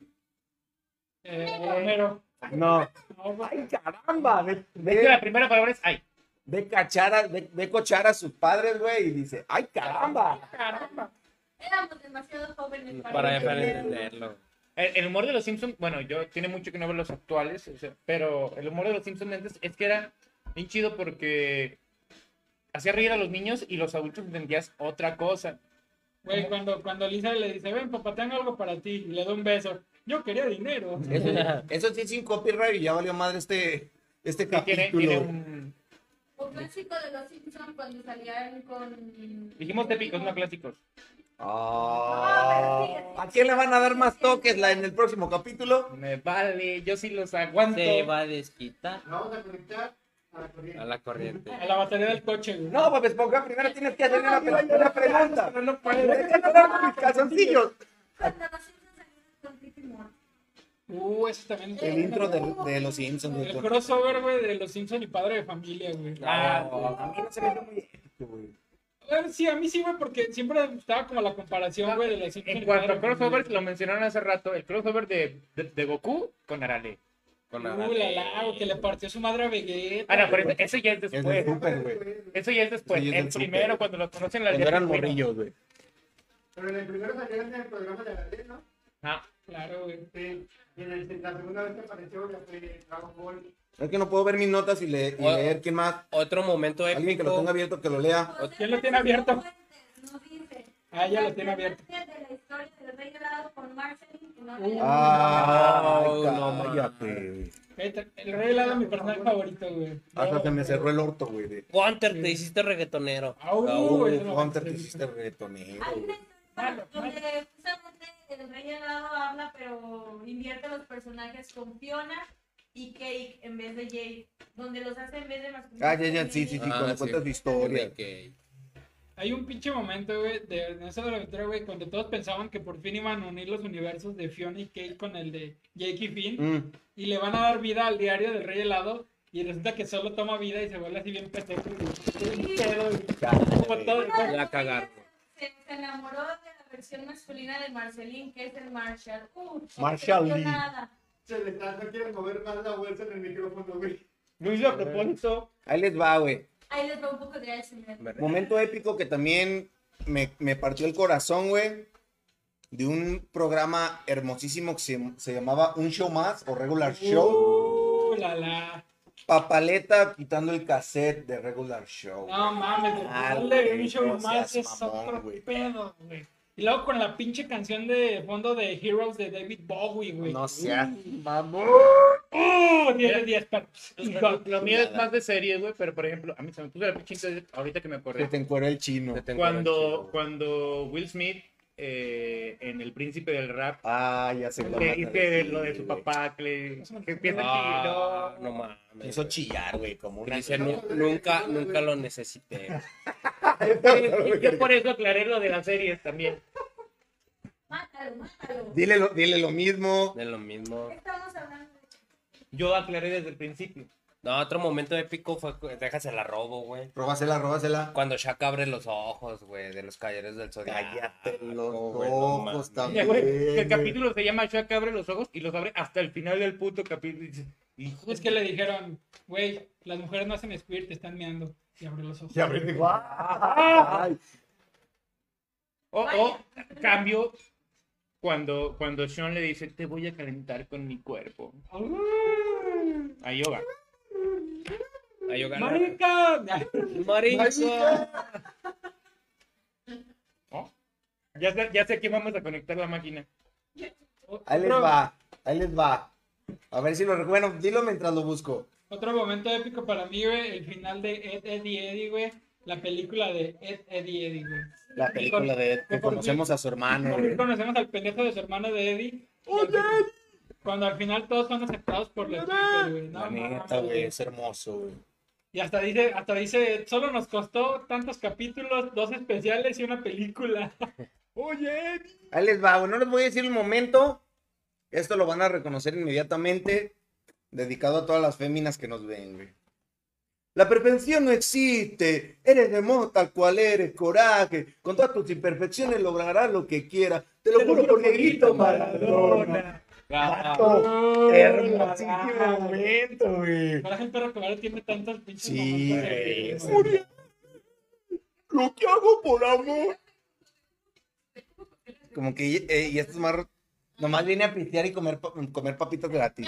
[SPEAKER 8] Eh, Homero.
[SPEAKER 7] No.
[SPEAKER 8] No, güey.
[SPEAKER 7] ¡Ay, caramba! De,
[SPEAKER 10] Es que
[SPEAKER 7] de-
[SPEAKER 10] la primera palabra es ay.
[SPEAKER 7] de cachar a, de, de cochar a sus padres, güey, y dice, ¡ay, caramba!
[SPEAKER 8] Caramba.
[SPEAKER 11] Éramos demasiado jóvenes para,
[SPEAKER 9] Mm, Para, para
[SPEAKER 11] entender.
[SPEAKER 9] entenderlo.
[SPEAKER 10] El, el humor de los Simpsons, bueno, yo tiene mucho que no ver los actuales, o sea, pero el humor de los Simpsons antes es que era bien chido porque hacía reír a los niños y los adultos entendías otra cosa.
[SPEAKER 8] Güey, cuando, cuando Lisa le dice, ven, papá, tengo algo para ti, y le da un beso. Yo quería dinero.
[SPEAKER 7] Eso, eso sí, sin copyright, y ya valió madre este, este
[SPEAKER 10] Y tiene, tiene
[SPEAKER 7] capítulo.
[SPEAKER 10] un-
[SPEAKER 11] O clásico de los Simpsons cuando salían con.
[SPEAKER 10] Dijimos épicos, no clásicos.
[SPEAKER 7] Ah. ¿A quién le van a dar más toques la, en el próximo capítulo?
[SPEAKER 10] Me vale, yo sí los aguanto.
[SPEAKER 9] Se va a desquitar
[SPEAKER 7] Vamos a conectar.
[SPEAKER 9] a la corriente.
[SPEAKER 8] A la batería del coche, güey.
[SPEAKER 7] No, papá Esponja, primero tienes que hacer una, pre- una pregunta.
[SPEAKER 8] Pero no puede.
[SPEAKER 7] Deja de hablar de mis calzoncillos.
[SPEAKER 11] Cuando los Simpsons salieron con Rick y Morty.
[SPEAKER 8] Uh, eso también.
[SPEAKER 7] El intro de, de los Simpsons. güey,
[SPEAKER 8] El
[SPEAKER 7] con-
[SPEAKER 8] crossover, güey, de los Simpson y padre de familia, güey.
[SPEAKER 7] Ah, a mí no se me hizo muy épico, güey.
[SPEAKER 8] Eh, Sí, a mí sí, güey, porque siempre estaba como la comparación,
[SPEAKER 3] Ah,
[SPEAKER 8] güey, de los Simpson.
[SPEAKER 10] En
[SPEAKER 8] y
[SPEAKER 10] cuanto a
[SPEAKER 8] Padre de
[SPEAKER 10] crossovers,
[SPEAKER 8] Familia.
[SPEAKER 10] lo mencionaron hace rato, el crossover de, de, de Goku con Arale.
[SPEAKER 9] Con
[SPEAKER 8] Uh, la la, güey, que le partió su madre a Vegeta.
[SPEAKER 10] Ah, no, pero ese- ese ya es
[SPEAKER 7] Es del
[SPEAKER 10] después.
[SPEAKER 7] súper, güey.
[SPEAKER 10] Eso ya es después.
[SPEAKER 7] Ese ya es
[SPEAKER 10] el
[SPEAKER 7] del súper.
[SPEAKER 10] primero, cuando los conocen la
[SPEAKER 7] Cuando
[SPEAKER 10] aldea
[SPEAKER 7] eran
[SPEAKER 10] pingüino.
[SPEAKER 7] morrillos, güey.
[SPEAKER 3] Pero en el primero salieron en el programa de la ¿no?
[SPEAKER 10] Ah,
[SPEAKER 8] Claro, güey.
[SPEAKER 3] Sí. Y en la segunda vez que apareció la de Dragon Ball.
[SPEAKER 7] Es que no puedo ver mis notas y, le- y
[SPEAKER 9] Oh.
[SPEAKER 7] leer quién más.
[SPEAKER 9] Otro momento épico.
[SPEAKER 7] Alguien que lo tenga abierto, que lo lea.
[SPEAKER 8] ¿Quién lo tiene abierto?
[SPEAKER 11] No dice.
[SPEAKER 8] Ah, ya lo tiene
[SPEAKER 11] La
[SPEAKER 8] abierto.
[SPEAKER 11] gracia de la historia del rey helado con Marceline, que no
[SPEAKER 8] Uh.
[SPEAKER 11] le-
[SPEAKER 7] Ah,
[SPEAKER 9] no, no,
[SPEAKER 7] cállate. güey.
[SPEAKER 8] Vete, El rey helado mi personaje favorito, güey.
[SPEAKER 7] Hasta se me cerró el orto, güey. de-
[SPEAKER 9] Hunter, te hiciste reggaetonero.
[SPEAKER 8] Au,
[SPEAKER 7] Uh,
[SPEAKER 8] Ah, güey, no,
[SPEAKER 7] Hunter, te
[SPEAKER 8] güey.
[SPEAKER 7] hiciste retonero.
[SPEAKER 11] Hay una historia donde justamente el rey helado habla, pero invierte los personajes con Fiona y Cake en vez de Jade. Donde los hace en vez de masculino.
[SPEAKER 7] Ah, ya, ya, sí, sí, sí,
[SPEAKER 9] Ah,
[SPEAKER 7] cuando
[SPEAKER 9] sí.
[SPEAKER 7] cuentas tu historia.
[SPEAKER 9] De que-
[SPEAKER 8] Hay un pinche momento, güey, de Ernesto de la Aventura, güey, cuando todos pensaban que por fin iban a unir los universos de Fiona y Kate con el de Jake y Finn
[SPEAKER 7] Mm.
[SPEAKER 8] y le van a dar vida al diario del Rey Helado y resulta que solo toma vida y se vuelve así bien pendejo. güey. Bien pedo, güey. Como todo,
[SPEAKER 11] Uno de
[SPEAKER 8] güey.
[SPEAKER 11] los
[SPEAKER 9] La cagaron.
[SPEAKER 11] Se, se enamoró de la versión masculina de Marceline, que es el Marshall. Uh, no
[SPEAKER 7] Marshall
[SPEAKER 11] entendió
[SPEAKER 7] Lee.
[SPEAKER 11] nada.
[SPEAKER 3] Se le está, no quieren mover más la bolsa en el micrófono, güey.
[SPEAKER 10] lo hizo a propósito.
[SPEAKER 7] Ahí les va, güey.
[SPEAKER 11] Ahí les va un poco de Eisenberg.
[SPEAKER 7] Momento épico que también me, me partió el corazón, güey. De un programa hermosísimo que se, se llamaba Un Show Más o Regular Show.
[SPEAKER 8] Uh, la, la.
[SPEAKER 7] Papaleta quitando el cassette de Regular Show.
[SPEAKER 8] No mames, güey.
[SPEAKER 7] Ah,
[SPEAKER 8] Darle
[SPEAKER 7] güey,
[SPEAKER 8] un show
[SPEAKER 7] no
[SPEAKER 8] más
[SPEAKER 7] seas
[SPEAKER 8] es
[SPEAKER 7] mamón,
[SPEAKER 8] otro
[SPEAKER 7] güey.
[SPEAKER 8] pedo, güey. Y luego con la pinche canción de fondo de Heroes de David Bowie, güey.
[SPEAKER 7] No seas mamón.
[SPEAKER 8] Uh, 10 de 10, pero.
[SPEAKER 10] Lo, lo mío es más de series, güey, pero por ejemplo, a mí se me puso la pinche historia ahorita que me
[SPEAKER 7] Que
[SPEAKER 10] acordé.
[SPEAKER 7] te encuero el chino.
[SPEAKER 9] te tengo
[SPEAKER 10] Cuando,
[SPEAKER 9] chido.
[SPEAKER 10] cuando Will Smith eh, en El Príncipe del Rap
[SPEAKER 7] Ah, ya sé cuál
[SPEAKER 10] le
[SPEAKER 7] vas a
[SPEAKER 10] dice
[SPEAKER 7] decir,
[SPEAKER 10] lo de su
[SPEAKER 7] güey.
[SPEAKER 10] papá, que, le, que empieza
[SPEAKER 9] Ah,
[SPEAKER 10] a
[SPEAKER 9] no mames.
[SPEAKER 7] Me hizo
[SPEAKER 9] güey.
[SPEAKER 7] chillar, güey, como una.
[SPEAKER 9] Dice, "Nu- nunca, nunca lo necesité.
[SPEAKER 10] chillar. Yo por eso aclaré lo de las series también.
[SPEAKER 11] Mátalo, mátalo.
[SPEAKER 7] Dile lo, dile lo mismo.
[SPEAKER 9] De lo mismo.
[SPEAKER 11] Estamos hablando de
[SPEAKER 10] Yo aclaré desde el principio.
[SPEAKER 9] No, otro momento épico fue. cu- Déjase la robo, güey.
[SPEAKER 7] Róbasela, róbasela.
[SPEAKER 9] Cuando Shaq abre los ojos, güey, de los caballeros del zodiaco.
[SPEAKER 7] Cállate los
[SPEAKER 9] güey, no
[SPEAKER 7] ojos
[SPEAKER 9] mames.
[SPEAKER 10] Mira,
[SPEAKER 7] también.
[SPEAKER 10] güey, que el capítulo se llama Shaq abre los ojos y los abre hasta el final del puto capítulo. Y dices, Hijo
[SPEAKER 8] Es que le dijeron, güey, las mujeres no hacen squirt, te están meando. Y abrió los ojos.
[SPEAKER 7] Y abrí, digo, "Ah,
[SPEAKER 10] Ah,
[SPEAKER 7] ¡ay!
[SPEAKER 8] Oh,
[SPEAKER 10] O, o, Oh, cambio cuando, cuando Sean le dice, te voy a calentar con mi cuerpo. A yoga.
[SPEAKER 9] Ahí yo gano.
[SPEAKER 8] ¡Marica!
[SPEAKER 9] Ah, Marica.
[SPEAKER 10] Ya sé, ya sé a quién vamos a conectar la máquina.
[SPEAKER 7] Ahí les
[SPEAKER 8] Otro-
[SPEAKER 7] va, ahí les va. A ver si lo recuerdo. Bueno, dilo mientras lo busco.
[SPEAKER 8] Otro momento épico para mí, güey, el final de Ed, Eddie, Eddie, güey. La película de Ed, Eddie, Eddie, güey.
[SPEAKER 5] La película de que conocemos a su hermano.
[SPEAKER 8] Por
[SPEAKER 5] güey.
[SPEAKER 8] fin conocemos al pendejo de su hermano de Eddie. Cuando al final todos son aceptados por los chicos, güey.
[SPEAKER 5] La
[SPEAKER 8] No, mames,
[SPEAKER 5] neta, güey, es hermoso, güey.
[SPEAKER 8] Y hasta dice, hasta dice, solo nos costó tantos capítulos, dos especiales y una película.
[SPEAKER 10] Oye,
[SPEAKER 7] Ahí les va. Bueno, no les voy a decir el momento. Esto lo van a reconocer inmediatamente. Dedicado a todas las féminas que nos ven, güey. La perfección no existe. Eres de modo tal cual eres, coraje. Con todas tus imperfecciones lograrás lo que quieras. Te lo juro por Negrito Maradona.
[SPEAKER 8] Ah,
[SPEAKER 7] Vato, Hermosísimo momento, güey.
[SPEAKER 8] Para el perro que ah, ahora tiene tantos pinches
[SPEAKER 7] Sí,
[SPEAKER 8] momentos
[SPEAKER 7] güey.
[SPEAKER 8] épicos,
[SPEAKER 7] es-
[SPEAKER 8] güey.
[SPEAKER 7] Lo que hago por amor. Como que, eh, y estos más. Nomás viene a pistear y comer, pa- comer papitas gratis.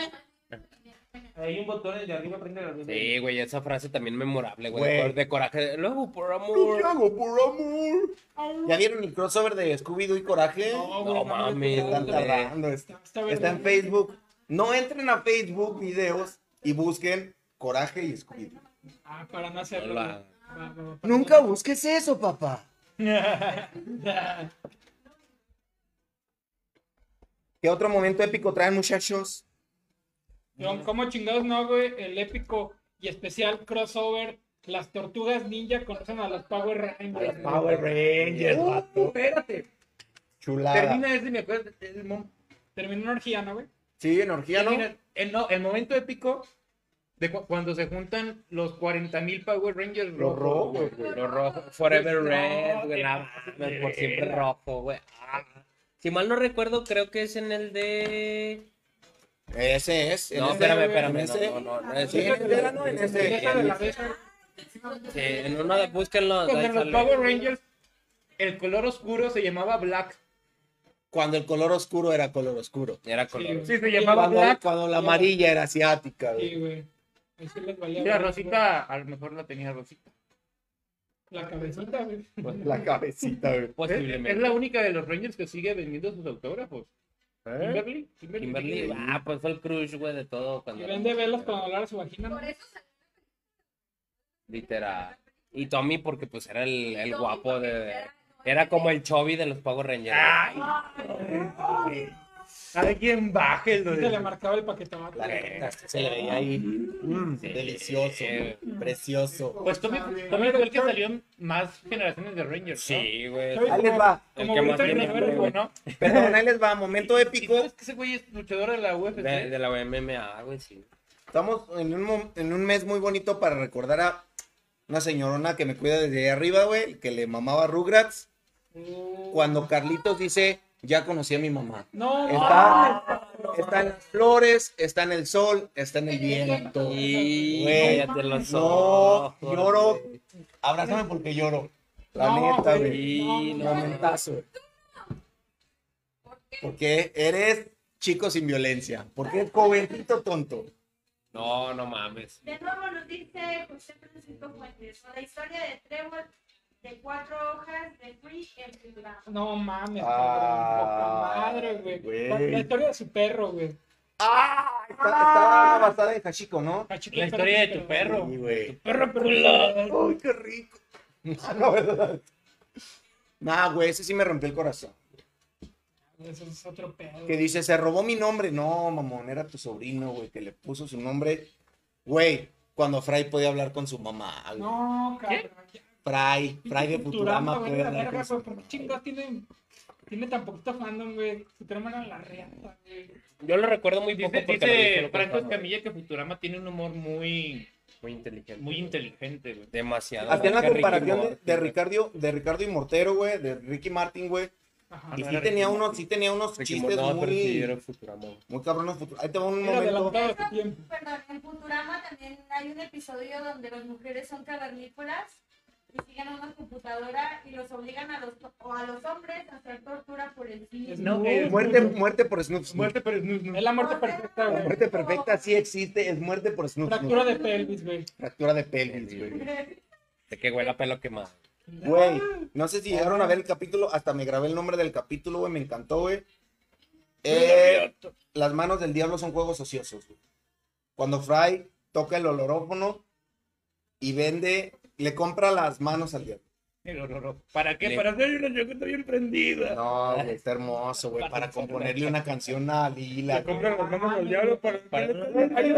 [SPEAKER 10] Hay un botón el de arriba prende la luz.
[SPEAKER 9] Sí, güey, esa frase también memorable, güey.
[SPEAKER 7] Güey.
[SPEAKER 9] de cor- De coraje. Luego, por
[SPEAKER 7] Lo que
[SPEAKER 9] amor.
[SPEAKER 7] hago por amor. ¿Ya vieron el crossover de Scooby-Doo y Coraje?
[SPEAKER 8] No,
[SPEAKER 9] No
[SPEAKER 8] güey,
[SPEAKER 9] mames,
[SPEAKER 8] no,
[SPEAKER 7] Están
[SPEAKER 9] güey.
[SPEAKER 7] tardando. Está,
[SPEAKER 8] Está bien.
[SPEAKER 7] está en Facebook. No entren a Facebook videos y busquen Coraje y Scooby-Doo.
[SPEAKER 8] Ah, para no hacerlo.
[SPEAKER 9] Hola.
[SPEAKER 8] güey. Va, va, va, para
[SPEAKER 7] Nunca
[SPEAKER 8] no-
[SPEAKER 7] busques eso, papá. ¿Qué otro momento épico traen, muchachos?
[SPEAKER 8] Don, ¿cómo chingados no, güey? El épico y especial crossover. Las tortugas ninja conocen a los Power Rangers. güey.
[SPEAKER 7] Rangers,
[SPEAKER 10] Uh, espérate.
[SPEAKER 7] Chulada.
[SPEAKER 10] Termina ese, me acuerdo. el mom-
[SPEAKER 8] Terminó una orgía, ¿no, güey?
[SPEAKER 7] Sí, energía, ¿no?
[SPEAKER 10] termina- el, no, el momento épico de cu- cuando se juntan los 40 mil Power Rangers
[SPEAKER 7] Los rojos,
[SPEAKER 10] güey.
[SPEAKER 9] Lo rojo. Forever Red, güey.
[SPEAKER 10] te
[SPEAKER 9] la mames, por siempre rojo, güey. Ah. Si mal no recuerdo, creo que es en el de.
[SPEAKER 7] Ese es. en ese,
[SPEAKER 9] No, espérame,
[SPEAKER 7] güey,
[SPEAKER 9] espérame.
[SPEAKER 7] en
[SPEAKER 9] no,
[SPEAKER 7] ese.
[SPEAKER 9] No, no, no, es
[SPEAKER 7] Sí, en
[SPEAKER 9] en-
[SPEAKER 7] el verano, en ese.
[SPEAKER 8] Esa de la vez-
[SPEAKER 9] Sí, en uno de búsquenlo.
[SPEAKER 10] Cuando
[SPEAKER 9] ahí
[SPEAKER 10] en los
[SPEAKER 9] sale.
[SPEAKER 10] Power Rangers el color oscuro se llamaba black.
[SPEAKER 7] Cuando el color oscuro era color oscuro.
[SPEAKER 9] Era color.
[SPEAKER 10] Sí, se
[SPEAKER 8] Y
[SPEAKER 10] llamaba
[SPEAKER 7] Cuando,
[SPEAKER 10] black.
[SPEAKER 7] cuando la amarilla era asiática, güey.
[SPEAKER 8] Sí, güey. Ahí sí les valía.
[SPEAKER 10] Mira,
[SPEAKER 8] verga,
[SPEAKER 10] Rosita, a lo mejor la tenía Rosita.
[SPEAKER 8] güey. La cabecita, güey.
[SPEAKER 7] Pues La cabecita, güey.
[SPEAKER 10] Es, es
[SPEAKER 9] Posiblemente.
[SPEAKER 10] la única de los Rangers que sigue vendiendo sus autógrafos.
[SPEAKER 7] ¿Eh?
[SPEAKER 10] Kimberly, Kimberly,
[SPEAKER 9] Kimberly.
[SPEAKER 10] sigue-
[SPEAKER 9] Ah, pues fue el crush, güey, de todo.
[SPEAKER 8] Y
[SPEAKER 9] Cuando
[SPEAKER 8] vende velas para hablar a su vagina. ¿no?
[SPEAKER 11] Por eso se-
[SPEAKER 9] Literal. Y Tommy, porque pues era el, el
[SPEAKER 11] Tommy,
[SPEAKER 9] guapo
[SPEAKER 11] porque
[SPEAKER 9] de.
[SPEAKER 11] no Este,
[SPEAKER 9] Era como el chubby de los Power Rangers.
[SPEAKER 10] Ay, alguien baje el
[SPEAKER 8] Se le
[SPEAKER 10] de
[SPEAKER 8] marcaba el paquetón.
[SPEAKER 7] La neta, se le veía ahí. Mm, Delicioso, güey. precioso.
[SPEAKER 10] Pues Tommy, Tommy fue el que salió en más generaciones de Rangers. ¿no?
[SPEAKER 9] Sí, güey.
[SPEAKER 8] Soy
[SPEAKER 7] Ahí les va.
[SPEAKER 9] El
[SPEAKER 8] Como
[SPEAKER 9] que más
[SPEAKER 8] Brito
[SPEAKER 9] tiene
[SPEAKER 8] Rivera,
[SPEAKER 9] hambre, güey.
[SPEAKER 8] güey.
[SPEAKER 10] Bueno,
[SPEAKER 7] Perdón, ahí les va. Momento
[SPEAKER 10] ¿y
[SPEAKER 7] épico.
[SPEAKER 10] sabes que ese güey es luchador de la UFC?
[SPEAKER 9] De, de la MMA, güey, sí.
[SPEAKER 7] Estamos en un, mom- en un mes muy bonito para recordar a una señorona que me cuida desde ahí arriba, güey, que le mamaba Rugrats.
[SPEAKER 10] Uh,
[SPEAKER 7] Cuando Carlitos dice, ya conocí a mi mamá.
[SPEAKER 8] No,
[SPEAKER 7] Está, está en las flores, está en el sol, está en el viento.
[SPEAKER 9] Y
[SPEAKER 7] Güey,
[SPEAKER 9] cállate los
[SPEAKER 7] No,
[SPEAKER 9] ojos.
[SPEAKER 7] lloro.
[SPEAKER 9] güey.
[SPEAKER 7] Abrázame porque lloro. La
[SPEAKER 8] No,
[SPEAKER 7] neta, güey.
[SPEAKER 9] Y no,
[SPEAKER 7] Momentazo. Porque eres chico sin violencia. Porque es jovencito tonto.
[SPEAKER 9] no, no mames.
[SPEAKER 11] De nuevo nos dice José Francisco Fuentes, la historia de Trevor de cuatro hojas de Free en Bilbao.
[SPEAKER 8] No mames,
[SPEAKER 7] Ah,
[SPEAKER 8] cabrón, poca madre, güey.
[SPEAKER 7] güey.
[SPEAKER 8] La- La historia de su perro, güey.
[SPEAKER 7] Ah, está, está basada en Hachiko, ¿no?
[SPEAKER 8] Cachito
[SPEAKER 10] La
[SPEAKER 8] el
[SPEAKER 10] historia de
[SPEAKER 8] perro,
[SPEAKER 10] tu perro.
[SPEAKER 7] Sí, güey.
[SPEAKER 10] Perro
[SPEAKER 7] Ay, qué rico. No, no, ¿verdad? Nah, güey, ese sí me rompió el corazón.
[SPEAKER 8] Eso es otro pedo.
[SPEAKER 7] Que dice, se robó mi nombre. No, mamón, era tu sobrino, güey, que le puso su nombre. Güey, cuando Fray podía hablar con su mamá. güey.
[SPEAKER 8] No, cabrón.
[SPEAKER 7] Fry, Fry de Futurama
[SPEAKER 8] güey,
[SPEAKER 7] puede
[SPEAKER 8] la
[SPEAKER 7] hablar
[SPEAKER 8] verga,
[SPEAKER 7] con su
[SPEAKER 8] güey, ¿Por
[SPEAKER 7] mamá.
[SPEAKER 8] qué chingados tienen Tiene tan poquito fandom, güey. Su trama era la reata, güey.
[SPEAKER 9] Yo lo recuerdo muy poco
[SPEAKER 10] Dice,
[SPEAKER 9] porque
[SPEAKER 10] dice
[SPEAKER 9] lo vi solo con
[SPEAKER 10] Franco
[SPEAKER 9] Pablo.
[SPEAKER 10] Escamilla que Futurama tiene un humor muy,
[SPEAKER 9] Muy inteligente.
[SPEAKER 10] muy inteligente, güey.
[SPEAKER 9] Demasiado.
[SPEAKER 7] Hacían la
[SPEAKER 9] Qué rico
[SPEAKER 7] comparación de,
[SPEAKER 9] humor.
[SPEAKER 7] de Ricardo, de Ricardo y Mortero, güey, de Ricky Martin, güey.
[SPEAKER 9] Ah,
[SPEAKER 8] Ajá.
[SPEAKER 7] Y
[SPEAKER 10] no
[SPEAKER 7] sí
[SPEAKER 10] era
[SPEAKER 7] tenía
[SPEAKER 10] Ricky
[SPEAKER 7] unos, sí tenía unos
[SPEAKER 9] Ricky
[SPEAKER 7] chistes
[SPEAKER 9] Morty, no, pero sí,
[SPEAKER 7] muy,
[SPEAKER 9] era Futurama.
[SPEAKER 7] muy cabrones. Ahí te va un
[SPEAKER 8] Era
[SPEAKER 7] momento.
[SPEAKER 8] adelantado a su
[SPEAKER 11] Perdón,
[SPEAKER 8] tiempo.
[SPEAKER 11] perdón, en Futurama también hay un episodio donde las mujeres son cavernícolas y siguen a una computadora y los obligan a los, o a los hombres a hacer tortura por el cine.
[SPEAKER 8] Es no,
[SPEAKER 10] es
[SPEAKER 7] Muerte, muerte por Snoop. Snoop.
[SPEAKER 10] Muerte, pero es no, no.
[SPEAKER 8] Es la muerte perfecta,
[SPEAKER 7] La
[SPEAKER 8] güey.
[SPEAKER 7] muerte perfecta sí existe, es muerte por Snoop. Snoop.
[SPEAKER 8] Fractura de pelvis, güey.
[SPEAKER 7] Fractura de pelvis, güey.
[SPEAKER 9] De que huele a pelo quemado.
[SPEAKER 7] Güey, no sé si llegaron a ver el capítulo, hasta me grabé el nombre del capítulo, güey, me encantó, güey. Eh, las manos del diablo son juegos ociosos, güey. Cuando Fry toca el olorófono y vende, le compra las manos al diablo.
[SPEAKER 10] El horror. ¿Para qué?
[SPEAKER 9] Le-
[SPEAKER 10] Para hacer una chocolate bien prendida.
[SPEAKER 7] No, güey, está hermoso, güey, para componerle una canción a Lila.
[SPEAKER 10] Le compran las
[SPEAKER 8] Ah,
[SPEAKER 10] manos al diablo para...
[SPEAKER 9] Para-
[SPEAKER 8] Hay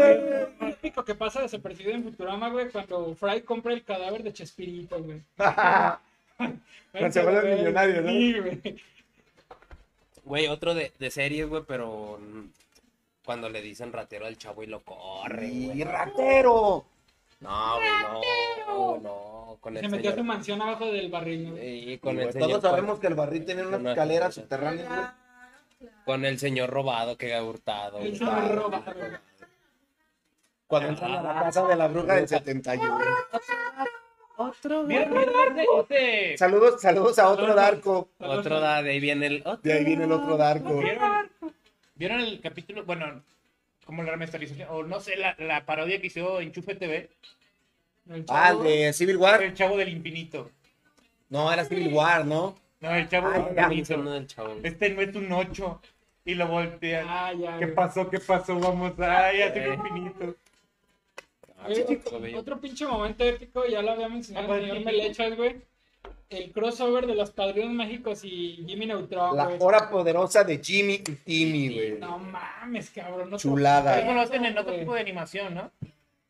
[SPEAKER 8] un típico que pasa desapercibido en Futurama, güey, cuando Fry compra el cadáver de Chespirito, güey.
[SPEAKER 7] Cuando se vuelve
[SPEAKER 8] Güey,
[SPEAKER 7] millonario, ¿no?
[SPEAKER 8] Sí, güey.
[SPEAKER 9] Güey, otro de, de series, güey, pero mm, cuando le dicen ratero al chavo y lo corre,
[SPEAKER 7] ¡Y
[SPEAKER 9] güey.
[SPEAKER 7] ratero!
[SPEAKER 9] No, güey, no, güey, no. Con
[SPEAKER 8] Se
[SPEAKER 9] el
[SPEAKER 8] metió a su
[SPEAKER 9] señor.
[SPEAKER 8] mansión abajo del barril, güey.
[SPEAKER 9] Y
[SPEAKER 7] Y,
[SPEAKER 9] con el
[SPEAKER 7] güey,
[SPEAKER 9] señor.
[SPEAKER 7] Todos sabemos que el barril tiene
[SPEAKER 9] Una
[SPEAKER 7] una escalera
[SPEAKER 9] escalera.
[SPEAKER 7] subterránea, güey.
[SPEAKER 9] Con el señor robado que ha hurtado.
[SPEAKER 8] El
[SPEAKER 9] güey.
[SPEAKER 8] señor robado, güey.
[SPEAKER 7] Cuando entran a la
[SPEAKER 9] Ah.
[SPEAKER 7] casa de la bruja del 71.
[SPEAKER 10] Mira, mira, ese- ese-
[SPEAKER 7] Saludos, saludos a otro Darko.
[SPEAKER 9] Otro da, de ahí viene el otro.
[SPEAKER 7] De ahí viene el otro Darko.
[SPEAKER 10] ¿Vieron, vieron el capítulo? Bueno, como la remasterización, o no sé, la, la parodia que hizo Enchufe TV,
[SPEAKER 8] El chavo.
[SPEAKER 7] Ah, de Civil War.
[SPEAKER 10] el chavo del infinito.
[SPEAKER 7] No, era Civil War, ¿no?
[SPEAKER 10] No, el chavo
[SPEAKER 7] Ay,
[SPEAKER 10] del
[SPEAKER 7] Ah, ya.
[SPEAKER 9] Hizo uno
[SPEAKER 10] infinito.
[SPEAKER 9] del chavo.
[SPEAKER 10] Este no es un 8. Y lo voltean.
[SPEAKER 8] Ah, Eh. ya,
[SPEAKER 10] ¿Qué
[SPEAKER 8] güé.
[SPEAKER 10] pasó? ¿Qué pasó? Vamos, ay, hace el infinito.
[SPEAKER 9] Ah,
[SPEAKER 8] Oye,
[SPEAKER 9] sí,
[SPEAKER 8] otro,
[SPEAKER 9] lo vi.
[SPEAKER 8] otro pinche momento épico, ya lo había mencionado
[SPEAKER 10] Ah,
[SPEAKER 8] el señor
[SPEAKER 10] sí.
[SPEAKER 8] Melechas, güey. El crossover de los Padrinos Mágicos y Jimmy Neutron,
[SPEAKER 7] La
[SPEAKER 8] güey.
[SPEAKER 7] hora poderosa de Jimmy y Timmy, güey.
[SPEAKER 8] No mames, cabrón. No
[SPEAKER 7] Chulada.
[SPEAKER 10] ¿Cómo lo hacen en otro tipo de animación, no?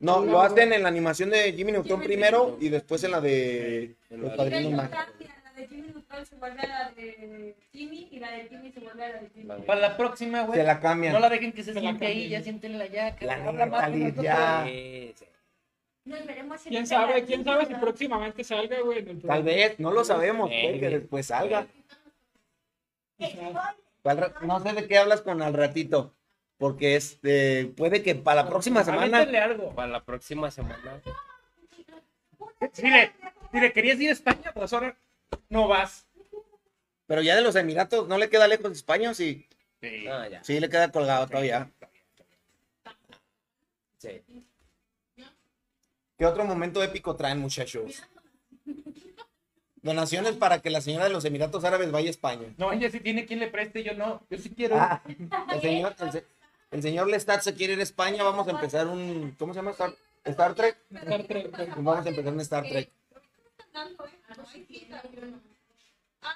[SPEAKER 7] No, lo hacen en la animación de Jimmy Neutron primero y después en la de Los Padrinos Mágicos.
[SPEAKER 11] La de Jimmy Neutron se vuelve a la de Timmy y la de Timmy se vuelve a la de Timmy.
[SPEAKER 10] Para la próxima, güey.
[SPEAKER 7] Se la
[SPEAKER 10] No
[SPEAKER 7] cambian.
[SPEAKER 10] la dejen que se
[SPEAKER 8] Se la
[SPEAKER 10] siente ahí,
[SPEAKER 8] cambien.
[SPEAKER 10] ya siéntenla ya. que
[SPEAKER 7] La
[SPEAKER 10] no habla más con
[SPEAKER 7] Natalie,
[SPEAKER 10] nosotros.
[SPEAKER 7] ya.
[SPEAKER 9] Sí, sí.
[SPEAKER 11] Nos veremos en
[SPEAKER 8] ¿Quién
[SPEAKER 11] el
[SPEAKER 8] sabe?
[SPEAKER 11] verano.
[SPEAKER 8] ¿Quién sabe si próximamente salga, güey? Neutron?
[SPEAKER 7] Tal vez, no lo sabemos, puede que después salga. Al ra- No sé de qué hablas con al ratito. Porque este puede que para la próxima semana
[SPEAKER 10] Avéntenle algo.
[SPEAKER 9] Para la próxima semana.
[SPEAKER 10] Dile, dile, ¿querías ir a España? Pues ahora no vas.
[SPEAKER 7] Pero ya de los Emiratos, ¿no le queda lejos España o sí?
[SPEAKER 10] Sí.
[SPEAKER 9] No, ya.
[SPEAKER 7] Sí, le queda colgado todavía.
[SPEAKER 9] Sí.
[SPEAKER 7] ¿Qué otro momento épico traen, muchachos? Donaciones para que la señora de los Emiratos Árabes vaya a España.
[SPEAKER 10] No, ella sí tiene quien le preste, yo no. Yo sí quiero.
[SPEAKER 7] Ah, el señor, el, se- el señor Lestat se quiere ir a España. Vamos a empezar un. ¿Cómo se llama? Star, Star Trek.
[SPEAKER 8] Star Trek, güey.
[SPEAKER 7] Vamos a empezar un Star Trek.
[SPEAKER 11] Ah,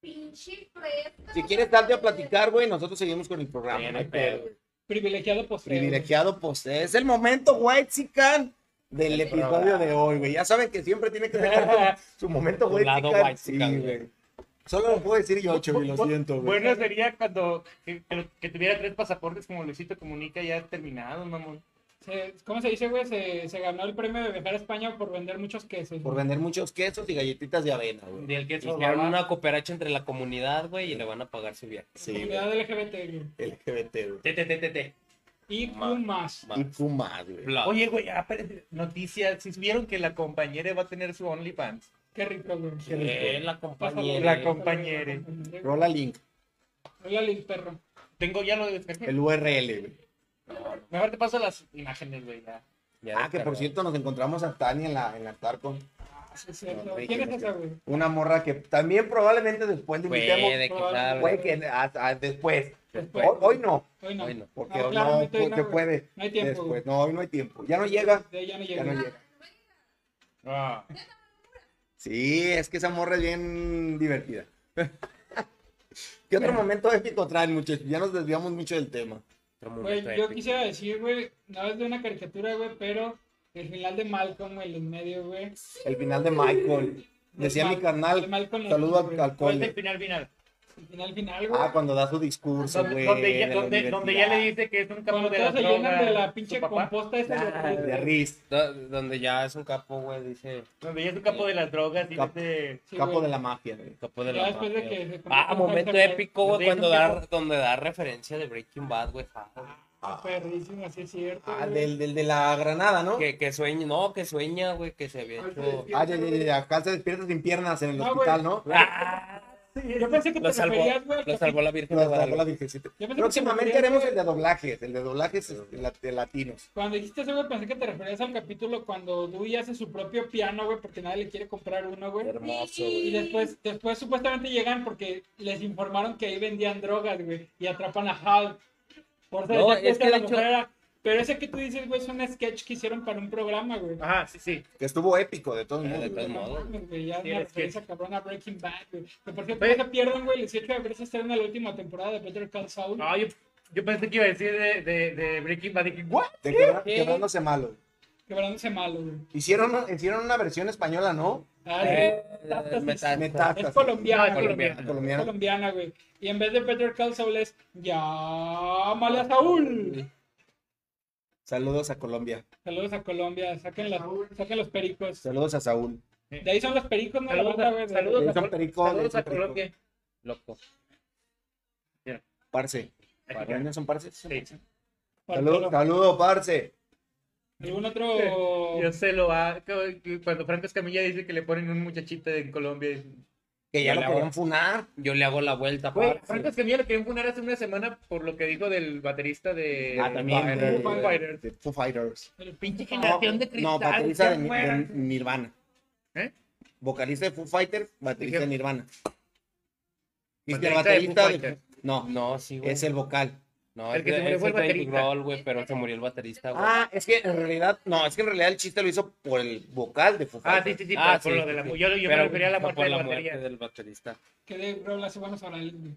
[SPEAKER 11] pinche presta.
[SPEAKER 7] Si quieres darte a platicar, güey, nosotros seguimos con el programa.
[SPEAKER 9] Sí,
[SPEAKER 7] no
[SPEAKER 9] no
[SPEAKER 7] hay
[SPEAKER 9] hay pedo.
[SPEAKER 7] pedo.
[SPEAKER 8] Privilegiado postre.
[SPEAKER 7] Privilegiado posee. Es el momento, White Sican, del episodio de hoy, güey. Ya saben que siempre tiene que
[SPEAKER 10] Ah,
[SPEAKER 7] tener su- su momento,
[SPEAKER 9] Tu
[SPEAKER 7] White
[SPEAKER 9] lado
[SPEAKER 7] Sican.
[SPEAKER 9] White Sican,
[SPEAKER 7] este Sí,
[SPEAKER 9] güey.
[SPEAKER 7] güey. Solo lo puedo decir yo, Chuy, lo
[SPEAKER 10] Bu- bu-
[SPEAKER 7] siento, güey.
[SPEAKER 10] Bueno sería cuando que, que- que tuviera tres pasaportes como Luisito Comunica ya terminado, mamón.
[SPEAKER 8] Se- ¿Cómo se dice, güey? Se, se ganó el premio de viajar a España por vender muchos quesos.
[SPEAKER 7] Por vender muchos quesos y galletitas de avena, güey.
[SPEAKER 10] Del que es
[SPEAKER 9] Hicieron una cooperacha entre la comunidad, güey, y le van a pagar su viaje.
[SPEAKER 7] Sí, güey.
[SPEAKER 8] Comunidad LGBT, güey.
[SPEAKER 7] LGBT, güey.
[SPEAKER 9] Te, te, te, te, te.
[SPEAKER 8] Y
[SPEAKER 9] Ma-
[SPEAKER 8] un más.
[SPEAKER 9] Ma-
[SPEAKER 7] Y fumas, güey.
[SPEAKER 9] Bla.
[SPEAKER 10] Oye, güey, ah, pero- noticia, si vieron que la compañera va a tener su OnlyFans.
[SPEAKER 8] Qué rico, güey.
[SPEAKER 9] Eh, la compañera.
[SPEAKER 10] La compañera.
[SPEAKER 7] Rola link,
[SPEAKER 8] Hola, Lil Perro.
[SPEAKER 10] Tengo ya lo de
[SPEAKER 7] el URL, güey.
[SPEAKER 10] Mejor te paso las imágenes, güey, ya.
[SPEAKER 9] Ya
[SPEAKER 7] Ah, que por
[SPEAKER 9] descargó.
[SPEAKER 7] cierto nos encontramos a Tania en la, en la Tarcon.
[SPEAKER 8] Sí, es cierto.
[SPEAKER 7] No, güey,
[SPEAKER 8] ¿Quién
[SPEAKER 7] qué
[SPEAKER 8] es
[SPEAKER 7] rico.
[SPEAKER 8] esa, güey?
[SPEAKER 7] Una morra que también probablemente después le
[SPEAKER 9] Güey,
[SPEAKER 7] invitemos.
[SPEAKER 9] de que
[SPEAKER 8] Probable-
[SPEAKER 9] sabe.
[SPEAKER 7] Güey, que a- a- después.
[SPEAKER 8] Después.
[SPEAKER 7] Hoy, hoy no,
[SPEAKER 8] Hoy no.
[SPEAKER 9] Hoy no.
[SPEAKER 7] porque
[SPEAKER 8] No,
[SPEAKER 7] hoy no,
[SPEAKER 8] claramente hoy no,
[SPEAKER 7] porque
[SPEAKER 8] güey.
[SPEAKER 7] puede.
[SPEAKER 8] No hay tiempo,
[SPEAKER 7] Después,
[SPEAKER 8] güey.
[SPEAKER 7] no, hoy no hay tiempo. Ya no llega.
[SPEAKER 8] De ella no
[SPEAKER 7] Ya
[SPEAKER 8] llega.
[SPEAKER 7] no llega.
[SPEAKER 10] Ah,
[SPEAKER 7] Sí, es que esa morra es bien divertida. ¿Qué otro momento épico traen, muchachos? Ya nos desviamos mucho del tema.
[SPEAKER 9] Otro momento
[SPEAKER 8] Güey, yo
[SPEAKER 9] épico.
[SPEAKER 8] quisiera decir, güey, no es de una caricatura, güey, pero el final de Malcolm, güey, el en medio, güey.
[SPEAKER 7] El final de Michael. Decía mi
[SPEAKER 8] canal
[SPEAKER 7] carnal.
[SPEAKER 8] Malcolm,
[SPEAKER 7] Saludo
[SPEAKER 8] güey.
[SPEAKER 7] al, al
[SPEAKER 10] ¿Cuál es el
[SPEAKER 7] cole.
[SPEAKER 10] final final?
[SPEAKER 8] Final, final, güey.
[SPEAKER 7] Ah, cuando da su discurso, güey.
[SPEAKER 10] Donde, donde ya,
[SPEAKER 7] de la
[SPEAKER 10] donde, donde ya le
[SPEAKER 7] universidad.
[SPEAKER 10] dice que es un capo
[SPEAKER 8] Cuando
[SPEAKER 10] de la
[SPEAKER 8] todos se llenan de
[SPEAKER 10] droga.
[SPEAKER 8] la
[SPEAKER 10] su
[SPEAKER 8] pinche
[SPEAKER 10] papá,
[SPEAKER 8] composta esa
[SPEAKER 7] Ah, De Riz,
[SPEAKER 9] Do- donde ya es un capo, güey, dice.
[SPEAKER 10] Donde ya es un capo de las drogas y
[SPEAKER 7] Capo.
[SPEAKER 10] dice...
[SPEAKER 8] Sí,
[SPEAKER 7] capo
[SPEAKER 8] güey.
[SPEAKER 7] de la mafia, güey.
[SPEAKER 9] Capo de
[SPEAKER 8] Ya
[SPEAKER 9] la
[SPEAKER 8] después de
[SPEAKER 9] mafia,
[SPEAKER 8] que
[SPEAKER 9] güey.
[SPEAKER 8] se convierte
[SPEAKER 9] Ah,
[SPEAKER 8] en
[SPEAKER 9] momento
[SPEAKER 8] Hulk,
[SPEAKER 9] épico, güey,
[SPEAKER 10] Donde
[SPEAKER 9] cuando
[SPEAKER 10] dice un
[SPEAKER 9] da, donde da referencia de Breaking Bad, güey. ja, güey.
[SPEAKER 8] Ah, perrísimo, así es cierto.
[SPEAKER 7] Ah,
[SPEAKER 8] güey.
[SPEAKER 7] del, del de la granada, ¿no?
[SPEAKER 9] Que, que sueña, no, que sueña, güey, que se había hecho.
[SPEAKER 7] Ah, ya, ya, ya, ya. Acá se despierta sin piernas en el
[SPEAKER 8] No,
[SPEAKER 7] hospital,
[SPEAKER 8] güey.
[SPEAKER 7] ¿no?
[SPEAKER 9] Ah,
[SPEAKER 8] Yo pensé que te
[SPEAKER 9] lo
[SPEAKER 8] referías, güey, al
[SPEAKER 9] salvó, lo salvó la Virgen
[SPEAKER 7] Nos
[SPEAKER 9] de
[SPEAKER 7] salvó la
[SPEAKER 9] Guadalupe.
[SPEAKER 7] virgencita.
[SPEAKER 8] Yo pensé que te
[SPEAKER 7] Próximamente
[SPEAKER 8] referías,
[SPEAKER 7] haremos
[SPEAKER 8] güey,
[SPEAKER 7] el de doblajes, el de doblajes este, la- de latinos.
[SPEAKER 8] Cuando dijiste eso, güey, pensé que te referías al capítulo cuando Dewey hace su propio piano, güey, porque nadie le quiere comprar uno, güey.
[SPEAKER 7] Hermoso,
[SPEAKER 8] Y después, después supuestamente llegan porque les informaron que ahí vendían drogas, güey, y atrapan a Hulk. Por ser
[SPEAKER 9] No,
[SPEAKER 8] ya
[SPEAKER 9] es
[SPEAKER 8] cuenta
[SPEAKER 9] que de
[SPEAKER 8] la
[SPEAKER 9] hecho-
[SPEAKER 8] mujer. Pero ese que tú dices, güey, es un sketch que hicieron para un programa, güey.
[SPEAKER 10] Ajá, sí, sí.
[SPEAKER 7] Que estuvo épico, de todos
[SPEAKER 9] Ah,
[SPEAKER 8] Eh,
[SPEAKER 7] modos.
[SPEAKER 9] de todos modos.
[SPEAKER 8] No mames, güey, ya
[SPEAKER 10] Sí,
[SPEAKER 8] una
[SPEAKER 10] el sketch. Pues-
[SPEAKER 8] referencia cabrona a Breaking Bad, güey. Que por cierto,
[SPEAKER 10] Oye.
[SPEAKER 8] no se pierdan, güey, el 18 de abril se estrena la última temporada de Better Call Saul.
[SPEAKER 10] No, yo, yo pensé que iba a decir de, de, de Breaking Bad. Dije, ¿what?
[SPEAKER 7] De quebra-
[SPEAKER 9] ¿Qué?
[SPEAKER 7] quebrándose malo.
[SPEAKER 8] Quebrándose malo, güey.
[SPEAKER 7] Hicieron, hicieron una versión española, ¿no?
[SPEAKER 8] Ah,
[SPEAKER 9] Eh,
[SPEAKER 8] sí, Metástasis.
[SPEAKER 9] metástasis.
[SPEAKER 7] Metástasis.
[SPEAKER 8] Es colombiana,
[SPEAKER 10] No, es
[SPEAKER 8] güey.
[SPEAKER 10] colombiana.
[SPEAKER 8] Es
[SPEAKER 7] Colombiana.
[SPEAKER 8] colombiana, güey. Y en vez de Better Call Saul es Llámale a Saúl.
[SPEAKER 7] Saludos a Colombia.
[SPEAKER 8] Saludos a Colombia, saquen, las- saquen los pericos.
[SPEAKER 7] Saludos a Saúl.
[SPEAKER 8] De ahí son los pericos, no la
[SPEAKER 10] Saludos
[SPEAKER 8] banda,
[SPEAKER 10] a-
[SPEAKER 8] güey. de-
[SPEAKER 10] saludos
[SPEAKER 7] Son
[SPEAKER 10] a,
[SPEAKER 7] pericos,
[SPEAKER 10] saludos
[SPEAKER 7] son
[SPEAKER 10] a Colombia.
[SPEAKER 9] Loco.
[SPEAKER 7] Parce. ¿También son parces?
[SPEAKER 10] Sí.
[SPEAKER 7] Saludos, saludo, parce.
[SPEAKER 8] ¿Algún otro?
[SPEAKER 10] Yo se lo va. Cuando Franco Escamilla dice que le ponen un muchachito en Colombia. dice,
[SPEAKER 7] Que ya
[SPEAKER 9] Yo
[SPEAKER 7] lo
[SPEAKER 9] le
[SPEAKER 7] querían
[SPEAKER 9] hago-
[SPEAKER 7] funar.
[SPEAKER 9] Yo le hago la vuelta,
[SPEAKER 10] Güey,
[SPEAKER 9] parce.
[SPEAKER 10] Franco Escamilla lo querían funar hace una semana por lo que dijo del baterista de.
[SPEAKER 7] Ah, también.
[SPEAKER 10] de-
[SPEAKER 7] de-
[SPEAKER 10] Foo Fighters.
[SPEAKER 7] de Foo Fighters.
[SPEAKER 8] El
[SPEAKER 10] Pinche
[SPEAKER 8] pinche
[SPEAKER 10] generación de cristal.
[SPEAKER 7] No, baterista de,
[SPEAKER 10] se
[SPEAKER 7] Ni- de
[SPEAKER 10] mueran.
[SPEAKER 7] Nirvana.
[SPEAKER 10] ¿Eh?
[SPEAKER 7] Vocalista de Foo Fighters, baterista de
[SPEAKER 10] Dije-
[SPEAKER 7] Nirvana. Dice el
[SPEAKER 10] Baterista de Foo
[SPEAKER 7] baterista de...
[SPEAKER 10] Fighters.
[SPEAKER 7] No,
[SPEAKER 9] No, sí, güey.
[SPEAKER 7] es el vocal.
[SPEAKER 9] No,
[SPEAKER 10] el
[SPEAKER 9] es
[SPEAKER 10] que se
[SPEAKER 9] de-
[SPEAKER 10] murió
[SPEAKER 9] es
[SPEAKER 10] fue el
[SPEAKER 9] de Dave
[SPEAKER 10] baterista.
[SPEAKER 9] Grohl, güey, pero se murió el baterista, güey.
[SPEAKER 7] Ah, es que en realidad, no, es que en realidad el chiste lo hizo por el vocal de Foo
[SPEAKER 10] Ah,
[SPEAKER 7] Fighters.
[SPEAKER 10] sí, sí, sí.
[SPEAKER 9] Ah,
[SPEAKER 10] por- por
[SPEAKER 9] sí,
[SPEAKER 10] lo de
[SPEAKER 9] sí,
[SPEAKER 10] la,
[SPEAKER 9] sí.
[SPEAKER 10] Yo, yo me
[SPEAKER 9] Pero
[SPEAKER 10] refería a la
[SPEAKER 9] fue
[SPEAKER 10] muerte
[SPEAKER 9] por
[SPEAKER 10] de
[SPEAKER 9] la
[SPEAKER 10] la
[SPEAKER 9] muerte
[SPEAKER 10] batería.
[SPEAKER 9] del baterista.
[SPEAKER 8] Que de bro hace buenos orales, güey.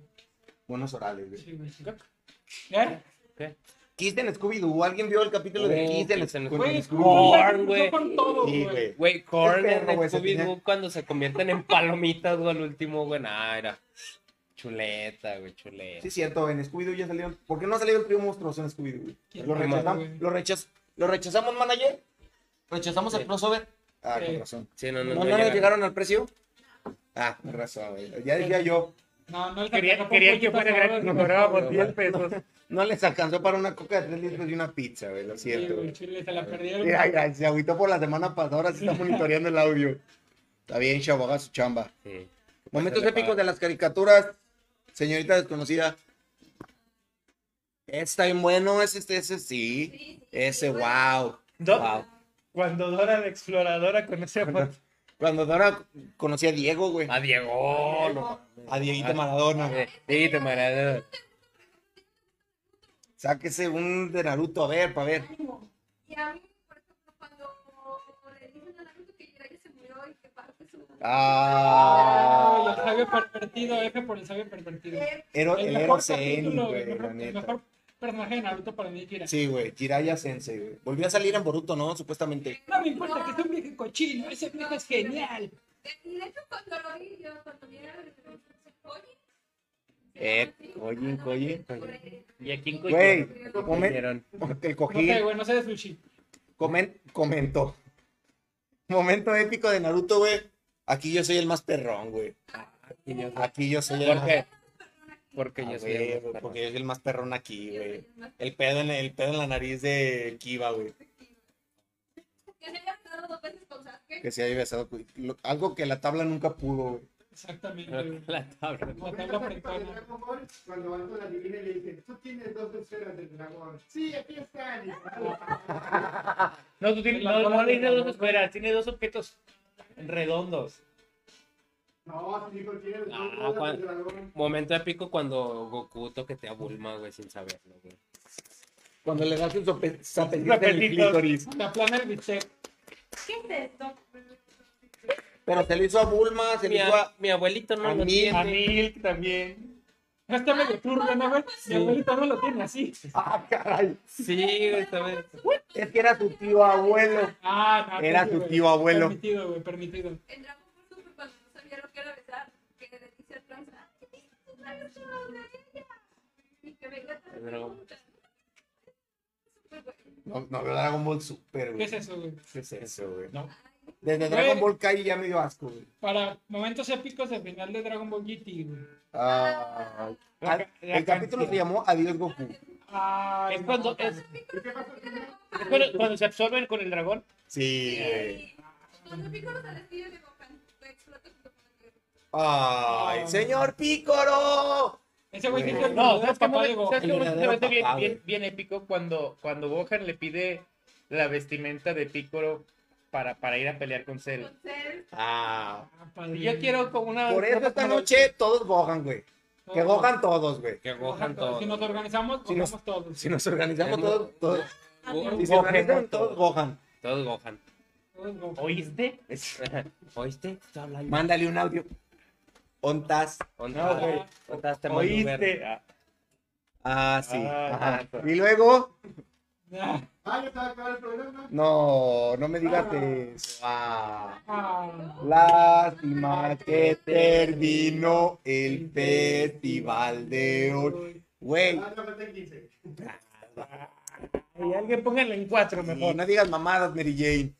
[SPEAKER 7] Buenos orales, güey.
[SPEAKER 8] Sí, güey, sí. ¿Eh?
[SPEAKER 7] Kiss en Scooby-Doo. ¿Alguien vio el capítulo de
[SPEAKER 9] Oh,
[SPEAKER 7] Kiss en
[SPEAKER 9] Kiss en
[SPEAKER 8] Güey,
[SPEAKER 7] Scooby-Doo?
[SPEAKER 8] es
[SPEAKER 9] Corn,
[SPEAKER 8] como la que
[SPEAKER 9] güey.
[SPEAKER 8] empezó con todo,
[SPEAKER 7] Sí,
[SPEAKER 8] güey.
[SPEAKER 7] güey.
[SPEAKER 9] Güey, Korn
[SPEAKER 7] perro,
[SPEAKER 9] en
[SPEAKER 7] güey, se
[SPEAKER 9] Scooby-Doo
[SPEAKER 7] tenía-
[SPEAKER 9] cuando se convierten en palomitas, güey, al último, güey, nah, era chuleta, güey, chuleta.
[SPEAKER 7] Sí, es cierto, en Scooby-Doo ya salieron. ¿Por qué no ha salido el trío monstruoso en Scooby-Doo? güey?
[SPEAKER 8] ¿Quién
[SPEAKER 7] Lo
[SPEAKER 8] fue,
[SPEAKER 7] rechazamos,
[SPEAKER 8] güey?
[SPEAKER 7] lo, rechaz- lo rechazamos, manager. Rechazamos
[SPEAKER 9] Sí.
[SPEAKER 7] el crossover. Ah,
[SPEAKER 8] Sí.
[SPEAKER 7] con razón.
[SPEAKER 9] Sí, no,
[SPEAKER 7] ¿No,
[SPEAKER 9] no,
[SPEAKER 7] no,
[SPEAKER 9] no,
[SPEAKER 7] nos
[SPEAKER 9] llegaron.
[SPEAKER 7] llegaron. al precio? Ah, con razón, güey. Ya decía yo,
[SPEAKER 8] No, no le
[SPEAKER 10] Quería,
[SPEAKER 8] alcanzó
[SPEAKER 10] quería
[SPEAKER 8] con
[SPEAKER 10] que fuera
[SPEAKER 8] poquitas
[SPEAKER 10] gratis
[SPEAKER 8] horas,
[SPEAKER 10] y
[SPEAKER 8] güey.
[SPEAKER 10] cobrábamos 10 pesos.
[SPEAKER 7] no les alcanzó para una coca de 3 litros y una pizza, güey, lo
[SPEAKER 8] Sí,
[SPEAKER 7] siento.
[SPEAKER 8] güey,
[SPEAKER 7] güey.
[SPEAKER 8] chile, se la perdieron.
[SPEAKER 7] Mira, mira, se agüitó por la semana pasada, ahora sí está monitoreando el audio. Está bien, chavo, haga su chamba.
[SPEAKER 9] Sí.
[SPEAKER 7] Momentos
[SPEAKER 9] Pásale,
[SPEAKER 7] épicos
[SPEAKER 9] padre.
[SPEAKER 7] de las caricaturas, señorita desconocida. Está bien bueno, ese, ese, ese sí. Ese, wow.
[SPEAKER 10] Do-
[SPEAKER 7] Wow.
[SPEAKER 10] Cuando Dora la exploradora conoce a Juan-
[SPEAKER 7] Cuando Dora conocí a Diego, güey.
[SPEAKER 10] Ah,
[SPEAKER 9] A Ah, Diego, no.
[SPEAKER 7] A Dieguito Maradona,
[SPEAKER 9] eh.
[SPEAKER 7] güey.
[SPEAKER 9] Dieguito Maradona.
[SPEAKER 7] Sáquese un de Naruto, a ver, para ver.
[SPEAKER 11] Y a mí, por ejemplo, cuando cuando le dicen a la gente que ya se murió y que parte su.
[SPEAKER 8] Ah, el
[SPEAKER 7] Ah,
[SPEAKER 8] sabio pervertido, F por el sabio pervertido.
[SPEAKER 7] Ero- el Ero Zen,
[SPEAKER 8] capítulo,
[SPEAKER 7] güey,
[SPEAKER 8] el
[SPEAKER 7] la
[SPEAKER 8] mejor, el
[SPEAKER 7] neta.
[SPEAKER 8] mejor personaje de Naruto para mí, Kira.
[SPEAKER 7] Sí, güey, Jiraiya Sensei, güey. Volvió a salir en Boruto, ¿no? Supuestamente.
[SPEAKER 8] No me importa que sea un viejo cochino, ese viejo es genial.
[SPEAKER 11] Y de hecho, cuando lo vi, yo cuando vi a Koji.
[SPEAKER 7] Eh, Koji, Koji.
[SPEAKER 10] ¿Y a quién
[SPEAKER 7] Güey,
[SPEAKER 11] Lo
[SPEAKER 7] comen- el
[SPEAKER 8] No sé,
[SPEAKER 7] cojín
[SPEAKER 8] güey, no sé de sushi.
[SPEAKER 7] comen- comentó. Momento épico de Naruto, güey. Aquí yo soy el más perrón, güey. Aquí yo soy el
[SPEAKER 9] ¿Por
[SPEAKER 7] más
[SPEAKER 9] qué? Porque
[SPEAKER 7] Ah,
[SPEAKER 9] yo soy
[SPEAKER 7] güey,
[SPEAKER 9] el
[SPEAKER 7] güey,
[SPEAKER 9] más
[SPEAKER 7] porque yo soy el más perrón aquí, güey.
[SPEAKER 11] Que
[SPEAKER 7] El pedo en, el pedo en la nariz de Kiba, güey.
[SPEAKER 11] se haya quedado dos veces con Sasuke.
[SPEAKER 7] Que se haya besado. güey. Lo- algo que la tabla nunca pudo, güey.
[SPEAKER 8] Exactamente.
[SPEAKER 9] perrón.
[SPEAKER 8] güey.
[SPEAKER 9] La tabla.
[SPEAKER 8] La tabla frentona.
[SPEAKER 3] Cuando van con la divina y le dicen, tú tienes dos esferas del dragón. Sí, aquí están.
[SPEAKER 10] No, tú tienes,
[SPEAKER 8] Las
[SPEAKER 10] no, no
[SPEAKER 8] bolas
[SPEAKER 10] le
[SPEAKER 8] de
[SPEAKER 10] dices dos
[SPEAKER 8] Naruto.
[SPEAKER 10] esferas, tiene dos objetos redondos.
[SPEAKER 3] No, dijo, tienes
[SPEAKER 9] Ah,
[SPEAKER 3] dos esferas
[SPEAKER 9] Juan.
[SPEAKER 3] del dragón.
[SPEAKER 9] Momento épico cuando Goku toquetea a Bulma, güey, sin saberlo, güey.
[SPEAKER 7] Cuando le das un sope- sapecito en el
[SPEAKER 10] Zapetitos.
[SPEAKER 7] clítoris.
[SPEAKER 8] Te aplana el bistec.
[SPEAKER 11] ¿Qué es esto?
[SPEAKER 7] Pero se le hizo a Bulma, se le
[SPEAKER 9] Mi,
[SPEAKER 7] hizo a.
[SPEAKER 9] mi abuelito no
[SPEAKER 7] a
[SPEAKER 9] lo
[SPEAKER 7] mí-
[SPEAKER 10] A
[SPEAKER 9] tiene.
[SPEAKER 10] Milk también.
[SPEAKER 8] No está medio turbio, ¿no, güey? Mi abuelito no lo tiene así.
[SPEAKER 7] ¡Ah, caray!
[SPEAKER 9] Sí, güey, está bien.
[SPEAKER 7] Es que era su tío abuelo.
[SPEAKER 8] Ah, no.
[SPEAKER 7] Era
[SPEAKER 8] sí,
[SPEAKER 7] su
[SPEAKER 8] güey.
[SPEAKER 7] tío abuelo.
[SPEAKER 8] Permitido, güey, permitido.
[SPEAKER 11] En Dragon Ball Super, cuando no sabía lo que era besar, que le dice a Trunks, "Ay, trajes todas de ella. Y que venga a traer
[SPEAKER 7] Pero-
[SPEAKER 11] preguntas. Súper bueno.
[SPEAKER 7] No, no veo Dragon Ball Super,
[SPEAKER 8] ¿Qué
[SPEAKER 7] güey.
[SPEAKER 8] es eso, güey?
[SPEAKER 7] ¿Qué es eso, güey?
[SPEAKER 10] No.
[SPEAKER 7] Desde Dragon Ball Kai ya me dio asco, güey.
[SPEAKER 8] Para momentos épicos del final de Dragon Ball GT, güey.
[SPEAKER 7] Ah,
[SPEAKER 10] La
[SPEAKER 7] ah,
[SPEAKER 10] ca- la
[SPEAKER 7] el capítulo
[SPEAKER 10] cantidad.
[SPEAKER 7] se llamó Adiós Goku.
[SPEAKER 8] Ay,
[SPEAKER 10] Es cuando,
[SPEAKER 8] no.
[SPEAKER 10] es,
[SPEAKER 3] ¿Y qué pasó con él?
[SPEAKER 10] es cuando- cuando se absorben con el dragón.
[SPEAKER 7] Sí, güey.
[SPEAKER 11] Y Cuando Piccolo sale así, yo digo, "Can- explota junto con la tierra".
[SPEAKER 7] ¡Ay, señor Pícoro!
[SPEAKER 8] Ese güey dice,
[SPEAKER 10] No, ¿sabes cómo,
[SPEAKER 8] papá
[SPEAKER 10] me-
[SPEAKER 8] de Goku.
[SPEAKER 10] ¿sabes
[SPEAKER 7] El
[SPEAKER 10] cómo se me
[SPEAKER 7] verdadero
[SPEAKER 10] hace bien,
[SPEAKER 7] papá,
[SPEAKER 10] bien-
[SPEAKER 7] güey.
[SPEAKER 10] bien épico cuando, cuando Gohan le pide la vestimenta de Piccolo para, para ir a pelear con Cell?
[SPEAKER 11] Con Cell,
[SPEAKER 7] Ah,
[SPEAKER 10] Y Yo quiero como una...
[SPEAKER 7] por eso esta noche todos Gohan, güey.
[SPEAKER 8] Oh,
[SPEAKER 7] Que Gohan todos, güey.
[SPEAKER 9] Que Gohan todo.
[SPEAKER 8] Si nos organizamos,
[SPEAKER 7] Si nos-
[SPEAKER 8] cogemos todos.
[SPEAKER 7] Si nos organizamos
[SPEAKER 9] Tenemos-
[SPEAKER 7] todos, todos.
[SPEAKER 9] Go-
[SPEAKER 7] Si se organizan todos, Gohan.
[SPEAKER 9] Todos Gohan.
[SPEAKER 8] Todos Goku.
[SPEAKER 10] ¿Oíste?
[SPEAKER 9] ¿Oíste? Está hablando.
[SPEAKER 7] Mándale un audio. Ontas.
[SPEAKER 9] Onta-
[SPEAKER 10] No, güey.
[SPEAKER 9] ontas te mando verde.
[SPEAKER 10] ¿Oíste? Ah,
[SPEAKER 7] Ah, sí.
[SPEAKER 10] Ah,
[SPEAKER 7] Ajá. Y luego,
[SPEAKER 8] Ah,
[SPEAKER 3] Ah, ya se va a acabar el programa.
[SPEAKER 7] no, no me digas eso. Ah.
[SPEAKER 8] ah.
[SPEAKER 7] Lástima que terminó el festival de hoy. Güey,
[SPEAKER 3] Ah, no, falta el 15.
[SPEAKER 10] y alguien póngale en cuatro
[SPEAKER 7] mejor,
[SPEAKER 10] mejor.
[SPEAKER 7] no digas mamadas, Mary Jane.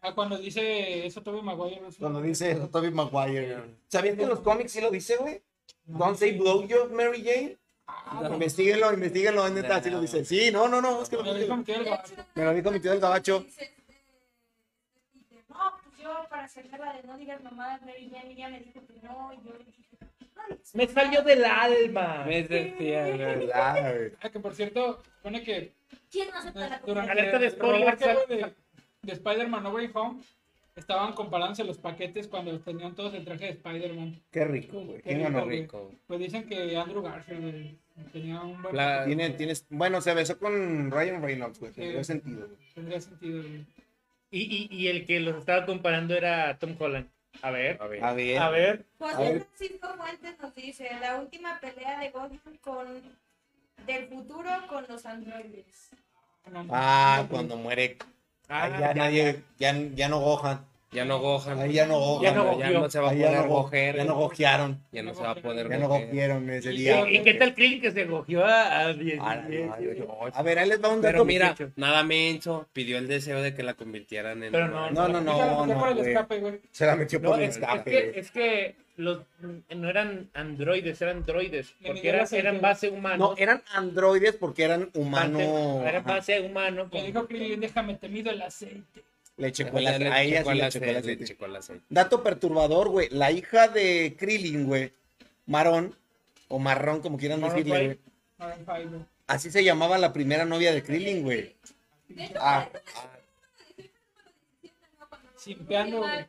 [SPEAKER 8] Ah, cuando dice eso Toby Maguire. no es una-
[SPEAKER 7] Cuando dice eso, Toby Maguire. ¿Sabías que en los cómics sí lo dice, güey? Don't say blow your Mary Jane. Ah, Investíguenlo, investíguenlo, es neta, sí lo dice. Sí, no, no, no, es que lo
[SPEAKER 8] Lo dijo mi tío el gabacho.
[SPEAKER 7] Me lo dijo mi tío del gabacho.
[SPEAKER 11] Dice, este, este, No, pues yo para sacarla de no digas mamá, Mary Jane, ella me dijo que no, y yo le dije, "No digas
[SPEAKER 10] Me
[SPEAKER 11] mamá".
[SPEAKER 10] salió del alma.
[SPEAKER 9] Me decía, güey.
[SPEAKER 7] ¿Verdad, güey?
[SPEAKER 8] Ah, que por cierto, pone que eh,
[SPEAKER 11] ¿Quién no acepta la
[SPEAKER 8] durante
[SPEAKER 10] Alerta de
[SPEAKER 8] el
[SPEAKER 10] spoiler,
[SPEAKER 8] rodaje,
[SPEAKER 10] sal-
[SPEAKER 8] güey, de, de Spider-Man No Way Home estaban comparándose los paquetes cuando tenían todos el traje de Spider-Man.
[SPEAKER 7] Qué rico, güey. ¿Quién ganó rico?
[SPEAKER 8] Pues dicen que Andrew Garfield güey, tenía un buen
[SPEAKER 9] La-
[SPEAKER 7] Tiene, tienes, bueno, se besó con Ryan Reynolds, güey.
[SPEAKER 8] Sí.
[SPEAKER 7] Tendría sentido, güey.
[SPEAKER 8] tendría sentido. eh. güey.
[SPEAKER 10] Y, y, y el que los estaba comparando era Tom Holland. A ver,
[SPEAKER 9] A ver.
[SPEAKER 7] A ver.
[SPEAKER 10] a ver.
[SPEAKER 7] A
[SPEAKER 11] José
[SPEAKER 7] ver.
[SPEAKER 11] Francisco Fuentes nos dice, la última pelea de Gohan con del futuro con los androides.
[SPEAKER 8] No,
[SPEAKER 7] Ah,
[SPEAKER 8] no,
[SPEAKER 7] cuando muere.
[SPEAKER 10] Ah,
[SPEAKER 7] Ahí ya nadie, ya, ya no Gohan.
[SPEAKER 9] Ya no Gohan.
[SPEAKER 7] Ahí ya no
[SPEAKER 10] Ya
[SPEAKER 7] Gohan.
[SPEAKER 10] no
[SPEAKER 7] güey.
[SPEAKER 9] Ya no se va a
[SPEAKER 7] Ahí ya
[SPEAKER 9] poder
[SPEAKER 7] no go-
[SPEAKER 9] coger.
[SPEAKER 7] Ya no gojearon.
[SPEAKER 9] Ya no se va a poder
[SPEAKER 7] Ya no
[SPEAKER 9] coger.
[SPEAKER 7] gojearon ese
[SPEAKER 8] Y-
[SPEAKER 7] día.
[SPEAKER 10] ¿Y, y qué tal Krillin que se cogió a, a 10?
[SPEAKER 7] A la
[SPEAKER 10] diez,
[SPEAKER 7] madre,
[SPEAKER 10] diez?
[SPEAKER 7] Ah, no. A ver, ahí les va un dato.
[SPEAKER 9] Pero mira,
[SPEAKER 10] Pikachu.
[SPEAKER 9] nada menso. Pidió el deseo de que la convirtieran en.
[SPEAKER 10] Pero no,
[SPEAKER 8] Ya
[SPEAKER 7] No, no,
[SPEAKER 8] la
[SPEAKER 7] no,
[SPEAKER 8] metí por
[SPEAKER 7] no,
[SPEAKER 8] el
[SPEAKER 7] güey.
[SPEAKER 8] escape, güey.
[SPEAKER 7] Se la metió
[SPEAKER 10] No,
[SPEAKER 7] por el
[SPEAKER 10] es, es
[SPEAKER 7] escape.
[SPEAKER 10] que, es que los, no eran androides, eran droides.
[SPEAKER 8] Le
[SPEAKER 10] Porque
[SPEAKER 8] midió
[SPEAKER 10] eran,
[SPEAKER 8] las
[SPEAKER 10] eran
[SPEAKER 8] antenas.
[SPEAKER 10] base humano.
[SPEAKER 7] No, eran androides porque eran
[SPEAKER 10] Base-
[SPEAKER 7] humanos.
[SPEAKER 10] Eran base humano.
[SPEAKER 8] Le dijo Krillin, déjame temido el aceite.
[SPEAKER 7] Le checó
[SPEAKER 9] Ya
[SPEAKER 7] las.
[SPEAKER 9] le
[SPEAKER 7] A ella
[SPEAKER 9] checó
[SPEAKER 7] sí le
[SPEAKER 9] las-
[SPEAKER 7] checó las-
[SPEAKER 9] le checó las-
[SPEAKER 7] Dato perturbador, güey. La hija de Krillin, güey. Marón. O marrón, como quieran
[SPEAKER 10] Marrón,
[SPEAKER 7] decirle,
[SPEAKER 10] güey.
[SPEAKER 7] güey.
[SPEAKER 8] Maroon five, güey.
[SPEAKER 7] Así se llamaba la primera novia de Krillin, güey.
[SPEAKER 11] De hecho,
[SPEAKER 7] Ah,
[SPEAKER 8] Sin piano, güey.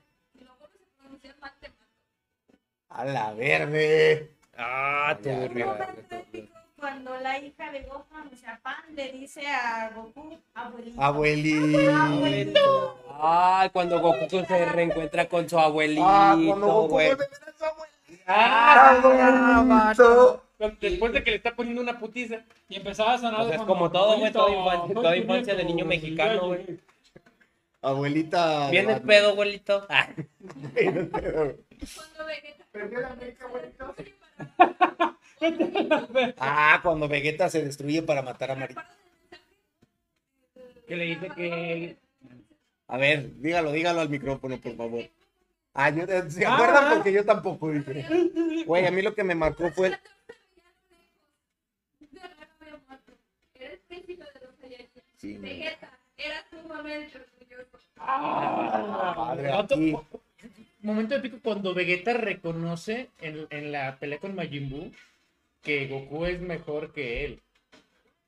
[SPEAKER 7] a la verde.
[SPEAKER 9] Ah,
[SPEAKER 7] Ya,
[SPEAKER 9] turbio.
[SPEAKER 11] Cuando la hija de Gohan, o sea, Pan, le dice a Goku, abuelito.
[SPEAKER 7] Abuelito.
[SPEAKER 9] Ay, Ah, cuando Goku se reencuentra con su abuelito,
[SPEAKER 7] Ah, cuando Goku
[SPEAKER 9] güey.
[SPEAKER 7] vuelve a ver a su abuelito.
[SPEAKER 8] Ah,
[SPEAKER 10] Cuando- Después de que le está poniendo una putiza.
[SPEAKER 8] Y empezaba a sonar
[SPEAKER 9] O sea,
[SPEAKER 8] de
[SPEAKER 9] es
[SPEAKER 8] fondo,
[SPEAKER 9] como todo, güey, toda infancia- toda
[SPEAKER 8] "Abuelito,
[SPEAKER 9] infancia de niño mexicano, güey".
[SPEAKER 7] Abuelita.
[SPEAKER 9] Vienes pedo, abuelito. Ah,
[SPEAKER 7] Vienes pedo.
[SPEAKER 11] Cuando Vegeta
[SPEAKER 3] Perdió la América, abuelito.
[SPEAKER 7] Ah, cuando Vegeta se destruye para matar a Marita.
[SPEAKER 10] Que le dice que.
[SPEAKER 7] A ver, dígalo, dígalo al micrófono, por favor. Ah, yo, ¿se acuerdan? Porque yo tampoco dije. Güey, a mí lo que me marcó fue el...
[SPEAKER 11] Eres príncipe de los Saiyajin. Vegeta, eras sumamente orgulloso.
[SPEAKER 8] Ah,
[SPEAKER 7] Padre,
[SPEAKER 10] Otro-
[SPEAKER 7] aquí.
[SPEAKER 10] Momento épico cuando Vegeta reconoce en, en la pelea con Majin Buu que Goku es mejor que él.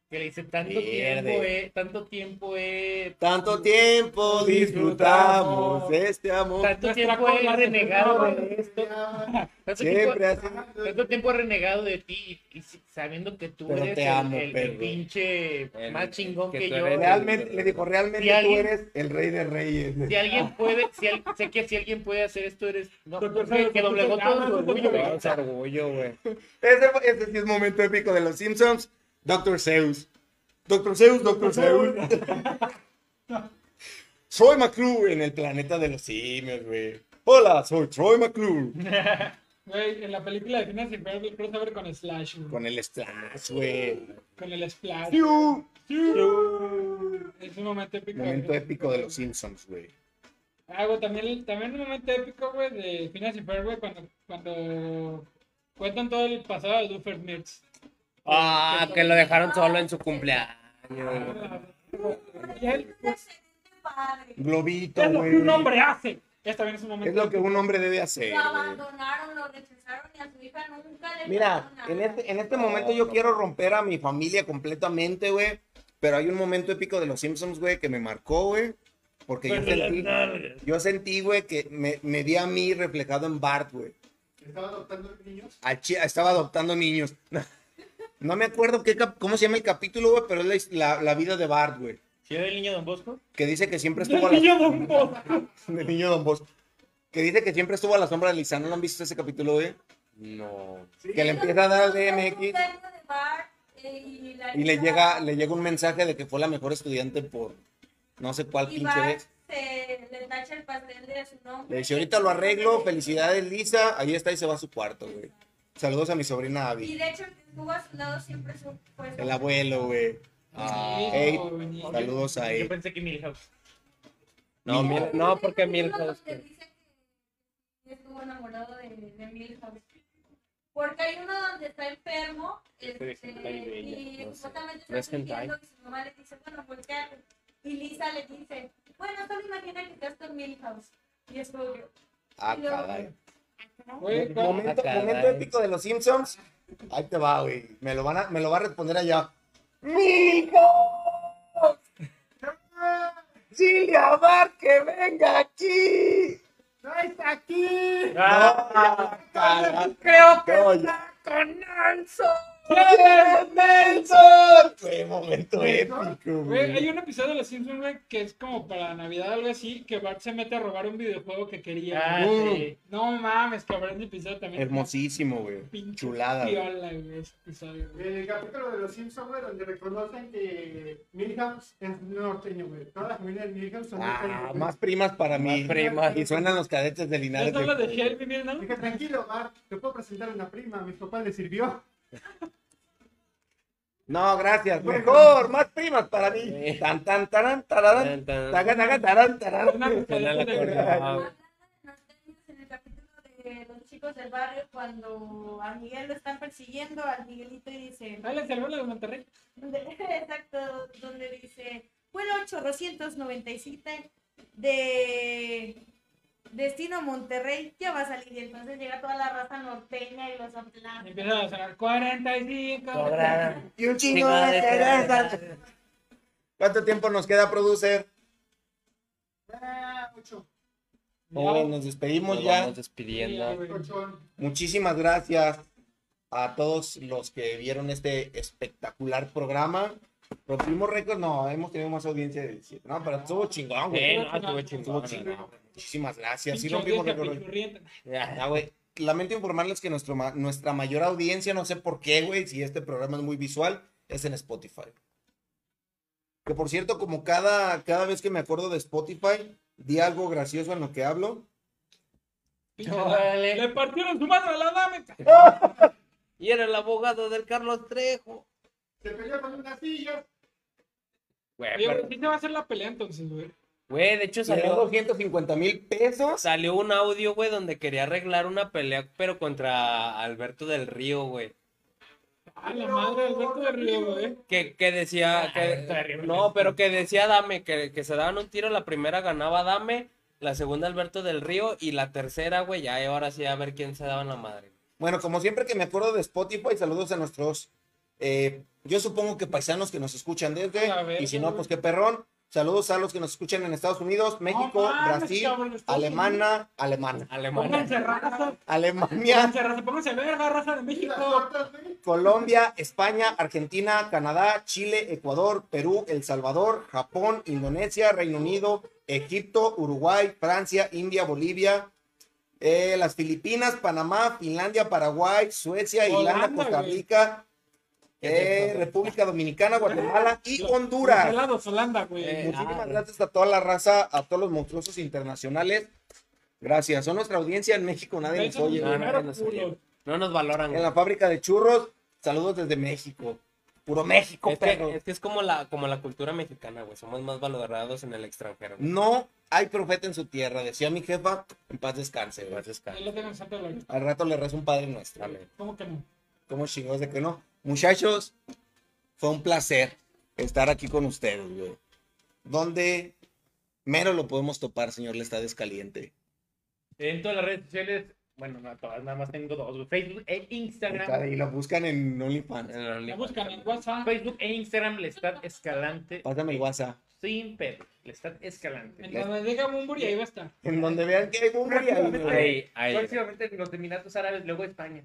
[SPEAKER 10] Que le dice tanto
[SPEAKER 7] Verde.
[SPEAKER 10] tiempo, eh, tanto tiempo, eh,
[SPEAKER 7] Tanto tiempo disfrutamos este amor.
[SPEAKER 10] tanto
[SPEAKER 8] Nuestra
[SPEAKER 10] tiempo he
[SPEAKER 8] cola se
[SPEAKER 10] renegado
[SPEAKER 8] fue.
[SPEAKER 10] de esto.
[SPEAKER 3] Ya,
[SPEAKER 10] Tanto tiempo,
[SPEAKER 7] Siempre así.
[SPEAKER 10] tanto tiempo he renegado de ti y, y si- sabiendo que tú
[SPEAKER 7] Pero
[SPEAKER 10] eres
[SPEAKER 7] te
[SPEAKER 10] el-
[SPEAKER 7] amo,
[SPEAKER 10] el, el
[SPEAKER 7] perro.
[SPEAKER 10] pinche
[SPEAKER 9] El-
[SPEAKER 10] más chingón
[SPEAKER 9] que
[SPEAKER 10] que,
[SPEAKER 9] tú
[SPEAKER 10] yo.
[SPEAKER 9] eres
[SPEAKER 7] Realmente, le dijo,
[SPEAKER 10] Si
[SPEAKER 7] realmente tú
[SPEAKER 10] alguien-
[SPEAKER 7] eres el rey de reyes.
[SPEAKER 10] Si alguien puede, si al- sé que si alguien puede hacer esto, eres. No,
[SPEAKER 8] Doctor
[SPEAKER 10] que, que
[SPEAKER 8] Feo,
[SPEAKER 10] doblegó
[SPEAKER 8] doctor
[SPEAKER 10] todo su
[SPEAKER 8] Feo,
[SPEAKER 10] orgullo,
[SPEAKER 8] doctor
[SPEAKER 10] Vegeta.
[SPEAKER 9] orgullo, güey.
[SPEAKER 7] Ese, fue- ese sí es momento épico de los Simpsons. Doctor Zeus. Doctor Zeus, Doctor Zeus. Troy McClure en el planeta de los simios, güey. Hola, soy Troy McClure.
[SPEAKER 8] Güey, en la película de Finas Inferno el crossover con Slash, güey.
[SPEAKER 7] Con el Splash, güey.
[SPEAKER 8] Con el Splash.
[SPEAKER 7] Fiu,
[SPEAKER 8] Es un momento épico.
[SPEAKER 7] Momento épico de los Simpsons, güey.
[SPEAKER 8] Ah, güey, también, también un momento épico, güey, de Finas Inferno, güey, cuando, cuando cuentan todo el pasado de Duffermits.
[SPEAKER 9] Ah, que lo dejaron solo en su cumpleaños.
[SPEAKER 8] Ah, Y él, pues,
[SPEAKER 11] padre.
[SPEAKER 7] Globito,
[SPEAKER 8] es lo que
[SPEAKER 7] güey.
[SPEAKER 8] un hombre hace. Este también es un momento
[SPEAKER 7] Es lo que un hombre debe hacer.
[SPEAKER 11] Lo
[SPEAKER 7] güey.
[SPEAKER 11] abandonaron, lo rechazaron y a su hija nunca le
[SPEAKER 7] Mira,
[SPEAKER 11] pasaron nada.
[SPEAKER 7] en este, en este momento yo quiero romper a mi familia completamente, güey. Pero hay un momento épico de los Simpsons, güey, que me marcó, güey. Porque yo sentí, yo sentí, güey, que me, me vi a mí reflejado en Bart, güey.
[SPEAKER 3] Estaba adoptando niños.
[SPEAKER 7] A chi- Estaba adoptando niños. No me acuerdo qué cap- cómo se llama el capítulo, güey, pero es la, la- la vida de Bart, güey.
[SPEAKER 10] ¿Sí era el niño Don Bosco?
[SPEAKER 7] Que dice que siempre estuvo a
[SPEAKER 8] El
[SPEAKER 7] la,
[SPEAKER 8] niño de un bosque.
[SPEAKER 7] del niño Don Bosco. Que dice que siempre estuvo a la sombra de Lizano. ¿No han visto ese capítulo, güey?
[SPEAKER 9] No.
[SPEAKER 7] Que le empieza a dar al DMX. Y le llega, le llega un mensaje de que fue la mejor estudiante por no sé cuál
[SPEAKER 11] Y
[SPEAKER 7] pinche
[SPEAKER 11] va,
[SPEAKER 7] vez.
[SPEAKER 11] se- le tacha el pastel de su nombre.
[SPEAKER 7] Le dice, ahorita lo arreglo, felicidades Lisa, ahí está y se va a su cuarto, güey. Saludos a mi sobrina
[SPEAKER 11] Y
[SPEAKER 7] Abby,
[SPEAKER 11] de hecho, el que estuvo a su lado siempre pues, su- fue su-
[SPEAKER 7] el abuelo, güey.
[SPEAKER 9] Ah,
[SPEAKER 7] Ey,
[SPEAKER 8] güey.
[SPEAKER 7] saludos a
[SPEAKER 10] Yo
[SPEAKER 7] él.
[SPEAKER 10] pensé que Milhouse.
[SPEAKER 9] no, mira, no, porque Milhouse.
[SPEAKER 11] Donde dice que estuvo enamorado de, de Milhouse. Porque hay uno donde está enfermo
[SPEAKER 10] Este es
[SPEAKER 11] este,
[SPEAKER 10] hentai de ella,
[SPEAKER 11] y
[SPEAKER 9] no sé.
[SPEAKER 11] supuestamente
[SPEAKER 9] No
[SPEAKER 11] está
[SPEAKER 9] es hentai.
[SPEAKER 11] fingiendo y su mamá le dice, bueno, volteate. Y Lisa le dice, bueno, solo imagina que estás con Milhouse. Y es como que,
[SPEAKER 7] Ah, caray.
[SPEAKER 8] Güey, cuando-
[SPEAKER 7] Momento,
[SPEAKER 9] Ah, caray.
[SPEAKER 7] momento épico de los Simpsons. Ahí te va, güey. Me lo van a, me lo va a responder allá. ¡Mijo! ¡Silvia Bar, que venga aquí!
[SPEAKER 3] ¡No está aquí!
[SPEAKER 7] ¡Ah, caray!
[SPEAKER 8] Creo que
[SPEAKER 7] No, ya-
[SPEAKER 8] está con Nelson.
[SPEAKER 7] Nelson! Fue momento épico,
[SPEAKER 8] Güey, hay
[SPEAKER 7] güey.
[SPEAKER 8] un episodio de Los Simpsons, güey, que es como para Navidad, algo así, que Bart se mete a robar un videojuego que quería.
[SPEAKER 10] Ah,
[SPEAKER 7] Mm.
[SPEAKER 10] sí.
[SPEAKER 8] No mames, cabrón, ese episodio también.
[SPEAKER 7] Hermosísimo, güey.
[SPEAKER 8] Pinche
[SPEAKER 7] Chulada, güey.
[SPEAKER 8] Piola, güey, ese episodio, güey.
[SPEAKER 3] El capítulo de los Simpsons, güey, donde reconocen que Milhouse es norteño, güey. Toda la familia de Milhouse son
[SPEAKER 7] Ah,
[SPEAKER 3] norteños, güey.
[SPEAKER 7] más primas para
[SPEAKER 9] Más
[SPEAKER 7] mí.
[SPEAKER 9] primas.
[SPEAKER 7] Y suenan los cadetes de
[SPEAKER 8] Ya
[SPEAKER 7] Linares.
[SPEAKER 8] se habla de
[SPEAKER 7] güey.
[SPEAKER 8] Helmy, bien, ¿no?
[SPEAKER 3] Dije, tranquilo, Bart, te puedo presentar una prima, a mis papás le sirvió.
[SPEAKER 7] No, gracias. Mejor, más primas para mí. Tan, tan, taran, tararán.
[SPEAKER 9] Tan, tan.
[SPEAKER 7] Taca, taca, tarán, tararán.
[SPEAKER 8] Una
[SPEAKER 9] Suena
[SPEAKER 8] cadena
[SPEAKER 9] la
[SPEAKER 8] de-
[SPEAKER 9] correa.
[SPEAKER 11] norteños en el capítulo de los chicos del barrio cuando a Miguel lo están persiguiendo, al Miguelito y dice,
[SPEAKER 8] Ah, le salvó la de Monterrey.
[SPEAKER 11] donde- exacto, donde dice, vuelo 897 de destino Monterrey, ya va a salir. Y entonces llega toda la raza norteña y los
[SPEAKER 8] Y
[SPEAKER 11] aplaude.
[SPEAKER 8] empieza a sonar 45.
[SPEAKER 9] Cobraron.
[SPEAKER 7] Y un
[SPEAKER 9] Chingo
[SPEAKER 7] chingo de
[SPEAKER 9] de
[SPEAKER 7] cerezas.
[SPEAKER 9] cerezas.
[SPEAKER 7] ¿Cuánto tiempo nos queda, producer?
[SPEAKER 3] Ah, ocho,
[SPEAKER 7] Oh, nos despedimos
[SPEAKER 9] Nos
[SPEAKER 7] ya.
[SPEAKER 9] vamos despidiendo.
[SPEAKER 8] güey.
[SPEAKER 3] ochón.
[SPEAKER 7] Muchísimas gracias a todos los que vieron este espectacular programa. Rompimos récord, no, hemos tenido más audiencia de 17. No, pero estuvo chingón, güey.
[SPEAKER 9] Eh, no, estuvo
[SPEAKER 7] Estuvo
[SPEAKER 9] chingón.
[SPEAKER 7] chingón. güey. Muchísimas gracias. Sí
[SPEAKER 8] Pinche
[SPEAKER 7] rompimos
[SPEAKER 8] audiencia
[SPEAKER 7] récord.
[SPEAKER 8] pichurrienta.
[SPEAKER 7] Ah, güey, Lamento informarles que nuestro ma- nuestra mayor audiencia, no sé por qué, güey, si este programa es muy visual, es en Spotify. Que por cierto, como cada, cada vez que me acuerdo de Spotify, di algo gracioso en lo que hablo.
[SPEAKER 8] Pinche-
[SPEAKER 10] Órale.
[SPEAKER 8] Le partieron su madre a la dame.
[SPEAKER 9] Y era el abogado del Carlos Trejo.
[SPEAKER 3] Se peleó con una silla.
[SPEAKER 9] Güey,
[SPEAKER 8] Oye,
[SPEAKER 9] pero-
[SPEAKER 8] güey, ¿quién te va a hacer la pelea entonces, güey?
[SPEAKER 9] güey, de hecho
[SPEAKER 7] Le di
[SPEAKER 9] salió,
[SPEAKER 7] 250 mil pesos.
[SPEAKER 9] salió un audio, güey, donde quería arreglar una pelea, pero contra Alberto del Río, güey.
[SPEAKER 8] Ah, la madre de Alberto de Río, güey.
[SPEAKER 9] Que, que decía.
[SPEAKER 10] Ah,
[SPEAKER 9] que-
[SPEAKER 10] Alberto de Río,
[SPEAKER 9] no, pero que decía Dame, que, que se daban un tiro, la primera ganaba Dame, la segunda Alberto del Río y la tercera, güey, ya ahora sí a ver quién se daban la madre.
[SPEAKER 7] Bueno, como siempre que me acuerdo de Spotify, saludos a nuestros, eh, yo supongo que paisanos que nos escuchan desde,
[SPEAKER 8] A ver,
[SPEAKER 7] y si no,
[SPEAKER 8] güey.
[SPEAKER 7] pues qué perrón. Saludos a los que nos escuchan en Estados Unidos,
[SPEAKER 8] No
[SPEAKER 7] México,
[SPEAKER 8] mames,
[SPEAKER 7] Brasil,
[SPEAKER 8] cabrón, Estados
[SPEAKER 7] Alemana, Alemana,
[SPEAKER 9] Alemania.
[SPEAKER 8] Pónganse raza.
[SPEAKER 7] Alemania,
[SPEAKER 8] Pónganse raza. Pónganse verga, raza de
[SPEAKER 3] Y las
[SPEAKER 8] México.
[SPEAKER 3] tortas, güey.
[SPEAKER 7] Colombia, España, Argentina, Canadá, Chile, Ecuador, Perú, El Salvador, Japón, Indonesia, Reino Unido, Egipto, Uruguay, Francia, India, Bolivia, eh, las Filipinas, Panamá, Finlandia, Paraguay, Suecia, Irlanda,
[SPEAKER 8] Holanda,
[SPEAKER 7] Costa
[SPEAKER 8] güey.
[SPEAKER 7] Rica, eh, República Dominicana, Guatemala y Honduras.
[SPEAKER 8] Helados Holanda, güey.
[SPEAKER 9] Eh,
[SPEAKER 7] Muchísimas
[SPEAKER 9] ah,
[SPEAKER 7] gracias a toda la raza, a todos los monstruosos internacionales. Gracias. Son nuestra audiencia en México, nadie nos
[SPEAKER 9] Besos,
[SPEAKER 7] oye.
[SPEAKER 9] no,
[SPEAKER 7] güey.
[SPEAKER 9] no, no nos oye. No nos valoran.
[SPEAKER 7] En
[SPEAKER 9] güey.
[SPEAKER 7] la fábrica de churros, saludos desde México. Puro México,
[SPEAKER 9] Es
[SPEAKER 7] perro.
[SPEAKER 9] que, es que es como la, como la cultura mexicana, güey. Somos más valorados en el extranjero. güey.
[SPEAKER 7] No hay profeta en su tierra, decía mi jefa, en paz descanse, güey.
[SPEAKER 8] Ahí lo tengo en Santa Laura.
[SPEAKER 7] Al rato le reza un padre nuestro.
[SPEAKER 9] Amén.
[SPEAKER 8] ¿Cómo que no?
[SPEAKER 7] ¿Cómo chingos de que no? Muchachos, fue un placer estar aquí con ustedes, güey. Donde mero lo podemos topar, señor Lestades Caliente.
[SPEAKER 10] En todas las redes sociales, bueno, no todas, nada más tengo dos, güey, Facebook e Instagram.
[SPEAKER 7] Y lo buscan en OnlyFans.
[SPEAKER 9] En
[SPEAKER 8] La
[SPEAKER 9] el-
[SPEAKER 8] buscan en WhatsApp.
[SPEAKER 10] Facebook e Instagram Lestat Escalante.
[SPEAKER 7] Pásame el WhatsApp.
[SPEAKER 10] Sin pedo. Lestat Escalante.
[SPEAKER 8] En donde diga Mumburi, ahí va a estar.
[SPEAKER 7] En donde vean que hay Bumburi, ahí, güey.
[SPEAKER 9] Ahí, ahí.
[SPEAKER 10] Próximamente los Emiratos Árabes, luego España.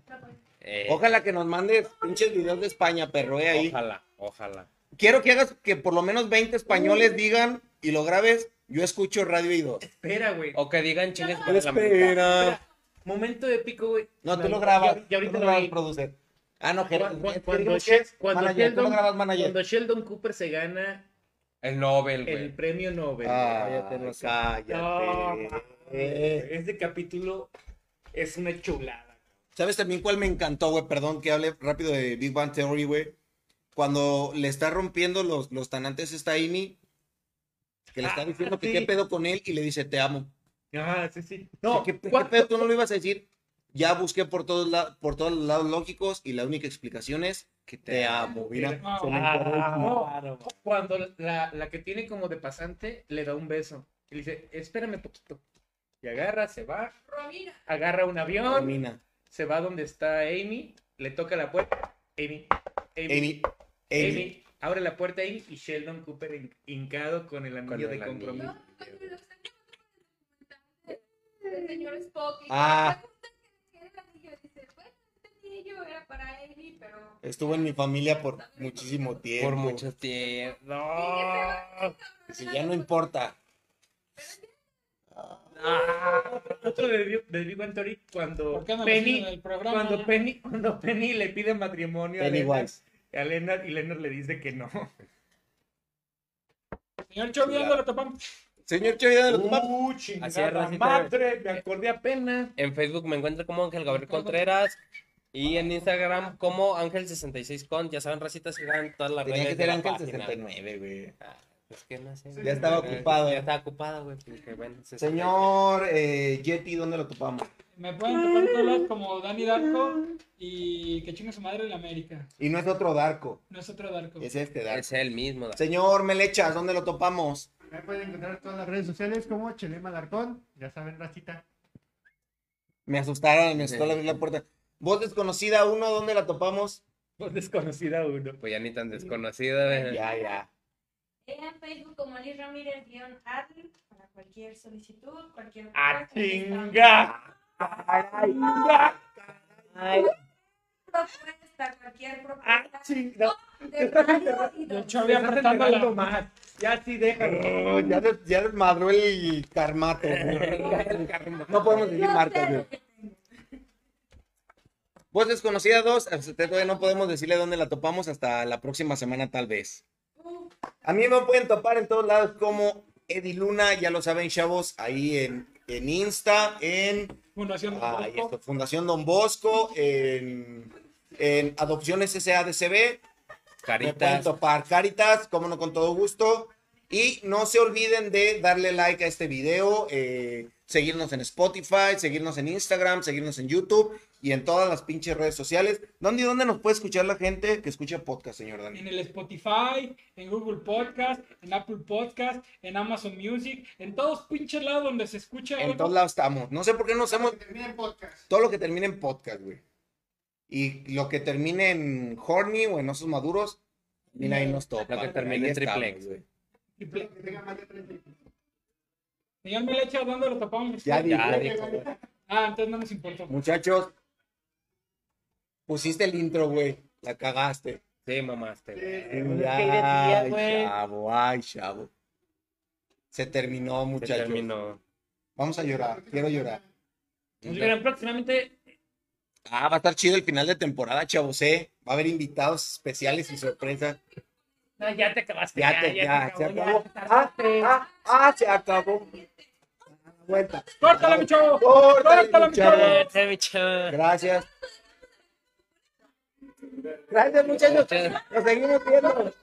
[SPEAKER 9] Eh,
[SPEAKER 7] Ojalá que nos mandes pinches videos de España, perro, eh, ahí.
[SPEAKER 9] Ojalá, ojalá.
[SPEAKER 7] Quiero que hagas que por lo menos 20 españoles digan y lo grabes. Yo escucho Radio I2.
[SPEAKER 10] Espera, güey.
[SPEAKER 9] O que digan chingues por la América.
[SPEAKER 10] Momento épico, güey.
[SPEAKER 7] No, tú
[SPEAKER 10] Bueno,
[SPEAKER 7] lo grabas.
[SPEAKER 10] Y ahorita
[SPEAKER 7] tú
[SPEAKER 10] lo
[SPEAKER 7] lo grabas,
[SPEAKER 10] vi.
[SPEAKER 7] producer. Ah, no,
[SPEAKER 10] Cu-
[SPEAKER 7] Gerardo.
[SPEAKER 10] cu-
[SPEAKER 7] es que
[SPEAKER 10] Cuando,
[SPEAKER 7] digo,
[SPEAKER 10] Shel- cuando
[SPEAKER 7] manager, tú lo
[SPEAKER 10] Sheldon-
[SPEAKER 7] grabas, manager.
[SPEAKER 10] cuando Sheldon Cooper se gana
[SPEAKER 9] El Nobel,
[SPEAKER 10] el
[SPEAKER 9] güey.
[SPEAKER 10] premio Nobel.
[SPEAKER 7] Ah,
[SPEAKER 10] güey.
[SPEAKER 7] cállate, no,
[SPEAKER 10] No,
[SPEAKER 7] cállate.
[SPEAKER 10] mames,
[SPEAKER 7] Eh.
[SPEAKER 10] güey. Este capítulo es una chulada.
[SPEAKER 7] ¿Sabes también cuál me encantó, güey? Perdón que hable rápido de Big Bang Theory, güey. Cuando le está rompiendo los, los tanantes está Amy, que le está
[SPEAKER 10] Ah,
[SPEAKER 7] diciendo que
[SPEAKER 10] sí.
[SPEAKER 7] qué pedo con él y le dice, te amo.
[SPEAKER 10] Ah, sí, sí. No,
[SPEAKER 7] ¿Qué, qué
[SPEAKER 10] ¿cuánto-
[SPEAKER 7] pedo? Tú no lo ibas a decir. Ya busqué por todos, la- por todos los lados lógicos y la única explicación es que te, amo. Mira,
[SPEAKER 10] Ah, oh,
[SPEAKER 7] se me encaró el culo.
[SPEAKER 10] no. Cuando la, la que tiene como de pasante le da un beso y le dice, espérame poquito. Y agarra, se va,
[SPEAKER 11] Romina.
[SPEAKER 10] agarra un avión,
[SPEAKER 7] Romina,
[SPEAKER 10] se va donde está Amy, le toca la puerta. Amy, Amy, Amy,
[SPEAKER 7] Amy, Amy.
[SPEAKER 10] abre la puerta Amy y Sheldon Cooper hin- hincado con el anillo de compromiso.
[SPEAKER 11] No, cuando lo están llevando por el documental del señor Spock. y
[SPEAKER 7] Ah.
[SPEAKER 11] le preguntan que si era el anillo, dice, bueno, este anillo era para Amy, pero...
[SPEAKER 7] Estuvo en mi familia por muchísimo tiempo.
[SPEAKER 9] Por mucho tiempo.
[SPEAKER 10] No.
[SPEAKER 7] Si ya no importa.
[SPEAKER 10] Ah, Otro de Big- de Big Bang Theory, cuando
[SPEAKER 8] ¿Por qué no lo
[SPEAKER 10] Penny,
[SPEAKER 8] siguen en el programa?
[SPEAKER 10] cuando Penny, cuando Penny le pide matrimonio a Leonard,
[SPEAKER 7] Pennywise.
[SPEAKER 10] a Leonard y Leonard le dice que no.
[SPEAKER 8] Señor Chovy, ¿dónde lo topamos?
[SPEAKER 7] Señor Chovida de los Tomates.
[SPEAKER 10] Uh,
[SPEAKER 9] Así es,
[SPEAKER 10] chingada
[SPEAKER 9] Racita.
[SPEAKER 10] madre, me acordé apenas.
[SPEAKER 9] En Facebook me encuentro como Ángel Gabriel Contreras. Y en Instagram como Ángel66con. Ya saben, racitas que ganan todas las
[SPEAKER 7] Tenía que
[SPEAKER 9] redes de
[SPEAKER 7] ser
[SPEAKER 9] la
[SPEAKER 7] Ángel
[SPEAKER 9] página. Ah,
[SPEAKER 7] 69, güey.
[SPEAKER 9] Es que no sé.
[SPEAKER 7] Ya estaba ocupado.
[SPEAKER 9] Ya estaba ocupado, güey. porque, bueno, se-
[SPEAKER 7] Señor eh, Yeti, ¿dónde lo topamos?
[SPEAKER 8] Me pueden topar en todos lados como Dani Darko y que chingue su madre en América.
[SPEAKER 7] Y no es otro Darko,
[SPEAKER 8] No es otro Darko.
[SPEAKER 7] es este Darko.
[SPEAKER 9] Es el mismo. da-
[SPEAKER 7] Señor Melechas, ¿dónde lo topamos?
[SPEAKER 3] Me pueden encontrar en todas las redes sociales como Chelema Darcón. Ya saben, racita.
[SPEAKER 7] Me asustaron, me asustó al abrir la puerta. Voz desconocida, uno, ¿dónde la topamos?
[SPEAKER 10] Por desconocida uno.
[SPEAKER 9] Pues ya ni tan desconocido, güey.
[SPEAKER 7] Ya, ya.
[SPEAKER 11] En Facebook como Liz Ramírez guión Adler, para cualquier solicitud, cualquier...
[SPEAKER 10] ¡A
[SPEAKER 11] cosa, ahí estamos.
[SPEAKER 10] ¡Ah, chinga! ¡Ah,
[SPEAKER 11] Propuesta, cualquier
[SPEAKER 10] ¡A
[SPEAKER 11] propuesta.
[SPEAKER 10] chinga!
[SPEAKER 11] de radio y
[SPEAKER 8] Del
[SPEAKER 11] de-
[SPEAKER 8] Chovy apretándola.
[SPEAKER 10] más. Ya sí, déjalo.
[SPEAKER 7] Oh, ya, des- ya desmadró el carmato. No podemos decir
[SPEAKER 11] Yo
[SPEAKER 7] marcas,
[SPEAKER 11] sé
[SPEAKER 7] güey.
[SPEAKER 11] lo que tengo.
[SPEAKER 7] Voz desconocida 2, todavía no podemos decirle dónde la topamos hasta la próxima semana tal vez.
[SPEAKER 11] Uh,
[SPEAKER 7] A mí me pueden topar en todos lados como Eddie Luna, ya lo saben chavos, ahí en, en Insta, en
[SPEAKER 8] Fundación
[SPEAKER 7] ah, y
[SPEAKER 8] Darko.
[SPEAKER 7] esto, Fundación Don Bosco, en, en Adopciones SADCB, me pueden
[SPEAKER 9] Caritas.
[SPEAKER 7] topar Caritas, como no con todo gusto. Y no se olviden de darle like a este video, eh, seguirnos en Spotify, seguirnos en Instagram, seguirnos en YouTube y en todas las pinches redes sociales. ¿Dónde, dónde nos puede escuchar la gente que escucha podcast, señor Dani?
[SPEAKER 8] en el Spotify, en Google Podcast, en Apple Podcast, en Amazon Music, en todos pinches lados donde se escucha
[SPEAKER 7] En
[SPEAKER 8] algo.
[SPEAKER 7] todos lados estamos. No sé por qué no hacemos
[SPEAKER 3] Termina el podcast.
[SPEAKER 7] todo lo que termine en podcast, güey. Y lo que termine en horny o en osos maduros, mira ahí nos topa.
[SPEAKER 9] Lo que
[SPEAKER 7] güey.
[SPEAKER 9] termine
[SPEAKER 7] Ahí
[SPEAKER 9] en
[SPEAKER 7] estamos,
[SPEAKER 9] triplex.
[SPEAKER 7] güey.
[SPEAKER 3] Que tenga más de 30 y-
[SPEAKER 8] Señor Melecha, ¿dónde lo topamos?
[SPEAKER 7] Ya dijo.
[SPEAKER 9] Ya dijo, güey.
[SPEAKER 8] Ah, entonces no nos importa.
[SPEAKER 7] Muchachos, pusiste el intro, güey. La cagaste.
[SPEAKER 9] Sí, mamaste, güey.
[SPEAKER 7] Ay, chavo, ay, chavo. Se terminó,
[SPEAKER 9] Se
[SPEAKER 7] muchachos.
[SPEAKER 9] terminó.
[SPEAKER 7] Vamos a llorar, quiero llorar.
[SPEAKER 10] Nos verán próximamente.
[SPEAKER 7] Ah, va a estar chido el final de temporada, chavos, eh. Va a haber invitados especiales y sorpresas.
[SPEAKER 10] No, ya te acabaste.
[SPEAKER 7] Ya, te, ya,
[SPEAKER 10] te
[SPEAKER 7] se Ah,
[SPEAKER 10] acabó,
[SPEAKER 7] acabó.
[SPEAKER 10] ya.
[SPEAKER 7] Ah, ah, ah, se acabó. cuenta.
[SPEAKER 8] ¡Córtala, mi chavo!
[SPEAKER 7] Córtale,
[SPEAKER 8] ¡Córtala, mi chavo!
[SPEAKER 9] Ese bicho.
[SPEAKER 7] Gracias. Gracias, muchachos. Nos seguimos viendo.